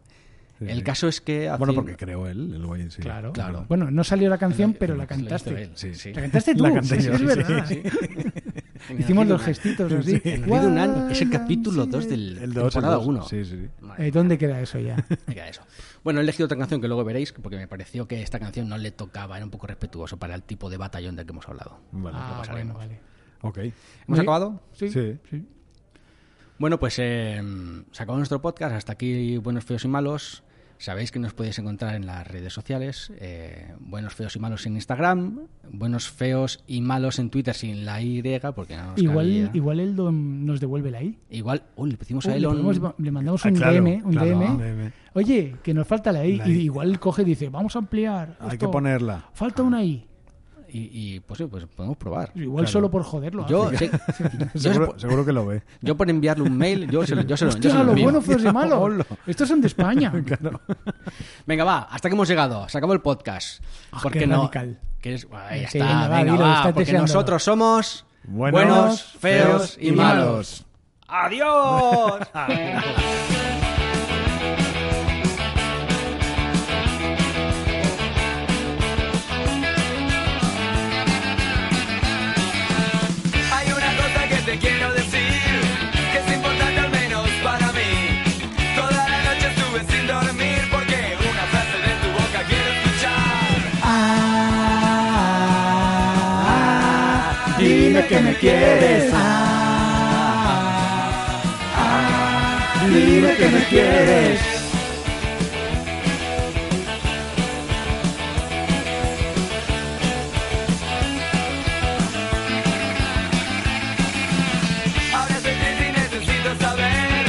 S2: Sí,
S1: el
S2: sí.
S1: caso es que...
S2: Bueno,
S1: hacen-
S2: porque creó él, el guay en sí.
S3: Claro.
S1: Claro.
S3: Bueno, no salió la canción,
S1: Lo-
S3: pero
S1: lo
S3: la
S1: hizo- lo hizo
S3: cantaste.
S1: él,
S2: Sí, sí.
S3: La cantaste tú.
S2: La canté
S3: sí,
S2: yo,
S3: es
S2: sí,
S3: verdad. [laughs]
S2: sí,
S3: Hicimos los
S1: Dunant. [laughs]
S3: gestitos así.
S1: Henry Dunant es el capítulo 2 del
S2: El 2.
S1: temporada 1.
S2: Sí, sí.
S3: Eh, ¿Dónde queda eso ya?
S1: Era eso. Bueno, he elegido otra canción que luego veréis, porque me pareció que esta canción no le tocaba, era un poco respetuoso para el tipo de batallón del que hemos hablado.
S2: Vale.
S3: ah, bueno,
S1: pasaremos.
S3: vale.
S2: Ok.
S1: ¿Hemos
S3: Sí.
S1: acabado?
S3: Sí.
S2: Sí.
S3: sí.
S1: Bueno, pues eh, se acabó nuestro podcast. Hasta aquí, buenos, feos y malos. Sabéis que nos podéis encontrar en las redes sociales. eh, buenos, feos y malos en Instagram. Buenos, feos y malos en Twitter sin la Y, porque no nos cabía.
S3: Igual, igual Eldo nos devuelve la I.
S1: Igual, uy, le pedimos
S3: Uy,
S1: a
S3: le,
S1: Elon.
S3: ponemos- le mandamos
S2: Ah,
S3: un
S2: claro,
S3: DM. Un
S2: claro,
S3: DM.
S2: un DM.
S3: Oye, que nos falta la I.
S2: La
S3: y
S2: I.
S3: igual coge y dice, vamos a ampliar.
S2: Hay
S3: esto.
S2: que ponerla.
S3: Falta una I.
S1: Y y, y, pues, sí, pues podemos probar.
S3: Igual solo por joderlo.
S1: Yo,
S3: hace.
S1: sí,
S3: [laughs]
S1: yo,
S2: Seguro, seguro que lo ve.
S1: yo por enviarle un mail, yo se lo, yo se lo, yo
S3: Hostia,
S1: se lo
S3: lo
S1: envío.
S2: [laughs]
S3: bueno, feos y malos.
S2: Hola.
S3: Estos son
S2: [laughs]
S3: de España.
S1: Venga, va, hasta que hemos llegado. Se acabó el podcast.
S3: Ah,
S1: porque
S3: qué
S1: no?
S3: radical.
S1: que es- ahí
S3: Sí,
S1: está,
S3: venga, va,
S1: venga,
S3: dilo,
S1: va,
S3: estás
S1: porque
S3: deseándolo.
S1: nosotros somos
S2: Buenos,
S1: feos y malos. ¡Adiós!
S3: [laughs]
S4: Hay una cosa que te quiero decir, que es importante al menos para mí. Toda la noche estuve sin dormir porque una frase de tu boca quiero escuchar.
S3: Ah, Dime que me quieres. dime que me quieres.
S4: Ahora soy triste y necesito saber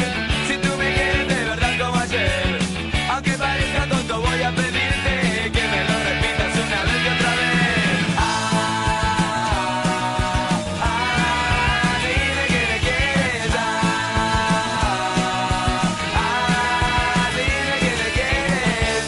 S4: si tú me quieres de verdad como ayer. Aunque parezca tonto voy a pedirte que me lo repitas una vez y otra vez. Ah, ah, dime que me quieres. Ah, ah, dime que me quieres.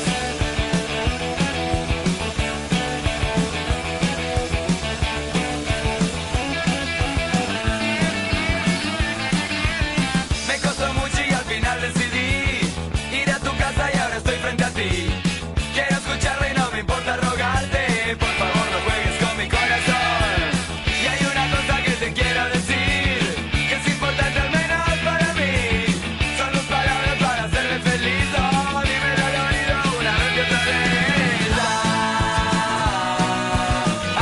S4: Me costó mucho y al final decidí ir a tu casa y ahora estoy frente a ti. Quiero escucharlo y no me importa rogarte, por favor no juegues con mi corazón. Y hay una cosa que te quiero decir, que es importante al menos para mí. Son tus palabras para hacerme feliz, oh, dímelo al oído una vez y otra vez. Ah,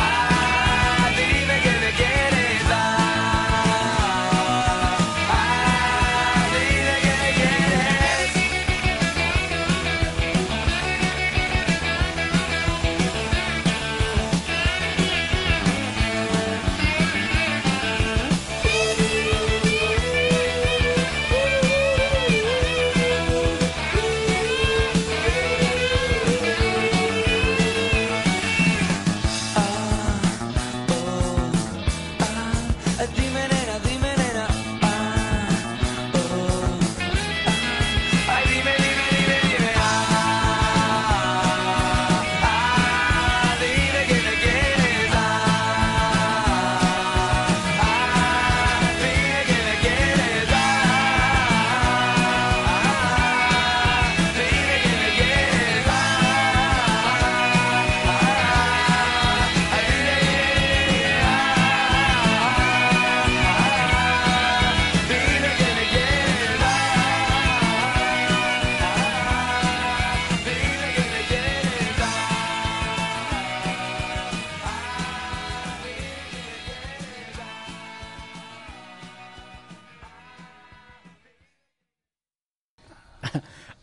S4: ah, dime que me quieres, ah, Ah, dime que me quieres. Ah, Dime nena, dime nena, ah, oh, ah, ay dime, dime, dime, dime, ah, ah, dime que me quieres, ah, ah, dime que me quieres, ah, ah, dime que me quieres, ah, ah, dime que Dime que me quieres, ah, dime que me quieres, ah, dime que me quieres, ah.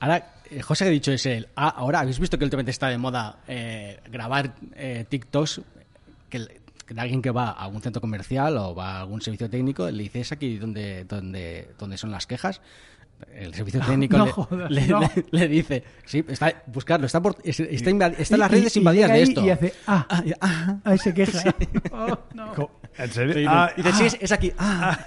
S1: Ahora, eh, José ha dicho es el. ah, ahora habéis visto que últimamente está de moda eh, grabar eh, TikToks que, le- que de alguien que va a algún centro comercial o va a algún servicio técnico le dice es aquí donde donde donde son las quejas. El servicio técnico
S3: [laughs] no
S1: le,
S3: jodas,
S1: le-
S3: no.
S1: le- le dice, sí, está buscarlo, está por, es- está, invad- está
S3: Y-
S1: en las
S3: y-
S1: redes
S3: y
S1: invadidas
S3: llega
S1: de
S3: ahí
S1: esto.
S3: Y hace, ah,
S1: Ah, y- ah.
S3: ahí se queja. Oh, no.
S2: Co- ¿En
S1: Te
S2: serio?
S1: dicen,
S2: Ah,
S1: dice, sí, es, es aquí. Ah,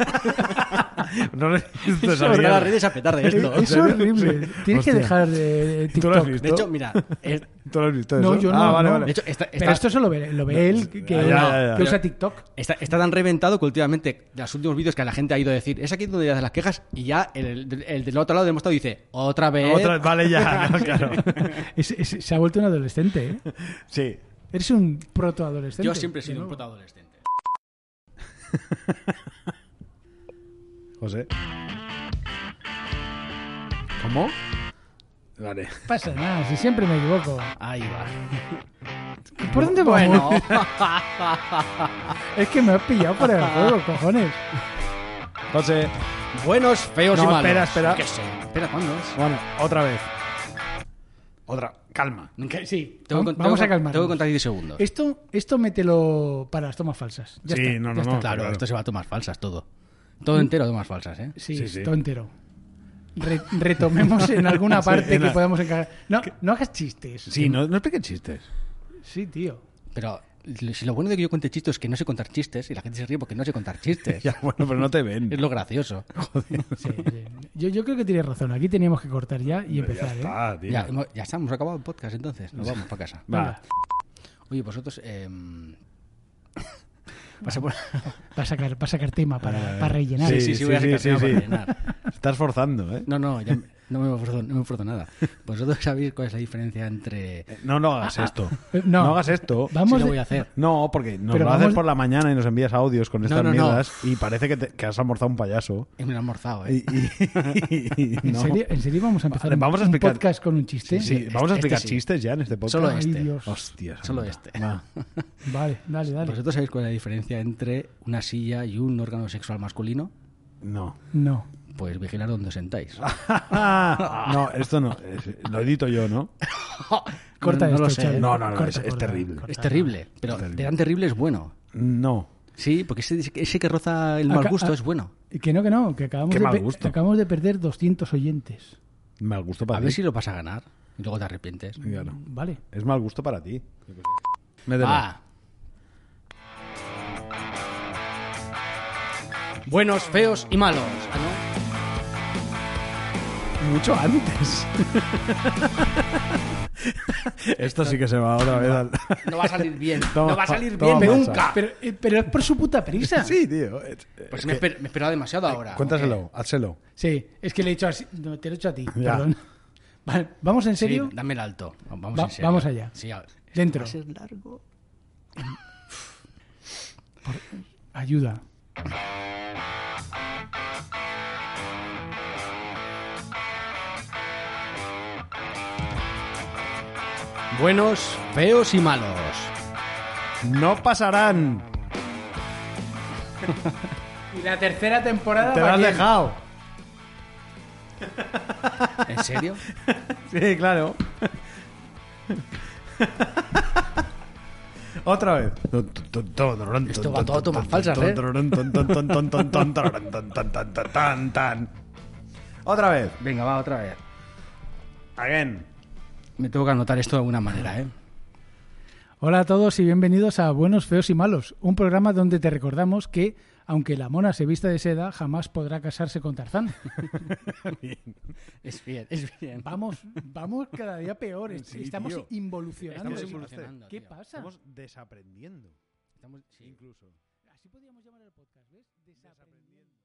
S2: [laughs] no lo he visto,
S1: está en
S2: sabía.
S1: las redes a petar de esto.
S3: Eh, es
S2: [laughs]
S3: horrible.
S2: Sí.
S3: Tienes
S2: Hostia.
S3: que dejar de
S2: ¿Tú lo has
S3: TikTok.
S2: visto?
S1: De hecho, mira, es-
S2: ¿Tú lo has visto
S3: No,
S2: eso?
S3: yo
S2: Ah,
S3: no,
S2: vale,
S3: no.
S2: vale.
S1: de hecho, esta-
S3: Pero
S1: esta-
S3: esto solo ve- lo ve él que,
S2: ya, ya, ya.
S3: que usa TikTok.
S1: Está, está tan reventado que últimamente los últimos vídeos que la gente ha ido a decir es aquí donde haces las quejas y ya el, el- el del otro lado del mostrador dice otra vez.
S2: Ah, Otra- vale, ya, no, claro.
S3: Es- es- se ha vuelto un adolescente,
S2: [laughs]
S3: ¿eh?
S2: Sí.
S3: Eres un protoadolescente.
S1: Yo siempre he sido un
S3: ¿no?
S1: puto adolescente.
S2: José. ¿Cómo? Vale.
S3: Pasa nada, si siempre me equivoco.
S1: Ahí va.
S3: ¿Por dónde vamos?
S1: Bueno,
S3: [laughs] Es que me has pillado
S2: [laughs]
S3: para el juego, cojones.
S2: José.
S1: buenos, feos y
S2: No,
S1: malos.
S2: espera, espera.
S1: Yo qué sé. Espera, ¿cuándo es?
S2: Bueno, otra vez. Otra. Calma.
S1: Nunca- Sí,
S3: Vamos-
S1: con-
S3: vamos a
S1: con-
S3: calmarnos. Este-
S1: Tengo que contar 10 segundos.
S3: Esto, esto mételo para las tomas falsas. Ya
S2: sí,
S3: está,
S2: no,
S3: ya
S2: no,
S3: está.
S2: no.
S1: Claro, esto se va a tomar falsas todo. Todo entero tomas falsas, ¿eh?
S3: Sí,
S2: Sí,
S3: es
S2: sí.
S3: todo entero. Re- retomemos en
S2: [laughs]
S3: alguna
S2: Sí,
S3: parte
S2: en
S3: que
S2: la-
S3: podamos encajar. No, no hagas chistes.
S2: Sí, no, no expliques chistes.
S3: Sí, tío.
S1: Pero si lo bueno de que yo cuente chistes es que no sé contar chistes y la gente se ríe porque no sé contar chistes.
S2: [laughs] Ya, bueno, pero no te ven.
S1: es lo gracioso.
S2: [laughs]
S3: Sí, sí. Yo, yo creo que tienes razón. Aquí teníamos que cortar ya y
S2: Ya
S3: empezar, ¿eh?
S2: está, tío.
S1: Ya, hemos- ya estamos, acabado el podcast entonces. Nos vamos para casa.
S2: Va.
S1: Oye, vosotros... Eh, vas a poner-
S3: Va a sacar, va a sacar tema para, para rellenar.
S2: Eh, Sí,
S1: Sí, sí, sí, voy a
S2: sí,
S1: sacar
S2: sí,
S1: tema
S2: sí.
S1: para rellenar.
S2: Estás forzando, ¿eh?
S1: No, no, ya me- no me esfuerzo, no me esfuerzo nada. ¿Vosotros sabéis cuál es la diferencia entre...
S2: Eh, No, no
S1: Ah,
S2: hagas esto.
S3: eh,
S2: No.
S3: no.
S2: hagas esto.
S1: Si
S3: Vamos
S1: lo
S3: de-
S1: voy a hacer.
S2: No, porque nos
S3: Pero
S2: lo
S3: vamos-
S2: haces por la mañana y nos envías audios con estas
S1: no, no.
S2: mierdas y parece que, te- que has almorzado un payaso.
S1: Y me lo he almorzado, ¿eh?
S2: Y- y-
S1: [laughs]
S2: y-
S3: ¿En,
S2: no.
S3: serio, en serio vamos a empezar
S2: Vale,
S3: un-
S2: vamos a
S3: un
S2: explicar-
S3: podcast con un chiste?
S2: Sí, sí, vamos a
S1: este
S2: explicar
S1: sí.
S2: chistes ya en este podcast.
S1: Solo
S3: Ay,
S1: este.
S3: Dios.
S2: Hostia,
S1: Solo
S2: santa.
S1: este. [laughs]
S2: Va.
S3: Vale, dale, dale.
S2: Pues,
S1: ¿Vosotros sabéis cuál es la diferencia entre una silla y un órgano sexual masculino?
S2: No. [laughs]
S3: No.
S1: Pues vigilar dónde os sentáis.
S2: no, esto no. Es- Lo edito yo, ¿no?
S3: [laughs] Corta
S1: no, no
S3: esto,
S1: lo sé.
S3: Xavi. Ah,
S2: No, no, no,
S3: Corta,
S2: es- es
S3: corta,
S2: terrible.
S3: corta.
S1: Es terrible, pero de tan terrible es bueno.
S2: No.
S1: Sí, porque ese, ese que roza el mal
S3: Acá-
S1: gusto
S3: a-
S1: es bueno.
S3: Y Que no, que no, que acabamos,
S2: Qué
S3: de,
S2: mal
S3: pe-
S2: gusto.
S3: acabamos de perder 200 oyentes.
S2: Mal gusto
S1: A
S2: para
S1: ver
S2: ti.
S1: si lo vas a ganar y luego te arrepientes.
S2: Claro.
S3: Vale.
S2: Es mal gusto para ti. Ah, Mételo.
S1: Va. Buenos, feos y malos. Ah, ¿no?
S2: Mucho antes. Esto sí que se va otra vez al...
S1: No va a salir bien.
S2: [laughs] Toma,
S1: no va a salir
S2: toma,
S1: bien
S2: pasa.
S1: nunca.
S3: Pero, eh, pero es por su puta prisa.
S2: Sí, tío. Eh, eh,
S1: Pues me, he esper- me he esperado demasiado ahora.
S2: Cuéntaselo, házelo.
S3: Sí, es que le he hecho así. no, te lo he hecho a ti,
S2: Ya.
S3: perdón. [laughs] Vale, ¿Vamos en
S1: Sí,
S3: serio?
S1: dame el alto. Vamos,
S3: Va-
S1: en serio.
S3: vamos allá.
S1: Sí, a-
S3: Dentro.
S1: Va a ser largo.
S3: Ayuda.
S1: Buenos, feos y malos.
S2: No pasarán.
S3: Y la tercera temporada.
S2: Te lo has dejado.
S1: ¿En serio?
S2: Sí, claro. [laughs] Otra vez.
S1: Esto va todo a tomas falsas, ¿eh?
S2: Otra vez.
S1: Venga, va otra vez.
S2: Again.
S1: Me tengo que anotar esto de alguna manera, ¿eh?
S3: Hola a todos y bienvenidos a Buenos, Feos y Malos, un programa donde te recordamos que, aunque la mona se vista de seda, jamás podrá casarse con Tarzán.
S1: Es bien, es bien.
S3: Vamos, vamos cada día peor. Est-
S2: Sí,
S3: Estamos
S2: tío.
S3: involucionando.
S2: Estamos
S3: Sí.
S2: involucionando,
S3: ¿Qué
S1: tío.
S3: pasa?
S2: Estamos desaprendiendo. Incluso.
S3: Así podríamos llamar al podcast, ¿ves? Desaprendiendo.